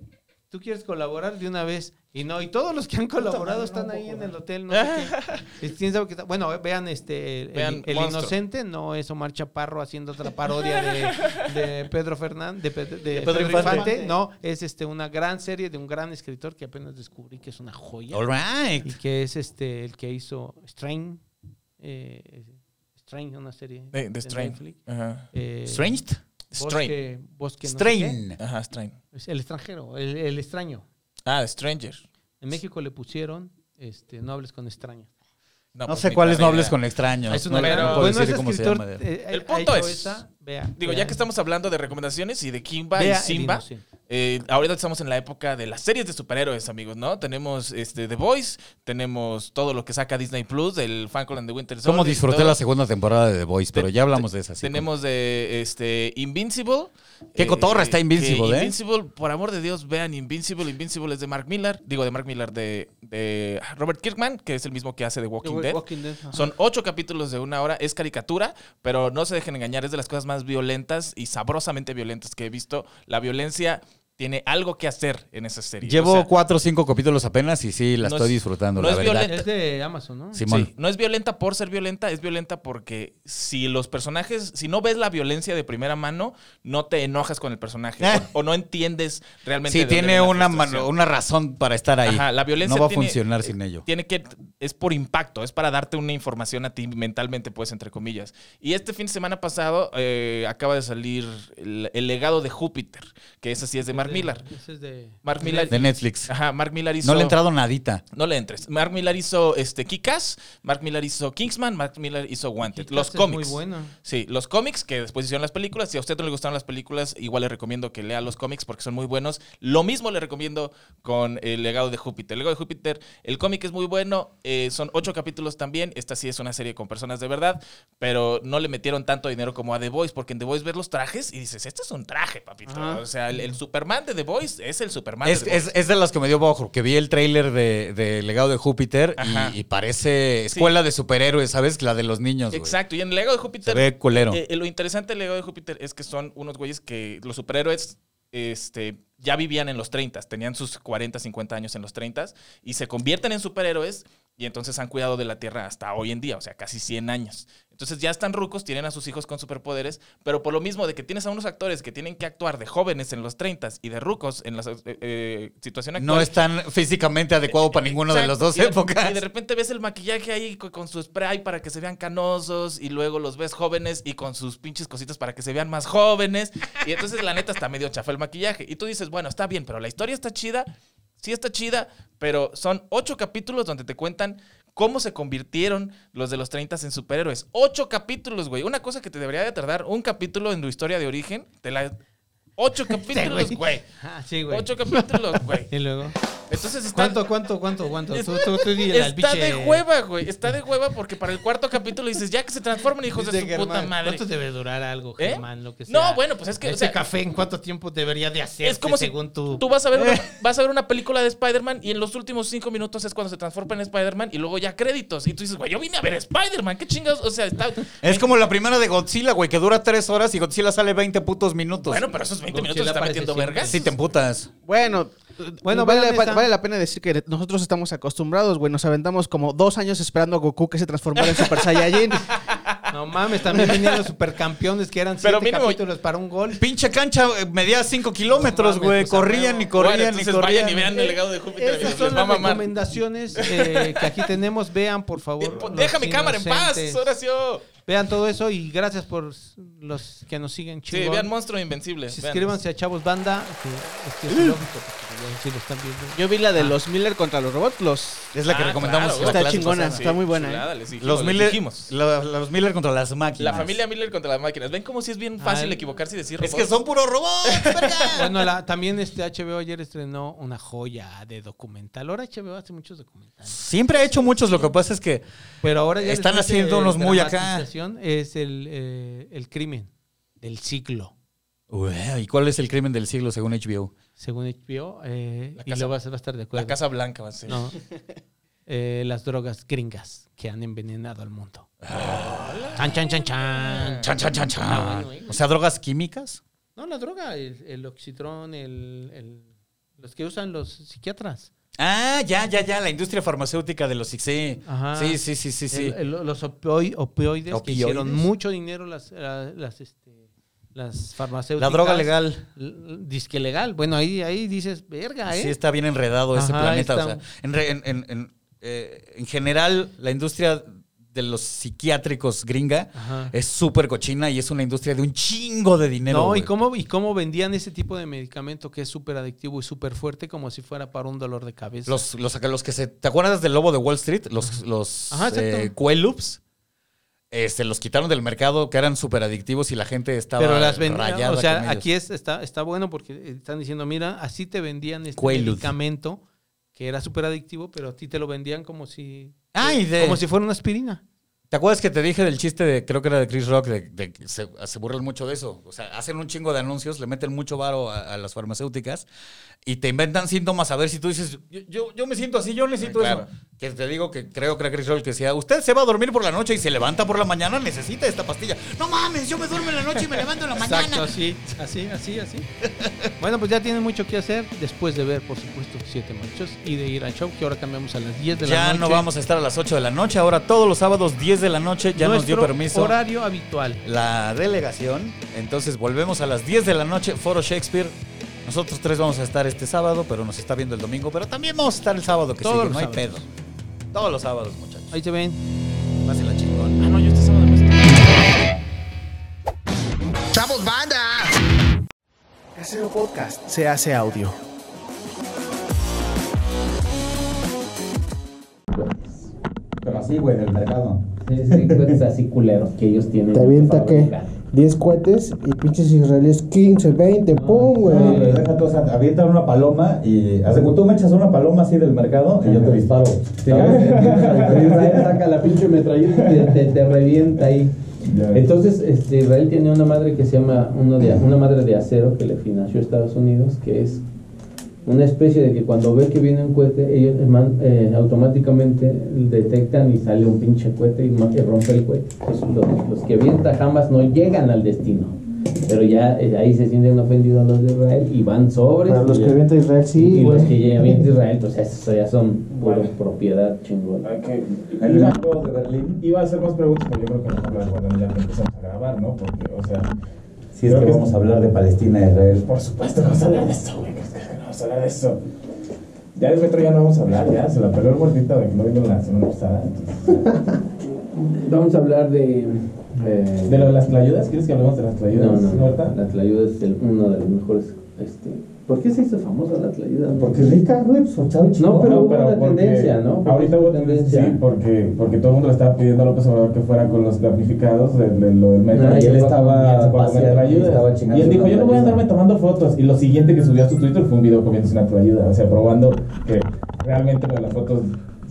Speaker 4: tú quieres colaborar de una vez. Y no, y todos los que han colaborado están ahí en el hotel, no sé qué. Y quién sabe qué tal. Bueno, eh, vean este el,
Speaker 6: Vean
Speaker 4: el
Speaker 6: Monstruo.
Speaker 4: inocente, no es Omar Chaparro haciendo otra parodia de, de Pedro Fernández, de, Ped- de
Speaker 3: Pedro
Speaker 4: Pedro
Speaker 3: Infante.
Speaker 4: Infante. No, es este una gran serie de un gran escritor que apenas descubrí que es una joya.
Speaker 3: All
Speaker 4: Y
Speaker 3: right.
Speaker 4: que es este el que hizo Strain. Eh, Strain, una serie.
Speaker 3: pues,
Speaker 6: De, de Strain.
Speaker 4: Netflix.
Speaker 6: Ajá.
Speaker 4: Eh,
Speaker 3: Strange.
Speaker 6: Strain.
Speaker 4: Bosque, bosque no sé
Speaker 3: Strain.
Speaker 6: Ajá, Strain.
Speaker 4: qué. Es el extranjero, el, el extraño.
Speaker 6: Ah, Stranger.
Speaker 4: En México le pusieron este, No hables con extraños.
Speaker 3: No,
Speaker 6: pues,
Speaker 3: sé
Speaker 6: ni
Speaker 3: cuáles no
Speaker 6: perra
Speaker 3: hables
Speaker 6: idea.
Speaker 3: con extraños.
Speaker 4: Es
Speaker 3: no,
Speaker 4: una-
Speaker 6: pero-
Speaker 3: no puedo
Speaker 4: bueno,
Speaker 3: decir
Speaker 4: ese
Speaker 3: cómo se
Speaker 4: escritor,
Speaker 3: llama. de-
Speaker 4: eh,
Speaker 6: El
Speaker 4: ha
Speaker 6: punto
Speaker 4: hecho
Speaker 6: es-
Speaker 4: vea,
Speaker 6: Digo,
Speaker 4: vean,
Speaker 6: ya que estamos hablando de recomendaciones y de Kimba
Speaker 4: vea
Speaker 6: y
Speaker 4: el
Speaker 6: Simba,
Speaker 4: Inocente.
Speaker 6: eh, ahorita estamos en la época de las series de superhéroes, amigos, ¿no? Tenemos este The Voice, tenemos todo lo que saca Disney Plus, el Falcon and the Winter Soldier.
Speaker 3: ¿Cómo
Speaker 6: todo.
Speaker 3: disfruté la segunda temporada de The Voice? Pero
Speaker 6: Te-
Speaker 3: ya hablamos de esa. sí.
Speaker 6: Tenemos de este Invincible.
Speaker 3: Qué
Speaker 6: Eh,
Speaker 3: cotorra está Invincible,
Speaker 6: que
Speaker 3: ¿eh?
Speaker 6: Invincible, por amor de Dios, vean Invincible. Invincible es de Mark Millar, digo de Mark Millar, de, de Robert Kirkman, que es el mismo que hace de Walking Dead.
Speaker 4: Walking Dead, ajá.
Speaker 6: Son ocho capítulos de una hora, es caricatura, pero no se dejen engañar, es de las cosas más violentas y sabrosamente violentas que he visto. La violencia tiene algo que hacer en esa serie.
Speaker 3: Llevo
Speaker 6: O sea,
Speaker 3: cuatro o cinco capítulos apenas y sí, la
Speaker 6: no
Speaker 3: estoy
Speaker 6: es-
Speaker 3: disfrutando,
Speaker 6: no
Speaker 3: la
Speaker 6: es
Speaker 3: verdad.
Speaker 6: violenta.
Speaker 4: Es de Amazon, ¿no?
Speaker 3: Simón.
Speaker 6: Sí, no es violenta por ser violenta, es violenta porque si los personajes, si no ves la violencia de primera mano, no te enojas con el personaje
Speaker 3: Eh.
Speaker 6: o, o no entiendes realmente.
Speaker 3: Sí,
Speaker 6: de dónde
Speaker 3: tiene
Speaker 6: viene la
Speaker 3: una,
Speaker 6: frustración.
Speaker 3: mano- una razón para estar ahí.
Speaker 6: Ajá, la violencia
Speaker 3: no va a
Speaker 6: tiene-
Speaker 3: funcionar sin
Speaker 6: eh,
Speaker 3: ello.
Speaker 6: Tiene que es por impacto, es para darte una información a ti mentalmente, pues entre comillas. Y este fin de semana pasado eh, acaba de salir el, El legado de Júpiter, que esa sí es de Mark Millar.
Speaker 4: Este, Ese es de...
Speaker 6: Mark Millar.
Speaker 3: De Netflix.
Speaker 6: Ajá, Mark Millar hizo
Speaker 3: No le he entrado nadita.
Speaker 6: no le entres. Mark Millar hizo este, Kikas, Mark Millar hizo Kingsman, Mark Millar hizo Wanted.
Speaker 4: Kick-Ass
Speaker 6: los
Speaker 4: este es
Speaker 6: cómics.
Speaker 4: muy bueno.
Speaker 6: Sí, los cómics que después hicieron las películas. Si a usted no le gustaron las películas, igual le recomiendo que lea los cómics porque son muy buenos. Lo mismo le recomiendo con El legado de Júpiter. El legado de Júpiter, el cómic es muy bueno. eh, son ocho capítulos también. Esta sí es una serie con personas de verdad, pero no le metieron tanto dinero como a The Voice porque en The Voice ves los trajes y dices, este es un traje, papito.
Speaker 4: Ajá.
Speaker 6: O sea, el, el Superman de The Voice es el Superman
Speaker 3: Es,
Speaker 6: de The Voice.
Speaker 3: es- es de las que me dio bajo, que vi el tráiler de, de Legado de Júpiter y-
Speaker 6: Ajá.
Speaker 3: y, parece escuela de superhéroes, ¿sabes? La de los niños. güey.
Speaker 6: Exacto, y en el legado
Speaker 3: Se
Speaker 6: de Júpiter
Speaker 3: ve culero.
Speaker 6: Eh, eh, lo interesante del legado de Júpiter es que son unos güeyes que los superhéroes este, ya vivían en los 30, tenían sus 40, 50 años en los 30 y se convierten en superhéroes Y entonces han cuidado de la Tierra hasta hoy en día, o sea, casi 100 años. Entonces ya están rucos, tienen a sus hijos con superpoderes, pero por lo mismo de que tienes a unos actores que tienen que actuar de jóvenes en los 30 y de rucos en la eh, eh, situación actual.
Speaker 3: No es tan físicamente adecuado para ninguno de las
Speaker 6: Exacto.
Speaker 3: dos
Speaker 6: Y de-
Speaker 3: épocas.
Speaker 6: Y de repente ves el maquillaje ahí co- con su spray para que se vean canosos y luego los ves jóvenes y con sus pinches cositas para que se vean más jóvenes. Y entonces la neta está medio chafa el maquillaje. Y tú dices, bueno, está bien, pero la historia está chida. Sí está chida, pero son ocho capítulos donde te cuentan cómo se convirtieron los de los 30 en superhéroes. Ocho capítulos, güey. Una cosa que te debería de tardar un capítulo en tu historia de origen, te la... Ocho capítulos, güey.
Speaker 4: Ah, sí, güey.
Speaker 6: Ocho capítulos, güey.
Speaker 4: Y luego.
Speaker 6: Entonces está...
Speaker 4: ¿Cuánto, cuánto, cuánto, cuánto? Tú, tú, tú dile al
Speaker 6: Está de
Speaker 4: pinche-
Speaker 6: hueva, güey. Está de hueva porque para el cuarto capítulo dices, ya que se transforman hijos de
Speaker 4: Dice
Speaker 6: su
Speaker 4: Germán,
Speaker 6: puta madre.
Speaker 4: ¿Cuánto debe durar algo,
Speaker 6: ¿Eh?
Speaker 4: Germán? Lo que sea.
Speaker 6: No, bueno, pues es que, o
Speaker 4: Ese
Speaker 6: sea,
Speaker 4: café, ¿en cuánto tiempo debería de hacer?
Speaker 6: Es como si
Speaker 4: según tú.
Speaker 6: tú vas a ver una, vas a ver una película de Spider-Man y en los últimos cinco minutos es cuando se transforma en Spider-Man y luego ya créditos. Y tú dices, güey, yo vine a ver Spider-Man, qué chingados. O sea, está.
Speaker 3: Es como la primera de Godzilla, güey, que dura tres horas y Godzilla sale 20 putos minutos.
Speaker 6: Bueno, pues, pero esos 20 minutos
Speaker 4: Godzilla
Speaker 6: está metiendo
Speaker 4: aparece
Speaker 6: vergas.
Speaker 3: si te emputas.
Speaker 5: Bueno,
Speaker 4: Bueno,
Speaker 5: bueno vale,
Speaker 4: vean
Speaker 5: va-
Speaker 4: esa.
Speaker 5: vale la pena decir que nosotros estamos acostumbrados, güey. Nos aventamos como dos años esperando a Goku que se transformara en Super Saiyajin.
Speaker 4: No mames, también vinieron los supercampeones que eran siete
Speaker 6: Pero mínimo-
Speaker 4: capítulos para un gol.
Speaker 3: Pinche cancha eh, medía 5 kilómetros,
Speaker 4: mames,
Speaker 3: güey.
Speaker 4: pues, a
Speaker 3: corrían
Speaker 4: huevo.
Speaker 3: y
Speaker 6: Bueno,
Speaker 3: corrían y
Speaker 6: entonces
Speaker 3: corrían.
Speaker 6: vayan y vean el legado de Júpiter.
Speaker 4: Esas
Speaker 6: les
Speaker 4: Eh, son
Speaker 6: va a
Speaker 4: las
Speaker 6: mamar.
Speaker 4: recomendaciones eh, que aquí tenemos. Vean, por favor.
Speaker 6: Deja
Speaker 4: Los
Speaker 6: mi cámara en paz,
Speaker 4: Inocentes.
Speaker 6: Horacio.
Speaker 4: Vean todo eso y gracias por los que nos siguen.
Speaker 6: Sí,
Speaker 4: chingón.
Speaker 6: vean Monstruo Invencible. vean.
Speaker 4: Suscríbanse a Chavos Banda. que es que es lógico, porque ya sí lo están viendo.
Speaker 5: Yo vi la de los Miller contra los robots, los...
Speaker 3: Es la que
Speaker 6: Ah,
Speaker 3: recomendamos.
Speaker 6: claro,
Speaker 3: la
Speaker 5: está
Speaker 3: clase
Speaker 5: chingona,
Speaker 3: pasada.
Speaker 5: está muy buena,
Speaker 6: Chulada,
Speaker 5: ¿eh?
Speaker 6: les dijimos,
Speaker 3: Los
Speaker 6: les
Speaker 3: Miller,
Speaker 6: dijimos.
Speaker 3: la- los Miller contra las
Speaker 6: La
Speaker 3: máquinas.
Speaker 6: familia Miller contra las máquinas. ¿Ven cómo si es bien fácil
Speaker 4: Ay.
Speaker 6: equivocarse y decir
Speaker 3: Es que
Speaker 6: robots?
Speaker 3: son puros robots, verga.
Speaker 4: Bueno, la- también este HBO ayer estrenó una joya de documental. Ahora HBO hace muchos documentales.
Speaker 3: Siempre he hecho muchos, lo que pasa es que
Speaker 4: Pero ahora ya
Speaker 3: Están
Speaker 4: les mete
Speaker 3: haciendo unos muy acá.
Speaker 4: dramatización, Es el, eh, el crimen del ciclo,
Speaker 3: Güey, ¿y cuál es el crimen del siglo según HBO?
Speaker 4: según HBO. eh,
Speaker 6: La
Speaker 4: y
Speaker 6: casa-
Speaker 4: lo vas, vas a estar de acuerdo.
Speaker 6: La Casa Blanca va a ser.
Speaker 4: No. Eh, las drogas gringas que han envenenado al mundo. Chan, chan, chan, chan.
Speaker 3: Chan, chan, chan, chan.
Speaker 6: eh.
Speaker 3: O sea, drogas químicas.
Speaker 4: No, la droga, el, el oxitrón, el, el- los que usan los psiquiatras.
Speaker 3: Ah, ya, ya, ya, la industria farmacéutica de los sí.
Speaker 4: Ajá.
Speaker 3: Sí, sí, sí, sí, sí.
Speaker 4: El- el- los opioid- opioides, que
Speaker 3: Opioides.
Speaker 4: hicieron mucho dinero las, la- las, este, las farmacéuticas.
Speaker 3: la droga legal.
Speaker 4: L- Disque legal. Bueno, ahí, ahí dices, verga, ¿eh?
Speaker 3: Sí, está bien enredado ese
Speaker 4: Ajá,
Speaker 3: planeta.
Speaker 4: está-
Speaker 3: o sea, en, re- en- en- en, eh, en general, la industria de los psiquiátricos gringa
Speaker 4: Ajá.
Speaker 3: es súper cochina y es una industria de un chingo de dinero.
Speaker 4: no,
Speaker 3: güey.
Speaker 4: y cómo, y cómo vendían ese tipo de medicamento que es súper adictivo y súper fuerte, como si fuera para un dolor de cabeza.
Speaker 3: Los, los, los que se. ¿Te acuerdas del lobo de Wall Street? Los, los
Speaker 4: Ajá, exacto.
Speaker 3: eh, Quaaludes. Este, los quitaron del mercado, que eran súper adictivos y la gente estaba
Speaker 4: Pero las
Speaker 3: rayada
Speaker 4: vendían. O
Speaker 3: con
Speaker 4: sea,
Speaker 3: ellos.
Speaker 4: aquí es, está, está bueno porque están diciendo, mira, así te vendían este
Speaker 3: Quaalude.
Speaker 4: medicamento que era súper adictivo, pero a ti te lo vendían como si.
Speaker 3: Ah, y de-
Speaker 4: Como si fuera una aspirina.
Speaker 3: ¿Te acuerdas que te dije del chiste de, creo que era de Chris Rock, de, de que se, se burlan mucho de eso? O sea, hacen un chingo de anuncios, le meten mucho varo a, a las farmacéuticas y te inventan síntomas a ver si tú dices, yo, yo, yo me siento así, yo necesito
Speaker 6: Claro.
Speaker 3: eso. Que te digo que creo que era Chris Rock que decía, usted se va a dormir por la noche y se levanta por la mañana, necesita esta pastilla. No mames, yo me duermo en la noche y me levanto en la mañana.
Speaker 4: Exacto, así, así, así, así. bueno, pues ya tienen mucho que hacer después de ver, por supuesto, siete machos y de ir al show, que ahora cambiamos a las 10 de la
Speaker 3: Ya
Speaker 4: noche.
Speaker 3: no vamos a estar a las 8 de la noche, ahora todos los sábados 10 de la noche ya nos dio
Speaker 4: Nuestro
Speaker 3: permiso.
Speaker 4: Horario habitual.
Speaker 3: la delegación. Entonces volvemos a las 10 de la noche, Foro Shakespeare. Nosotros tres vamos a estar este sábado, pero nos está viendo el domingo. Pero también vamos a estar el sábado que
Speaker 4: Todos
Speaker 3: sigue,
Speaker 4: los
Speaker 3: no hay pedo.
Speaker 4: sábados.
Speaker 3: Todos los sábados, muchachos.
Speaker 4: Ahí se ven.
Speaker 3: Pásela chingón.
Speaker 6: Ah, no, yo este sábado no estoy.
Speaker 7: Casero Podcast se hace audio.
Speaker 8: Pero así, güey, del mercado.
Speaker 9: Sí, sí, cohetes así culeros que ellos tienen.
Speaker 10: Te avienta que
Speaker 9: fabrican.
Speaker 10: 10 cohetes y pinches israelíes 15, 20, pum,
Speaker 8: No, pero
Speaker 10: güey.
Speaker 8: deja tú, o sea, avientan una paloma y. Hace tú me echas una paloma así del mercado y yo te disparo.
Speaker 9: Israel saca la pinche metralleta y te, te- te revienta ahí.
Speaker 8: Ya.
Speaker 9: Entonces, este, Israel tiene una madre que se llama uno de- una madre de acero que le financió Estados Unidos, que es una especie de que cuando ve que viene un cohete, ellos man- eh, automáticamente detectan y sale un pinche cohete y, ma- y rompe el cohete. Entonces, los, los que avienta jamás no llegan al destino. Pero ya eh, ahí se sienten ofendidos los de Israel y van sobre.
Speaker 5: Para los que venta Israel, sí,
Speaker 9: y los que
Speaker 5: güey.
Speaker 9: llegan bien de Israel, pues esos ya son puro propiedad chingona.
Speaker 11: En los juegos de Berlín,
Speaker 3: Iba a hacer más preguntas, pero yo creo que vamos a hablar cuando ya empezamos a grabar, ¿no? Porque, o sea,
Speaker 11: si es
Speaker 3: Creo
Speaker 11: que
Speaker 3: que
Speaker 11: vamos
Speaker 3: es-
Speaker 11: a hablar de Palestina e Israel.
Speaker 3: por supuesto, vamos a hablar de esto, güey. No vamos a hablar de esto. Ya de metro ya no vamos a hablar, ya se la peló el gordito de que no vino la semana pasada. entonces,
Speaker 9: Vamos a hablar de. eh,
Speaker 3: ¿De lo de las playudas? ¿Quieres que hablemos de las
Speaker 9: No,
Speaker 3: playudas?
Speaker 9: no, no.
Speaker 3: ahorita?
Speaker 9: La Tlayuda es el- uno de los mejores. Este, ¿Por qué se hizo famosa la Tlayuda?
Speaker 5: Porque es rica, güey, pues o chavo
Speaker 9: No,
Speaker 5: chico.
Speaker 9: pero-
Speaker 3: No,
Speaker 9: hubo una
Speaker 3: porque
Speaker 9: tendencia, ¿no? Porque
Speaker 3: Ahorita
Speaker 9: hubo
Speaker 3: hubo tendencia.
Speaker 9: tendencia.
Speaker 3: Sí, porque, porque todo el mundo le estaba pidiendo a López Obrador que fuera con los damnificados de, de lo del metro.
Speaker 9: Ah,
Speaker 3: y
Speaker 9: y
Speaker 3: él
Speaker 9: él
Speaker 3: estaba,
Speaker 9: comía su
Speaker 3: para comer
Speaker 9: paseada,
Speaker 3: tlayudas.
Speaker 9: y estaba chingando
Speaker 3: Y él
Speaker 9: su
Speaker 3: dijo, yo no voy a
Speaker 9: tlayuda".
Speaker 3: andarme tomando fotos. Y lo siguiente que subió a su Twitter fue un video comiéndose una tlayuda. O sea, probando que realmente lo de las fotos,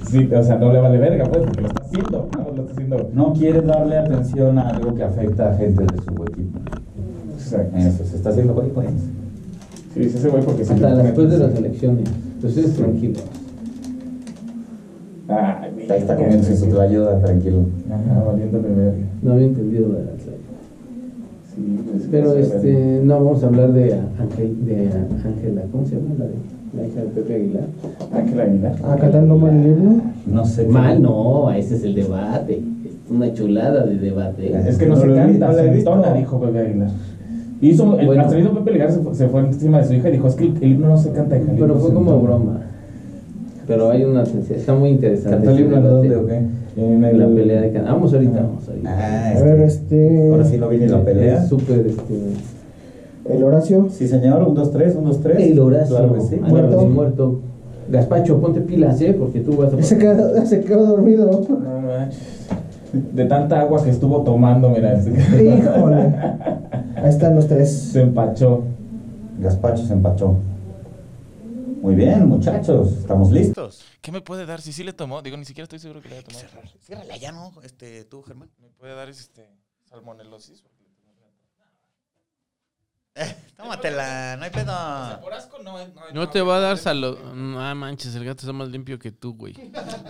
Speaker 3: sí, o sea, no le vale verga, pues, porque lo está haciendo. No, lo está haciendo.
Speaker 11: No quiere darle atención a algo que afecta a gente de su equipo.
Speaker 3: Exacto.
Speaker 11: Eso, se está haciendo güey, pues. güey.
Speaker 3: Sí, dice ese güey porque sí.
Speaker 9: Hasta después de las elecciones. Entonces, tranquilo.
Speaker 3: Ay, mira,
Speaker 11: Ahí está comiéndose su tlayuda, tranquilo.
Speaker 3: Ajá, valiéndole verga.
Speaker 9: No había entendido lo de la Tlayuda.
Speaker 3: Sí, pues,
Speaker 9: Pero
Speaker 3: sí,
Speaker 9: este, no vamos a hablar de Ángel- de Ángela, ¿cómo se llama? La, de, la hija de Pepe Aguilar. Ah,
Speaker 3: Ángel Aguilar.
Speaker 5: Acá tal nombre el libro.
Speaker 11: No sé. qué-
Speaker 9: Mal, no, ese es el debate. Es una chulada de debate.
Speaker 3: Es que no,
Speaker 11: No
Speaker 3: se
Speaker 11: lo he visto,
Speaker 3: canta,
Speaker 11: no lo he
Speaker 3: se
Speaker 11: visto.
Speaker 3: entona, dijo Pepe Aguilar. Hizo, el,
Speaker 9: Bueno.
Speaker 3: hasta el mismo Pepe Aguilar se fue, se fue encima de su hija y dijo, es que el, el himno no se canta, hija. el
Speaker 9: Pero
Speaker 3: himno
Speaker 9: fue
Speaker 3: se
Speaker 9: como
Speaker 3: entona".
Speaker 9: broma. Pero hay una sensación, está muy interesante.
Speaker 11: ¿Cantó el
Speaker 9: ese
Speaker 11: libro de
Speaker 9: debate.
Speaker 11: dónde o qué?
Speaker 3: En el-
Speaker 9: La pelea de Canadá. Vamos ahorita, vamos ahorita.
Speaker 11: Ah,
Speaker 5: A ver, este.
Speaker 11: Ahora sí no viene la
Speaker 3: ¿Eh?
Speaker 11: pelea.
Speaker 9: Es súper, este...
Speaker 5: El Horacio.
Speaker 11: Sí, señor, un, dos, tres, un, dos, tres.
Speaker 9: El Horacio,
Speaker 11: Claro que sí.
Speaker 3: Ah,
Speaker 9: Álvarez
Speaker 5: Muerto.
Speaker 9: muerto. Gazpacho, ponte pilas, ¿eh? Porque tú vas a...
Speaker 5: Se quedó, se quedó dormido.
Speaker 3: No manches. De tanta agua que estuvo tomando, mira. es que-
Speaker 5: Híjole. Ahí están los tres.
Speaker 3: se empachó.
Speaker 11: Gaspacho se empachó. Muy bien, muchachos, estamos listos.
Speaker 12: Listos.
Speaker 6: ¿Qué me puede dar? Si sí le tomó, digo, ni siquiera estoy seguro que le haya tomado.
Speaker 4: Pues,
Speaker 12: Ciérrala ya, ¿no? Este, tú, Germán.
Speaker 6: Me puede dar este salmonelosis.
Speaker 12: Tómatela, no hay pedo.
Speaker 6: Por asco no, no,
Speaker 4: No te va a dar salud. Ah, manches, el gato está más limpio que tú, güey.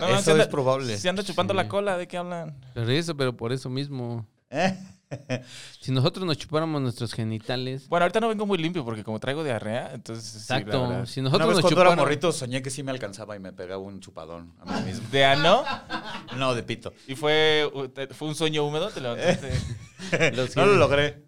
Speaker 6: No,
Speaker 12: Eso
Speaker 6: se
Speaker 12: es probable.
Speaker 6: Se anda chupando
Speaker 4: Sí.
Speaker 6: la cola, ¿de qué hablan?
Speaker 4: Pero eso, pero por eso mismo.
Speaker 12: ¿Eh?
Speaker 4: Si nosotros nos chupáramos nuestros genitales.
Speaker 6: Bueno, ahorita no vengo muy limpio porque como traigo diarrea, entonces sí, la
Speaker 4: Exacto.
Speaker 6: verdad.
Speaker 4: si
Speaker 12: Una
Speaker 4: nosotros
Speaker 12: vez cuando
Speaker 4: nos
Speaker 12: era
Speaker 4: chupáramos.
Speaker 12: morrito soñé que sí me alcanzaba y me pegaba un chupadón a mí mismo.
Speaker 6: ¿De ano?
Speaker 12: No, de pito.
Speaker 6: ¿Y fue, fue un sueño húmedo? ¿Te levantaste?
Speaker 12: no lo logré.